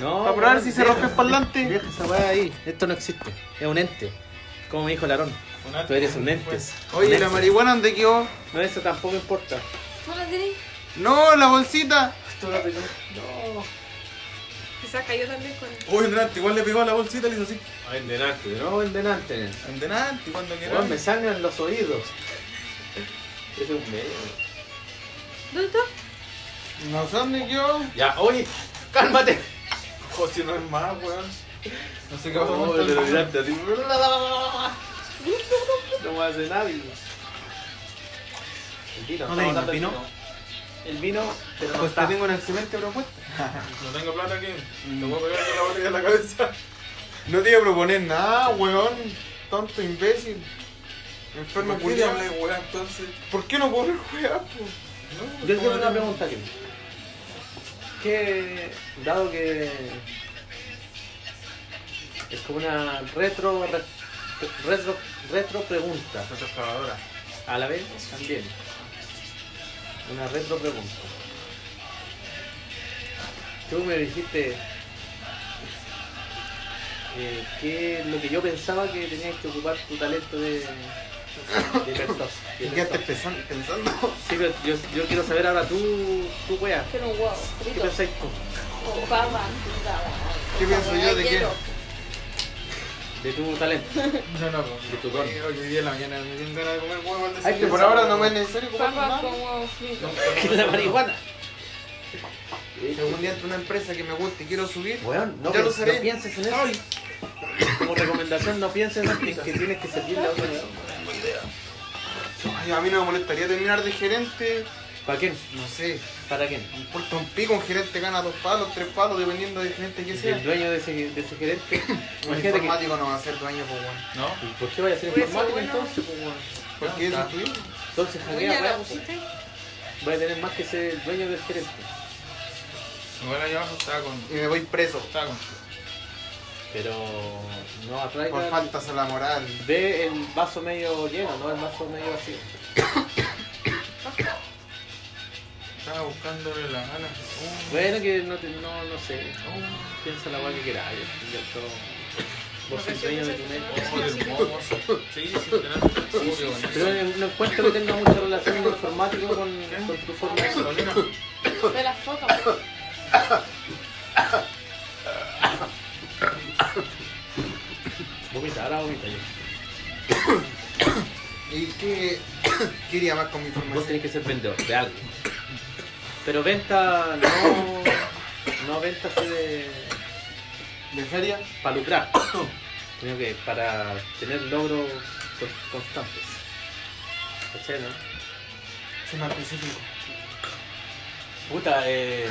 No.
Para probar
weón,
si se rompe el
deja-
parlante.
Deja esa weá ahí. Esto no existe. Es un ente. Como me dijo Larón. Tú eres un ente. Un
Oye,
ente.
¿la marihuana dónde quedó?
No, eso tampoco importa.
¿No la tenés?
No, la bolsita.
No.
Quizás cayó también con él.
Uy, Nenante, igual le pegó a la bolsita y le hizo así.
Ah, el delante, no el delante.
En Nenante, cuando quiera.
Weón, me sangran los oídos. Ese es un medio.
¿Dónde está?
No sé dónde quedó.
Ya, oye, cálmate.
O si no es más, weón. No sé cómo.
Oh,
No, pero miraste así. No me hace nada. El vino,
No
estamos
tengo
hablando del
vino.
El vino, pero no
Pues te
está.
tengo una excelente propuesta.
No tengo plata aquí. Te voy a pegar con la botella en la cabeza.
No te iba a proponer nada, weón. Tonto imbécil. Enfermo
¿Por qué te
culiao.
hablé, weón, entonces?
¿Por qué no puedo hablar, weá, po?
Yo tengo una pregunta aquí. Que, dado que es como una retro re- retro, retro pregunta a la vez también una retro pregunta tú me dijiste eh, qué es lo que yo pensaba que tenías que ocupar tu talento de de persuas- de
¿Y qué estás
persuasión.
pensando? pensando?
Sí, pero yo, yo quiero saber ahora tú, tú wea.
Pero wow,
¿Qué
frito.
pensáis tú?
Obama,
¿Qué pienso yo de qué?
De tu talento.
No, no,
De tu don.
Hoy día en la mañana me dieron ganas de comer huevo al
Ay, que
desayuno.
por ahora no me es necesario comer
Papas
nada.
con huevo frito.
La marihuana.
Si algún día entro a una empresa que me guste y quiero subir,
Weón, no,
ya lo
pens-
usaré.
no pienses en eso. Como recomendación, no pienses en que tienes que servir la otra weón.
Ay, a mí no me molestaría terminar de gerente,
¿Para quién?
no sé,
¿Para quién?
me importa un pico, un gerente gana dos palos, tres palos, dependiendo del gerente que
El
sea.
dueño de ese, de ese gerente.
Un
Imagínate que.
informático no va a ser dueño, pues bueno.
¿No?
¿Y ¿Por qué vaya a ser
Por eso,
informático
bueno.
entonces? pues, weón?
Porque
Ah,
es tuyo.
Entonces,
Uy,
jalea,
ya la
weón.
pusiste.
Voy a tener más que ser el dueño del gerente.
Igual allá abajo estaba con.
Y me voy preso.
Estaba con.
Pero no atraiga.
Por faltas a la moral.
Ve el vaso medio lleno, no el vaso medio vacío.
Estaba buscándole las ganas. Uh,
Bueno, que no, te, no, no sé. Oh, Piensa la weá que queráis. Ya todo. Vos sos dueño de tu mente.
ojo del mozo. Sí, sí, tenés-
Sí,
Oh, qué
sí, sí.
bonito.
Pero no no encuentro que tenga mucha relación lo informático con, con tu forma de ser.
Carolina,
Ve las fotos.
Vomita, ahora vomita yo.
¿Y qué, qué iría más con mi
Vos
información?
tenés que ser vendedor de algo. Pero venta no. No venta así de.
¿De feria?
para lucrar. Sino que para tener logros con- constantes. ¿Cachai, no?
Sí, más específico.
Puta, eh,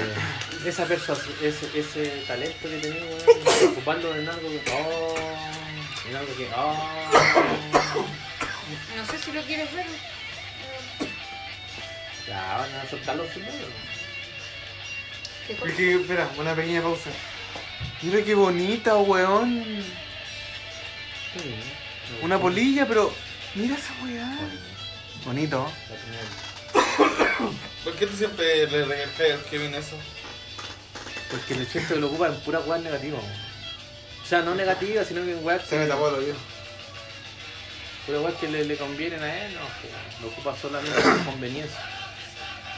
esa persuasión, ese, ese talento que tenés, weón, ocupándolo en algo que. Oh, en algo que. Oh,
No sé si lo quieres ver.
ya, van a soltar los primeros.
¿Qué cosa?
Porque, espera, una pequeña pausa. Mira qué bonita, weón. Una polilla, pero. Mira esa weá. Bonito.
¿Por qué tú siempre le regalaste al Kevin eso?
Porque el efecto que lo ocupa en pura weá negativa, weón. O sea, no negativa, sino que en weá.
Se me tapó el oído.
Pura weá que le, le convienen a él, no, weón. lo ocupa solamente por conveniencia.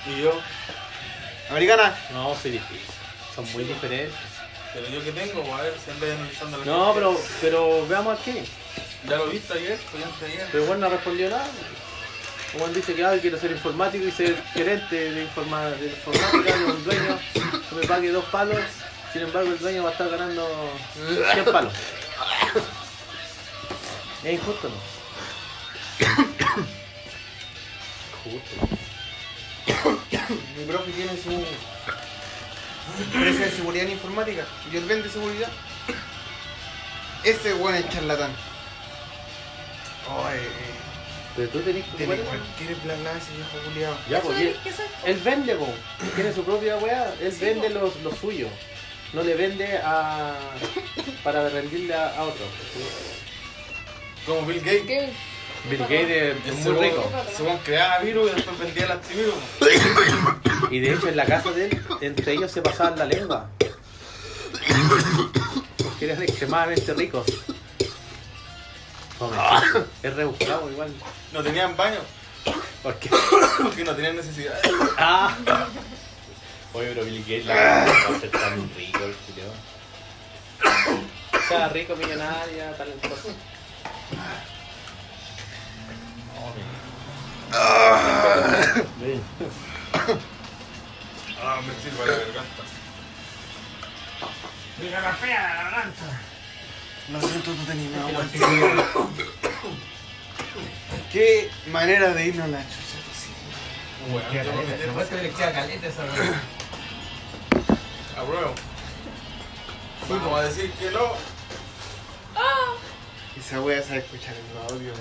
Y yo,
Americana.
No, sí, difícil. Son muy diferentes.
pero yo que tengo, pues, a ver, siempre analizando la
No,
gente.
pero, pero veamos aquí.
Ya lo viste ayer, pues ya ayer.
Pero bueno, no respondió nada. Juan dice que ah, quiero ser informático y ser gerente de, informa- de informática de un dueño que me pague dos palos. Sin embargo, el dueño va a estar ganando 100 palos. Es injusto, ¿no? Justo.
Mi profe tiene su. empresa de seguridad en informática. Y él vende seguridad. Ese weón es charlatán. Oh, eh, eh,
Pero tú tenés que...
tiene cualquier plan nada ese viejo culiado.
Ya,
¿Eso
pues,
eres?
y-
¿Qué soy?
él vende, po. tiene su propia weá, él
Sí,
vende
po.
los lo suyo. No le vende a... para rendirle a, a otro.
Como Bill Gates.
¿Qué?
Bill Gates es
Ese
muy
weón-
rico.
Ese weón creaba virus y después vendía el antivirus. pues.
Y de hecho en la casa de él, entre ellos se pasaban la lengua. Porque eran extremadamente ricos. No, mentira. es rebuscado igual.
No tenían baño,
Porque.
porque no tenían necesidad.
Ah. Oye, pero Billy Gates la va a ser tan rico el culiao. O sea, rico, millonaria, talentoso. Ven.
Ah, me sirve la garganta.
Mira la fea de la garganta.
Lo siento, tú tenías más agua. Qué manera de irnos a la chucha, tú sí.
Bueno, queda caleta, lo puesto que le queda caleta esa weá.
Ah,
A huevo.
pues.
Vamos a decir que no. Esa wea sabe escuchar el audio,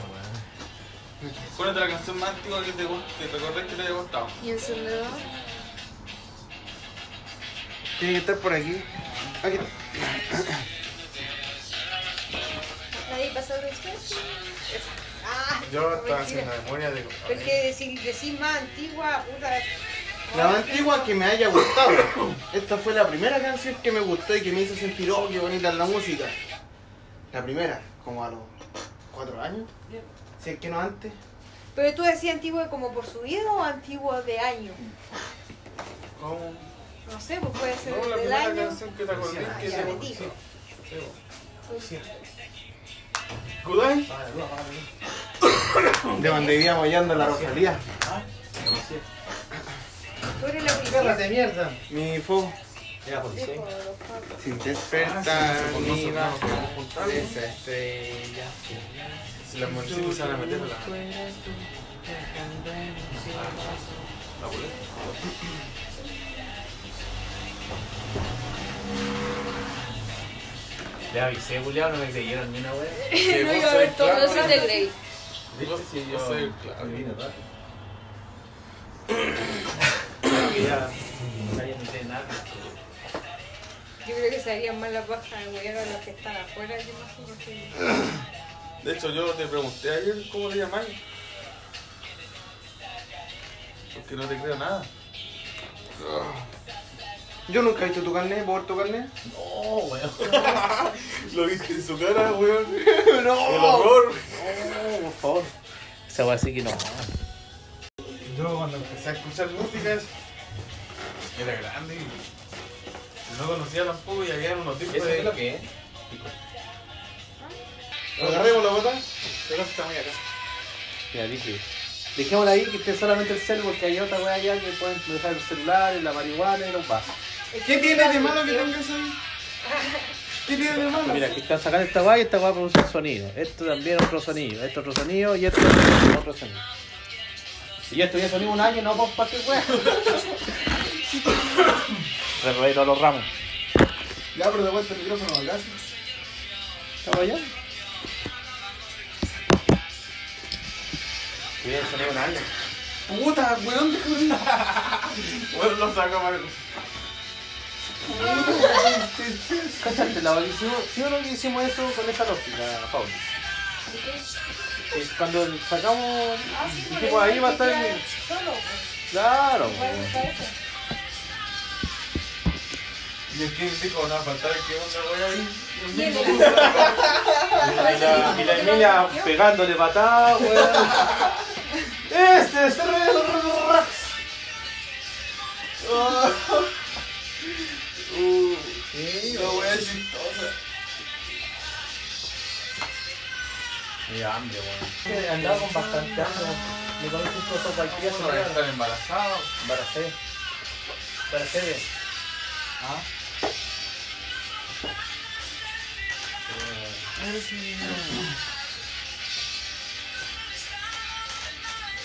Acuérdate la canción más antigua que te guste, que te acordás que te haya gustado.
¿Y encendedor?
Tiene que estar por aquí. Aquí está.
Nadie pasó por después. Esa. Ah,
Yo estaba
mentira.
haciendo memoria de.
Porque si decís más antigua, puta.
La más antigua que me haya gustado. Esta fue la primera canción que me gustó y que me hizo sentir, oh, qué bonita es la música. La primera, como a los cuatro años. Si es que no antes.
Pero tú decías antiguo como por su vida o antiguo de año.
¿Cómo?
No sé, pues puede ser
Oh, No, la
del
primera
año.
canción que te acordás
Ah,
que
ya
te
me
gustó.
dijo.
¿Kudai? De donde iría apoyando la Rosalía.
Tú eres la policía.
de mierda.
Mi fo.
Era policía.
Sin
Ah,
despertar, mi bajo. Esa estrella. Si las mujeres se van a meter la. La
Le avisé, Julián, no me creyeron ni una wea.
no iba a ver todo eso
¿eh?
de Grey.
Viste, si yo soy claro.
Yo creo que serían más las bajas de gobierno de los que están afuera, yo imagino que.
De hecho, yo te pregunté ayer cómo te llamáis. Porque no te creo nada.
Yo nunca he visto tu carnet, ¿puedo ver tu carnet?
No, weón.
Lo viste en su cara, weón. no.
El
horror.
No, por favor. Esa wea sí que no.
Yo cuando empecé a escuchar músicas era grande y no conocía tampoco y había unos tipos
¿Eso
de...
es lo que es?
¿Lo agarremos la bota?
Pero está muy acá.
Ya dije.
Dejémosla ahí que esté solamente el cel porque hay otra wea allá que pueden dejar el celular, la marihuana y los vasos.
¿Qué tiene de malo que tengas ahí? ¿Qué tiene de malo?
Mira, aquí están sacando esta guay y esta guay produce un sonido. Esto también otro sonido. Esto otro sonido y esto otro sonido.
Y yo estudié sonido un año, no por parte wea.
Reprobé todos los ramos.
ya, pero de vuelta el micrófono acá.
¿Está allá? Estudié sonido un año.
Puta, weón, déjame.
Bueno, lo saco para
Cachate, la hicimos, sí o no que hicimos eso con esa lógica, Paul. Cuando sacamos, dijimos ahí va a estar el...
Solo.
Claro.
Bueno, parece.
Y es que dijo, no, faltaba que otra wea ahí.
Y el-
Y la Emilia pegándole patada, weón. Este es Redorax.
Uh, no wea chistosa.
Me dio hambre, weón.
Andaba con bastante hambre. Me comí cinco sopas al día.
¿Cómo no van a estar embarazados?
Embaracé. Embaracé de...
¿Ah?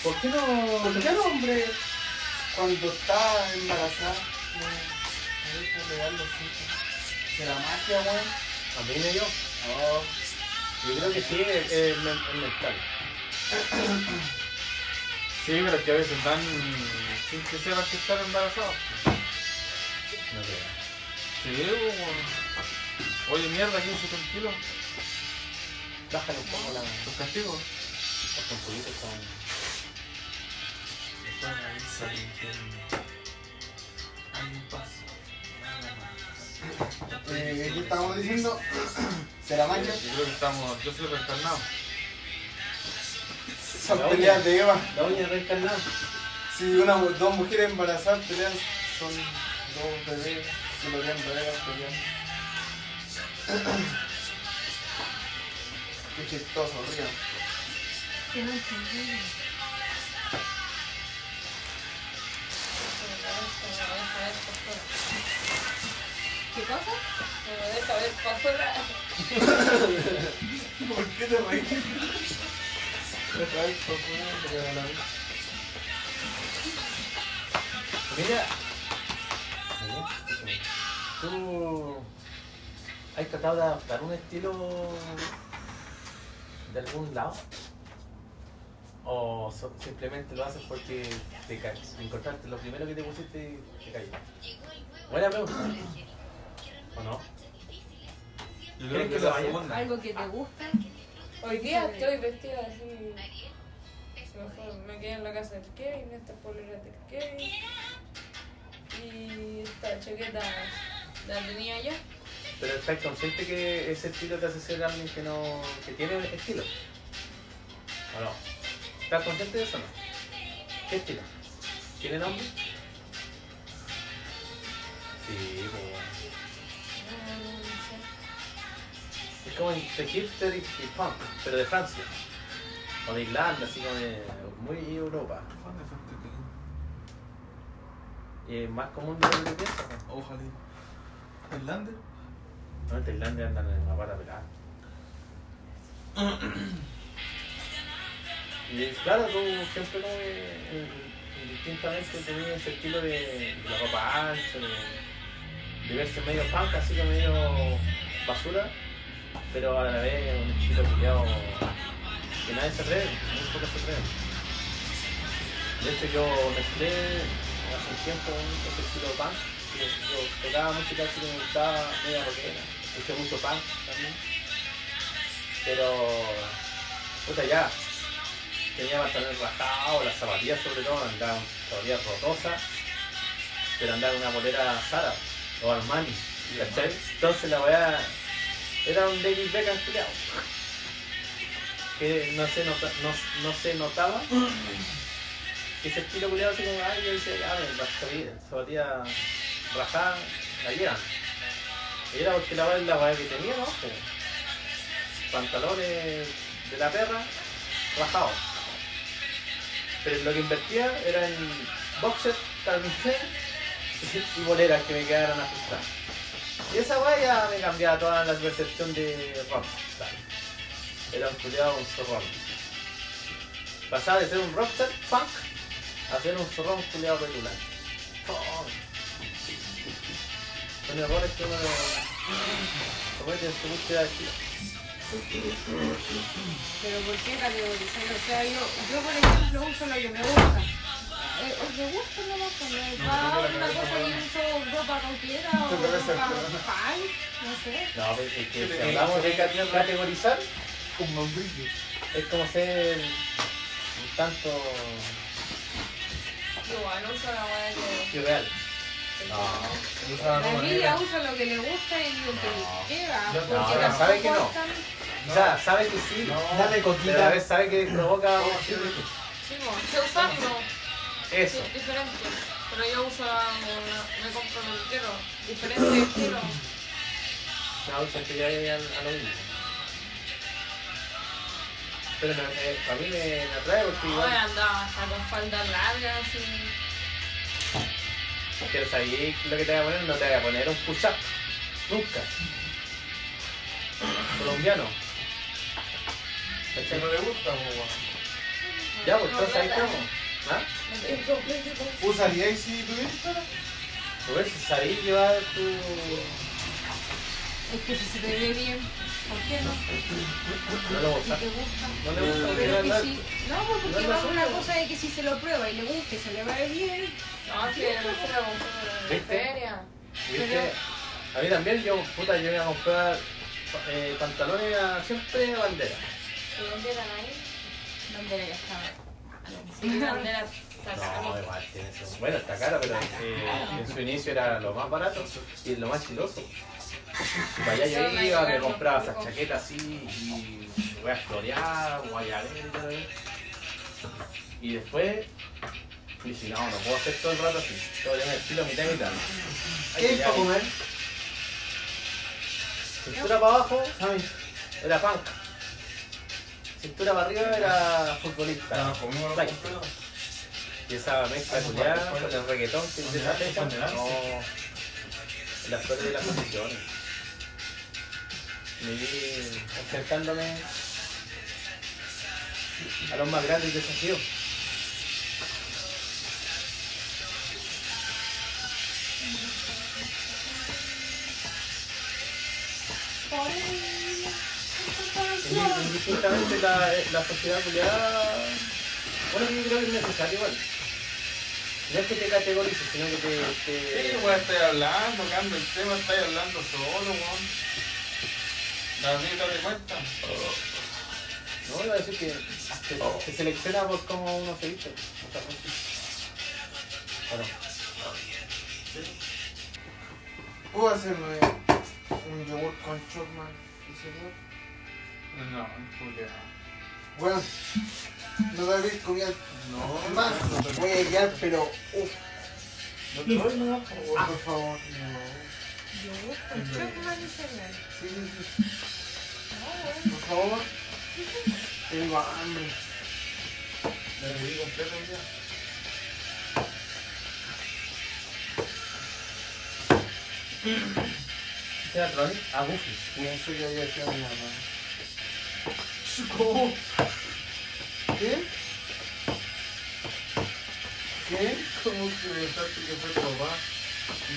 ¿Por qué no?
¿Por qué no, hombre? Cuando está embarazada, no, no deja de dar los hijos. ¿Será magia, weón?
¿A mí me dio?
Ah.
Yo creo que sí, eh, es, es men- es mental.
Sí, pero es que a veces dan sin que sepan que están embarazados.
No creo.
Sí, weón. Oye, mierda, 15 kilos.
Bájale un poco la...
Los castigos.
Los pulguitos son...
Eh, ¿Qué estábamos diciendo? ¿Será magia?
Yo creo que estamos. Yo soy reencarnado.
Son peleas de Eva.
La uña reencarnada.
Si una, mu- dos mujeres embarazadas pelean, son dos bebés que lo vean bebés peleando. Qué chistoso, río.
Que no entendí. ¿Qué cosa?
pastora.
¿Por qué te reís?
Mira, tú has tratado de adaptar un estilo de algún lado. ¿O so- simplemente lo haces porque te caes? Encontraste lo primero que te pusiste y te cayó. Buena pregunta. ¿O no?
Yo
¿Creen
creo que
que
es
lo
la
vaya?
segunda.
¿Algo que te gusta? Hoy día estoy vestida así. Se me fue- Me quedé en la casa del Kevin, esta polera del Kevin. Y esta chaqueta la tenía yo.
Pero estás consciente que ese estilo te hace ser alguien que no. que tiene estilo. ¿O no? ¿Estás consciente de eso o no? ¿Qué estilo? ¿Tiene nombre? Sí, pues. Es como entre hipster y, y punk, pero de Francia. O de Irlanda, así como de. muy Europa. Y es más común de lo que piensas.
Ojalá. ¿Irlander?
No, en Tailandia andan en la vara pelada. Y claro, tú siempre como que eh, indistintamente tenías ese estilo de, de la ropa ancha, de, de verse medio punk, así que medio basura, pero a la vez un estilo culiado que nadie se atreve, muy pocos se atreven. De hecho yo mezclé hace un tiempo un ese estilo punk, que yo tocaba música así que me gustaba media rockera, escuché mucho punk también. Pero puta ya, tenía pantalones rajados, las zapatillas sobre todo, andaban zapatillas rotosas, pero andaba con una bolera Zara o Armani, ¿cachai? Entonces la weá era un David Beckham tirado. Que no se, nota- no, no se notaba que ese estilo culiado así como, ay, yo decía, ya, me zapatillas, zapatillas rajadas, la llevan. Y era porque la weá es la weá que tenía, ¿no? Pues, Pantalones de la perra, rajados. Pero lo que invertía era en boxers, camisas y boleras que me quedaron ajustadas. Y esa weá ya me cambiaba toda la percepción de rockstar. Era un culiado un zorrón. Pasaba de ser un rockstar punk a ser un zorrón culiado regular. Zorrón. Son errores que uno comete en su búsqueda de estilo.
Pero ¿por qué categorizarlo? O sea, yo, yo por ejemplo uso lo que me gusta.
Eh, ¿Os le gusta o no me gusta? Me va una cosa que uso ropa cualquiera o
Tu cabeza
ropa
está-
pal, no sé.
No, pero es que si hablamos de cate- categorizar, es como ser un tanto
Igual uso la weá que.
irreal.
La Emilia
No.
usa lo que le gusta y lo que le queda.
No,
porque
no,
tampoco
sabe que no.
están-
O sea, sabe que sí, Oh,
Dale coquita.
pero a veces sabe que provoca
Sí, mo, sé usarlo.
Eso.
Es diferente. Pero yo uso, la- me compro lo que quiero. Diferente estilo.
No, o sea, que ya hay al- a lo mismo. Pero no, eh, a mí me, me atrae porque
Ahora
igual
andaba hasta con faldas largas así.
quiero saber lo que te voy a poner, no te voy a poner un push-up. Nunca. Colombiano. ¿Cachai?
no le gusta,
Ya, pues entonces ahí estamos. ¿Ah?
¿Usaríais si tuviera?
Tú ves, sabéis llevar tu.
Es que si se te ve bien, ¿por qué no?
No le gusta.
Si te gusta.
No le gusta,
Pero
no,
que
no.
si... No, pues
No
porque
es
va
razón,
una
no.
cosa de que si se lo prueba y le gusta y se le va bien. No, que no se lo
de ¿Viste? feria. ¿Viste? A mí también, yo, puta, yo voy a comprar eh, pantalones a siempre bandera.
¿Y dónde eran ahí? ¿Dónde era ya estaba? Sí, ¿dónde era?
No, igual tiene su... Bueno, está caro, pero eh, en su inicio era lo más barato y lo más chiloso. Y Para allá yo iba, me compraba esas chaquetas así y voy a florear, guayabera. Y después dije, no, no puedo hacer todo el rato así. Todo el estilo mitad y mitad.
¿Qué hay
Ya,
para comer?
Cintura para abajo era punk. Cintura para arriba era futbolista.
Ah,
Like. Y esa mezcla culiada con el reggaetón que se hace no. Las flores de las condiciones. enfrentándome a los más grandes desafíos. Indistintamente la, la sociedad culiada. Bueno, yo creo que es necesario igual. No es que te categorices, sino que te. te...
Sí, weón, estoy hablando, cambio el tema, estoy hablando solo, weón. David, date cuenta.
No, voy a decir que que se selecciona por cómo uno se viste. mucha gente. ¿O no?
¿Puedo hacerme un yogur con chocman y cereal?
No, Julia.
Bueno, no da bien comida. No, más. Voy a llegar, pero. Uf. No te doy nada, por favor. Por favor, no.
Yogur con chocman y cereal.
Sí, sí, sí. Por favor. Tengo hambre.
Me reí completo ya.
Teatro, ¿eh? A Buffy.
Y eso ya había hecho mi mamá.
¿Cómo?
¿Qué?
¿Qué? ¿Cómo que pensaste que fue tu papá?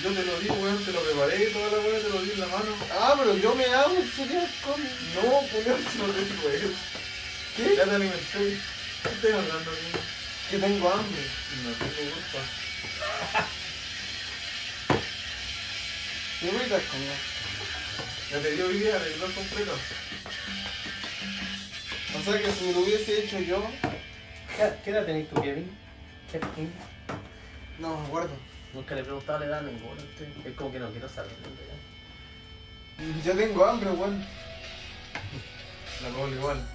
Yo te lo di, weón, te lo preparé y toda la weón te lo di en la mano.
Ah, pero yo me hago el cereal con.
No, Julián, te lo di, weón. ¿Qué? Ya te alimenté. ¿Qué estoy hablando aquí?
Que tengo hambre.
No tengo culpa.
¿Qué voy a comer?
Ya te dio vida, te dio completo.
O sea que si me lo hubiese hecho yo.
¿Qué, qué edad tenéis tú, Kevin? ¿Kevin?
No, me acuerdo.
Nunca le he preguntado la edad a ninguno. ¿sí? Es como que no quiero saber. ¿no? Ya.
Yo tengo hambre, weón.
La Paula igual.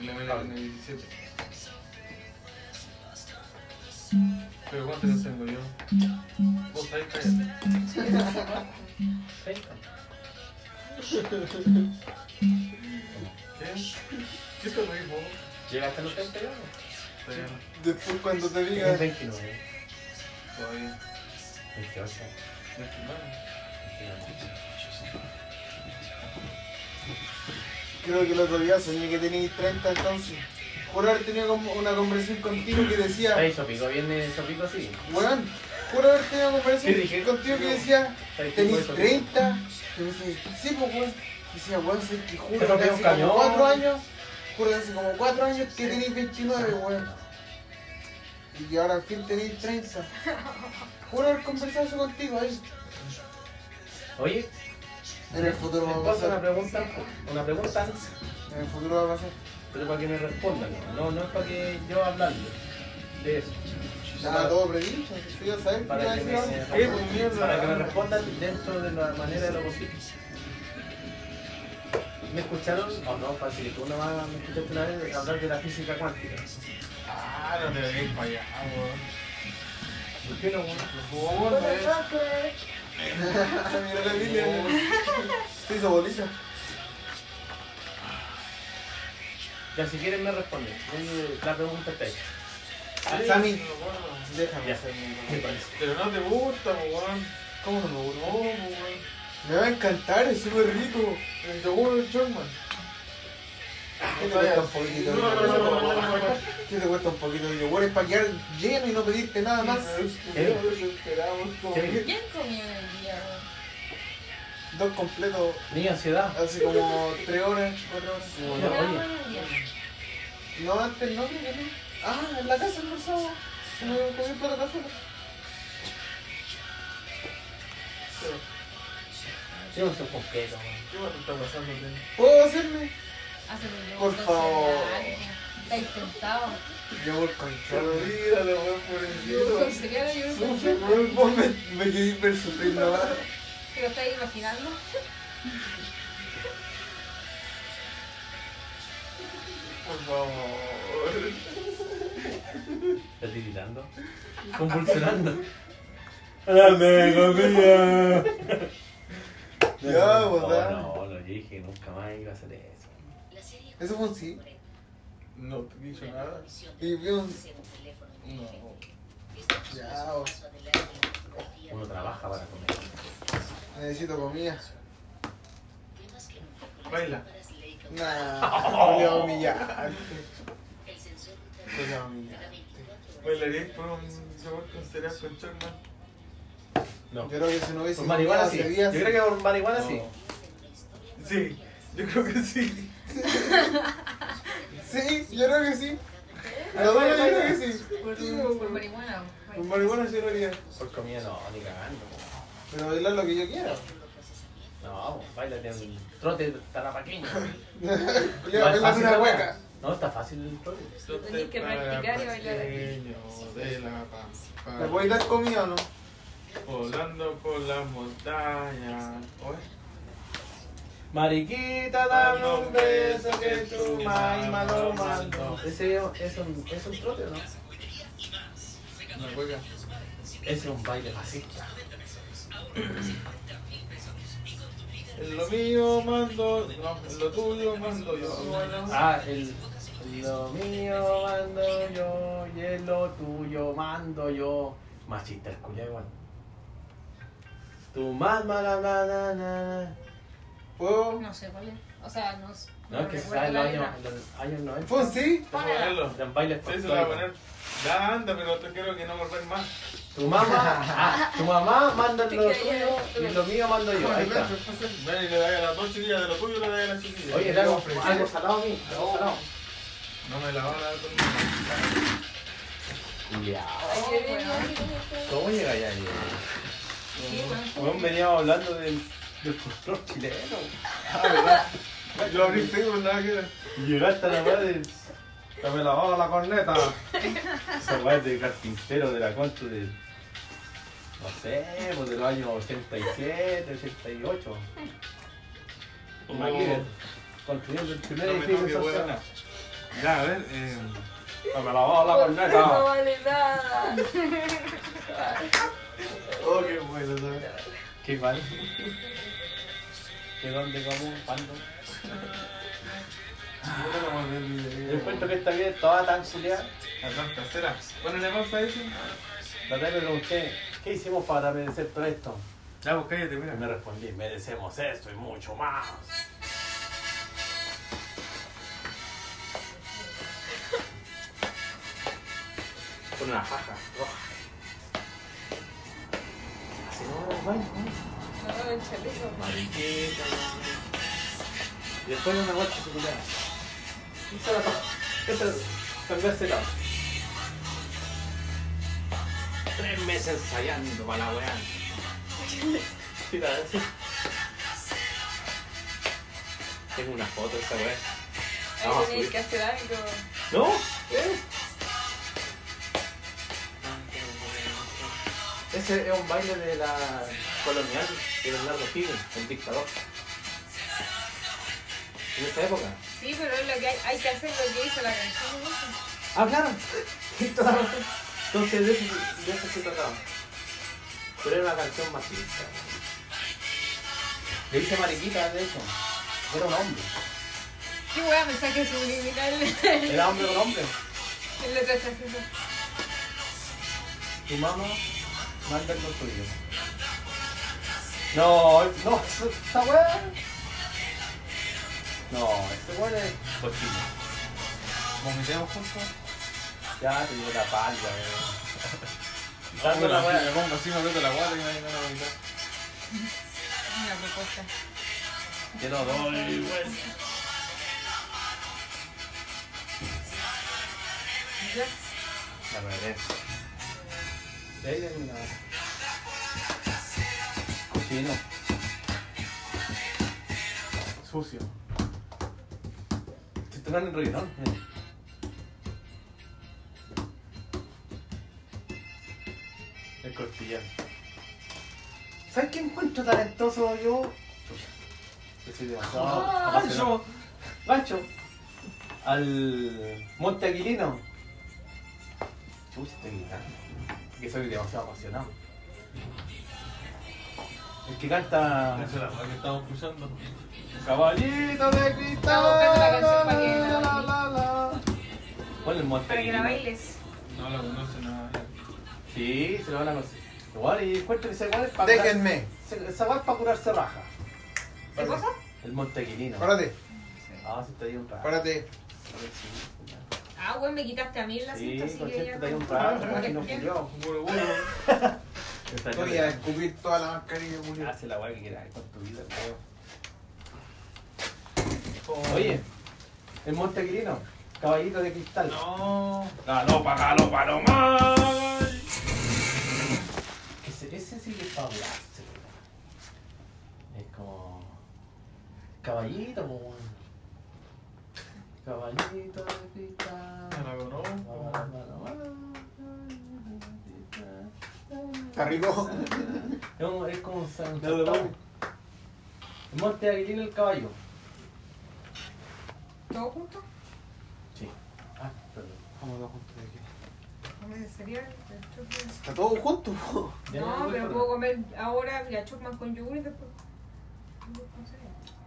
Y la
Ah.
Mela tiene 17. Pero ¿cuánto no tengo yo? Vos sabés, cállate.
Ahí está.
¿Qué? ¿Qué te reís vos?
¿Llegaste a los 30 años?
Todavía no.
Después cuando te diga.
Tienes 29,
Todavía.
28.
No es que no.
29.
Creo que el otro día soñé que tenías 30 entonces. Juro haber tenido como una conversación contigo que decía,
Ahí Sopico, viene Sopico así.
weón, juro haber tenido una conversación
¿Qué dije?
contigo que decía,
¿Sabes qué fue
tenéis
eso?
30. Y me dice, sí, pues weón. Y decía, weón, sé que
Te
juro
rompió
que
un
hace
cañón.
como 4 años, juro que hace como 4 años que tenéis 29, weón. Y que ahora al fin tenéis 30. Juro haber conversado eso contigo ahí.
Oye,
En el futuro
les
va a
paso una
pasar.
pregunta, una pregunta,
En el futuro va a pasar.
pero para que me respondan. No, no es para que yo hablando de eso.
Estaba todo predicho, tú ya sabes que iba
Para
a
que
decir algo.
me, para que me respondan dentro de la manera de lo posible. ¿Me escucharon? o no, fácil, que tú nomás me escuchaste una vez hablar de la física cuántica.
Ah, no te veis para allá, weón.
¿Por qué no, weón?
Por favor, weón.
Mira la Lilia. Se hizo bolita.
Ya si quieren me responden. Eh, La pregunta está ahí.
Sammy,
Weón.
déjame
Ya.
hacer mi
¿Qué parece?
Pero no te gusta, po, weón.
¿Cómo no me
No,
gusta?
po, weón.
Me va a encantar, es súper rico.
El yogur del Chocman.
¿Qué te cuesta un poquito?
No, no, no, no, no, no, no.
¿Qué te cuesta un poquito de yogur? Es para quedar lleno y no pedirte nada más.
¿Qué?
Desesperamos, como
¿Qué?
¿Quién comió en el día, weón?
Dos completos
Ni ansiedad.
hace como tres horas, cuatro horas.
Ya, oye.
No, antes no, creo que no. Ah, en la casa almorzaba. Se me comió el plato acá afuera.
Yo no soy completo, weón.
¿Qué más te está pasando, tío?
¿Puedo hacerme?
Hazme
Por
yogur
favor.
con cereal. Te he intentado.
Yogur con chorro.
Olvídalo, weón, por el
Yogur
cielo.
con cereal, yogur con
Sufre,
choclo.
weón, vos me, me quedé hipersupliendo, ¿verdad?
¿Te lo estás imaginando?
Por favor.
¿Estás tiritando?
Convulsionando.
¡Dame comida!
Ya,
Oh,
¿verdad?
no, no, yo dije que nunca más iba a hacer eso.
Eso fue un sí.
No te he dicho nada.
Y vi un.
No.
Ya, o-
oh,
Uno trabaja para comer.
Necesito comida.
Baila.
Nah, voy a humillar. Voy a humillar.
¿Bailarías por un sabor con cereal con chocma?
No.
Yo creo que si no hubiese
Con Pues marihuana
comido
sí.
hace
Yo
días-
creo que con marihuana sí.
Sí, yo creo que sí.
Sí, yo creo que sí. Los dos yo creo que sí.
Por marihuana.
Con marihuana sí lo haría.
Por comida no, ni cagando.
Pero bailar lo que yo quiera.
No, baila en el trote tarapaqueño.
Yo bailando
fácil
una
la
hueca.
weá. No, está fácil el trote.
Tenés que practicar y bailar aquí.
de la pampa.
¿Me voy a dar comida o no?
Volando por las montañas. Oye,
Mariquita, dame un beso que tu maima lo mandó. Ese es un, es un trote, ¿o ¿no?
una hueca.
Ese es un baile fascista.
En lo mío mando, no, en lo tuyo mando yo. Bueno.
Ah, el. Lo mío mando yo y es lo tuyo mando yo. Machista el culiao igual. Tu mamá la la la la. la.
pues,
¿Puedo?
No sé cuál es. O sea, no sé.
No, es que se
recuerdo
sabe en
la
los
letra.
años, en los años 90.
Pues sí.
Vamos a ponerlo.
Eran bailes
Sí, se lo voy a poner.
folclóricos.
Ya anda, pero te quiero que no volver más.
Tu mamá, ah, tu mamá manda lo tuyo y lo mío mando yo. Ahí está.
Ven y le doy a las dos chiquillas, de lo tuyo le doy a las chiquillas.
Oye, era algo, algo salado a mí, algo salado.
No me la van a dar con
Culiao.
Ay, qué bueno.
¿Cómo llega allá, Diego? Weón, veníamos hablando del, del folclor chileno.
Ah, verdad. Yo abrí Facebook, nada que ver.
Y llegaste a la weá de. Dame la baba la corneta. Esa weá de carpintero de la concha de. No sé, pues de los años 87, 88. Imagínate. Construyendo el primer
No me
edificio
toque, weón.
social.
Ya, a ver. Eh,
Dame la baba la
No
corneta.
vale nada.
oh, qué bueno, ¿sabes?
Qué mal. ¿De dónde, cómo, cuándo?
Bueno, vamos a ver mi
Yo encuentro que esta vida es toda tan zuleada.
Las dos terceras. Ponele pausa a eso.
La otra vez me pregunté, ¿qué hicimos para merecer todo esto?
Ya, pues cállate, mira.
Me respondí, merecemos esto y mucho más. Con una faja roja. Así no, bueno, bueno.
No, el chaleco.
Mariquita. Y después una guacha circular. Esa es la faja. Esa es cambiarse la Tres meses ensayando para la weá. Mira, eso. Tengo una foto de esa weá. Vamos a
Tenés
subir.
que hacer algo.
¿No? ¿Eh? Ese es un baile de la colonial de Leonardo Higgins, el dictador. En esa época.
Sí, pero es lo que hay, hay que hacer lo que hizo la canción. ¿no?
Ah, claro. Toda la razón. Entonces de eso, de eso se trataba. Pero era una canción machista. Le hice mariquita de eso. Era un hombre.
Qué wea mensaje subliminal.
Era hombre con hombre.
El otro está haciendo.
Tu mamá manda lo tuyo. No, no, esta weá. No, este weá es cochino.
Vomitemos juntos.
Ya te dio la palma, weón. Dando
Bueno,
la
así me
weá.
pongo así, me aprieto la guata y me van a vomitar.
Una propuesta.
Te lo doy, weón.
Ya.
La regreso. De ahí terminaba. Cochino. Sucio. Estoy tocando el reggaetón. mira. El costillar. ¿Sabes qué encuentro talentoso yo? Chucha. Yo soy demasiado.
Ah,
apasionado. ¡Gancho! Al Monte Aquilino. Chucha,
este
estoy gritando. Que soy demasiado apasionado. El que canta.
Esa es la guata que estamos escuchando.
Caballito de cristal.
Estaba buscando la canción
la,
para que la-
la, la, la. Ponle el Monte
Para que la
Aquilino.
bailes.
No la conoce nada.
Sí, se lo van a conseguir. Igual, y encuentro que esa igual es para
Déjenme.
Esa igual es para curarse raja.
¿Qué cosa?
El montequilino.
Párate.
Ah, sí, te di un rato.
Párate.
Ah, weón, me quitaste a mí el asiento, así que ya.
un trago,
Porque-
imagino que yo.
Voy a descubrir toda la mascarilla, Julio.
Hace la weá que quieras con tu vida, weón. Oye, el montequilino, caballito de cristal. No. La lopa, la lopa, no más. Ese, ese sí que es para hablarse, weón. Es como. Caballito, po, weón. Caballito de cristal.
No la conozco.
Está rico. Es, un- es como un sándwich tostado. El monte de Aguilera el caballo.
¿Todo junto?
Sí. Ah, perdón.
Vamos dos juntos de aquí.
Come cereal, el choclo.
Está todo junto, po.
No, pero puedo comer ahora la chocman con yogur y después.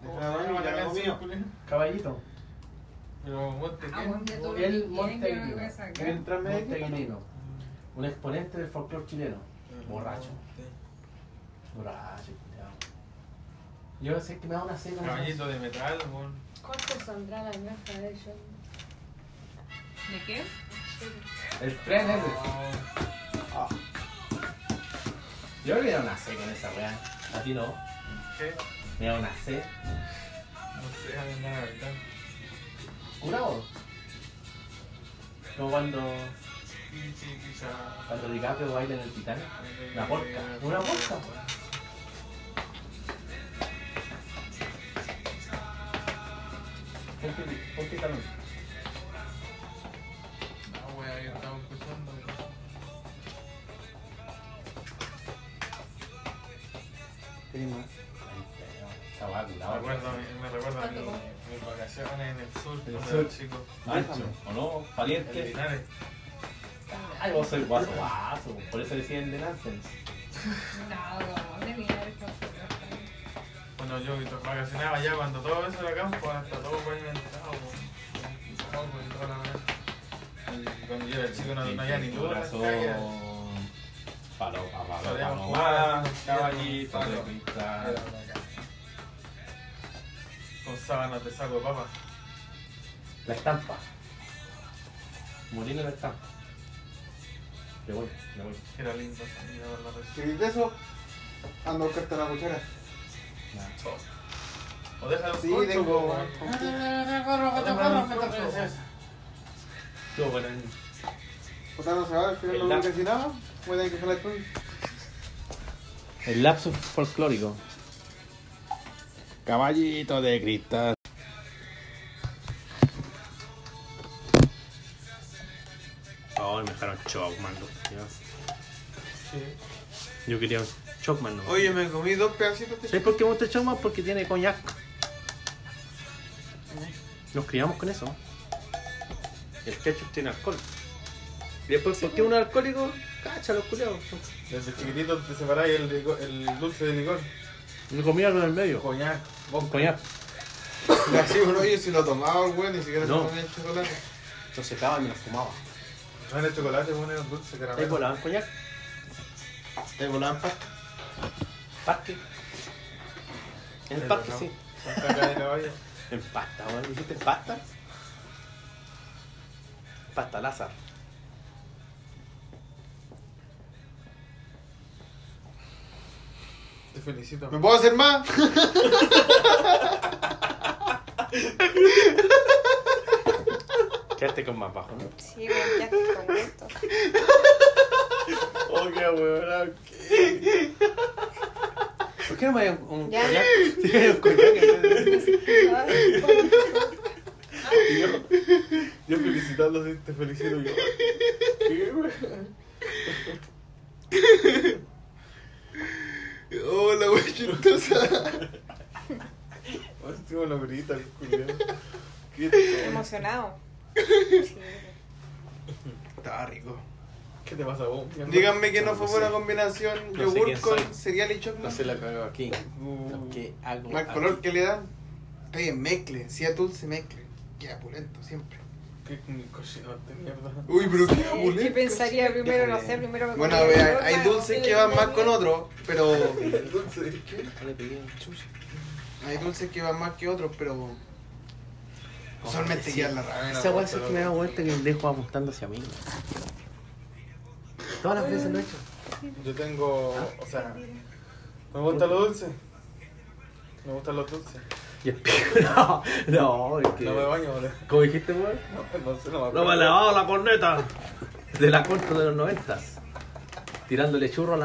Deja de dormir, ya lo mío.
Caballito.
Pero monte
Ah,
qué?
bueno, ya todo
El
bien,
monte
yo lo voy a
Aguilera.
sacar.
El monte Aguilera. Un exponente del folclore chileno. Borracho. Borracho, culiao. Yo sé que me da una cena.
Caballito de metal, weón.
¿Cuánto saldrá la granja de ellos?
¿De qué?
El tren ese. Ah. Yo creo que era una C con esa weá. A ti no.
¿Qué?
Me da una C.
No sé, a mí me da la verdad.
Curado. Como cuando,
Sí, sí, quizá.
cuando DiCaprio baila en el Titanic. Una porca. Una porca. Ponte, ponte también.
No, weón, yo estaba escuchando.
Esa weá curada.
Me recuerda, a mi- me recuerda a mi-
¿Cuánto?
mis vacaciones en el sur
El
cuando
sur.
era chico.
Ancho, ¿o no?
El
Pariente.
Linares.
Ay, vos sois guaso, guaso. Por eso decían de Nonsense.
No, de mi
Cuando yo vacacionaba allá, cuando todo eso era campo, hasta todo fue inventado. po. Con coco y toda la weá. Y Cuando yo era chico no, no había ni luz en las calles.
Palo, palo,
Solíamos
palo,
jugar,
caballito
palo.
de cristal.
Con sábanas de saco de papa.
La estampa. Molina la estampa. Me voy, me voy.
que Era lindo. sí, la verdad, eso.
¿Querés de eso? ah, Ando a buscarte la cuchara.
O deja los
Sí,
cortos,
tengo, Ah.
po,
weón.
weón.
Estuvo bueno.
O sea, no se va, al final
El
no
lap-
voy a decir nada. Voy a tener que jalar tú.
El lapsus folclórico. Caballito de cristal.
Oh, me dejaron Chocman, Yo quería Chocman, ¿no?
Oye, me comí dos pedacitos de
¿Sabes por qué me gusta el Chocman? Porque tiene coñac. Nos criamos con eso. El ketchup tiene alcohol. Y después, ¿por qué un alcohólico? Cacha, los culiados.
Desde chiquitito te separáis el, lico- el dulce de licor.
Me comía con el medio.
Coñac.
Con coñac.
Y así, bro, yo si lo tomaba, el weón, ni siquiera
No.
se comía el chocolate.
Lo secaba y me lo fumaba.
No era chocolate, bueno, era un dulce
¿Te
caramelo.
volaban coñac?
Te volaban pa.
¿Parque? En el
Te
parque,
volaban.
sí.
Santa Clara de Caballo.
En pasta, weón. ¿Dijiste en pasta? Pasta Lázaro.
Te felicito.
¿Me puedo hacer más?
Quédate con más bajo, ¿no?
Sí, weón, ya estoy con gusto.
Oh, qué weón. ¿Por qué no me hay un, un
Ya.
coñac? Sí, hay un coñac en vez de-
Y yo, yo felicitando, sí, te felicito yo. ¿Qué, güey?
Hola, wey, chistosa.
Ahora tengo la verita, el culiao. Qué tonto.
Emocionado. Sí.
Estaba rico.
¿Qué te pasa vos? mierda?
Díganme que no
No
fue
sé.
buena combinación
No sé
yogur
quién soy.
con cereal y
No
chocolate.
se la cagó aquí.
Uh, Ah,
Lo que hago
Mal
aquí.
color que le dan. Oye, mezcle, si es dulce, mezcle. Queda pulento siempre.
Qué cochinote de mierda.
Uy, pero qué
Sí,
abuelo.
que pensaría
pues,
primero, no sé, primero me
Bueno, a
comí el
ver,
yogur,
hay
más
dulces
el
que van más
yogur.
con otros, pero.
Entonces, ¿qué?
Hay dulces que van más que otros, pero. Usualmente
Sí.
ya la rabia.
Esa weá sí que me da vuelta que el dejo apostando hacia mí. Todas las veces lo he hecho.
Yo tengo. O sea. Me gustan los dulces. Me gustan los dulces.
Y el No, no, es que.
No me baño, boludo.
¿Cómo dijiste, weón?
No, no sé, no me
No
acuerdo.
me ha lavado la corneta. De la contra de los noventas. Tirándole churro a la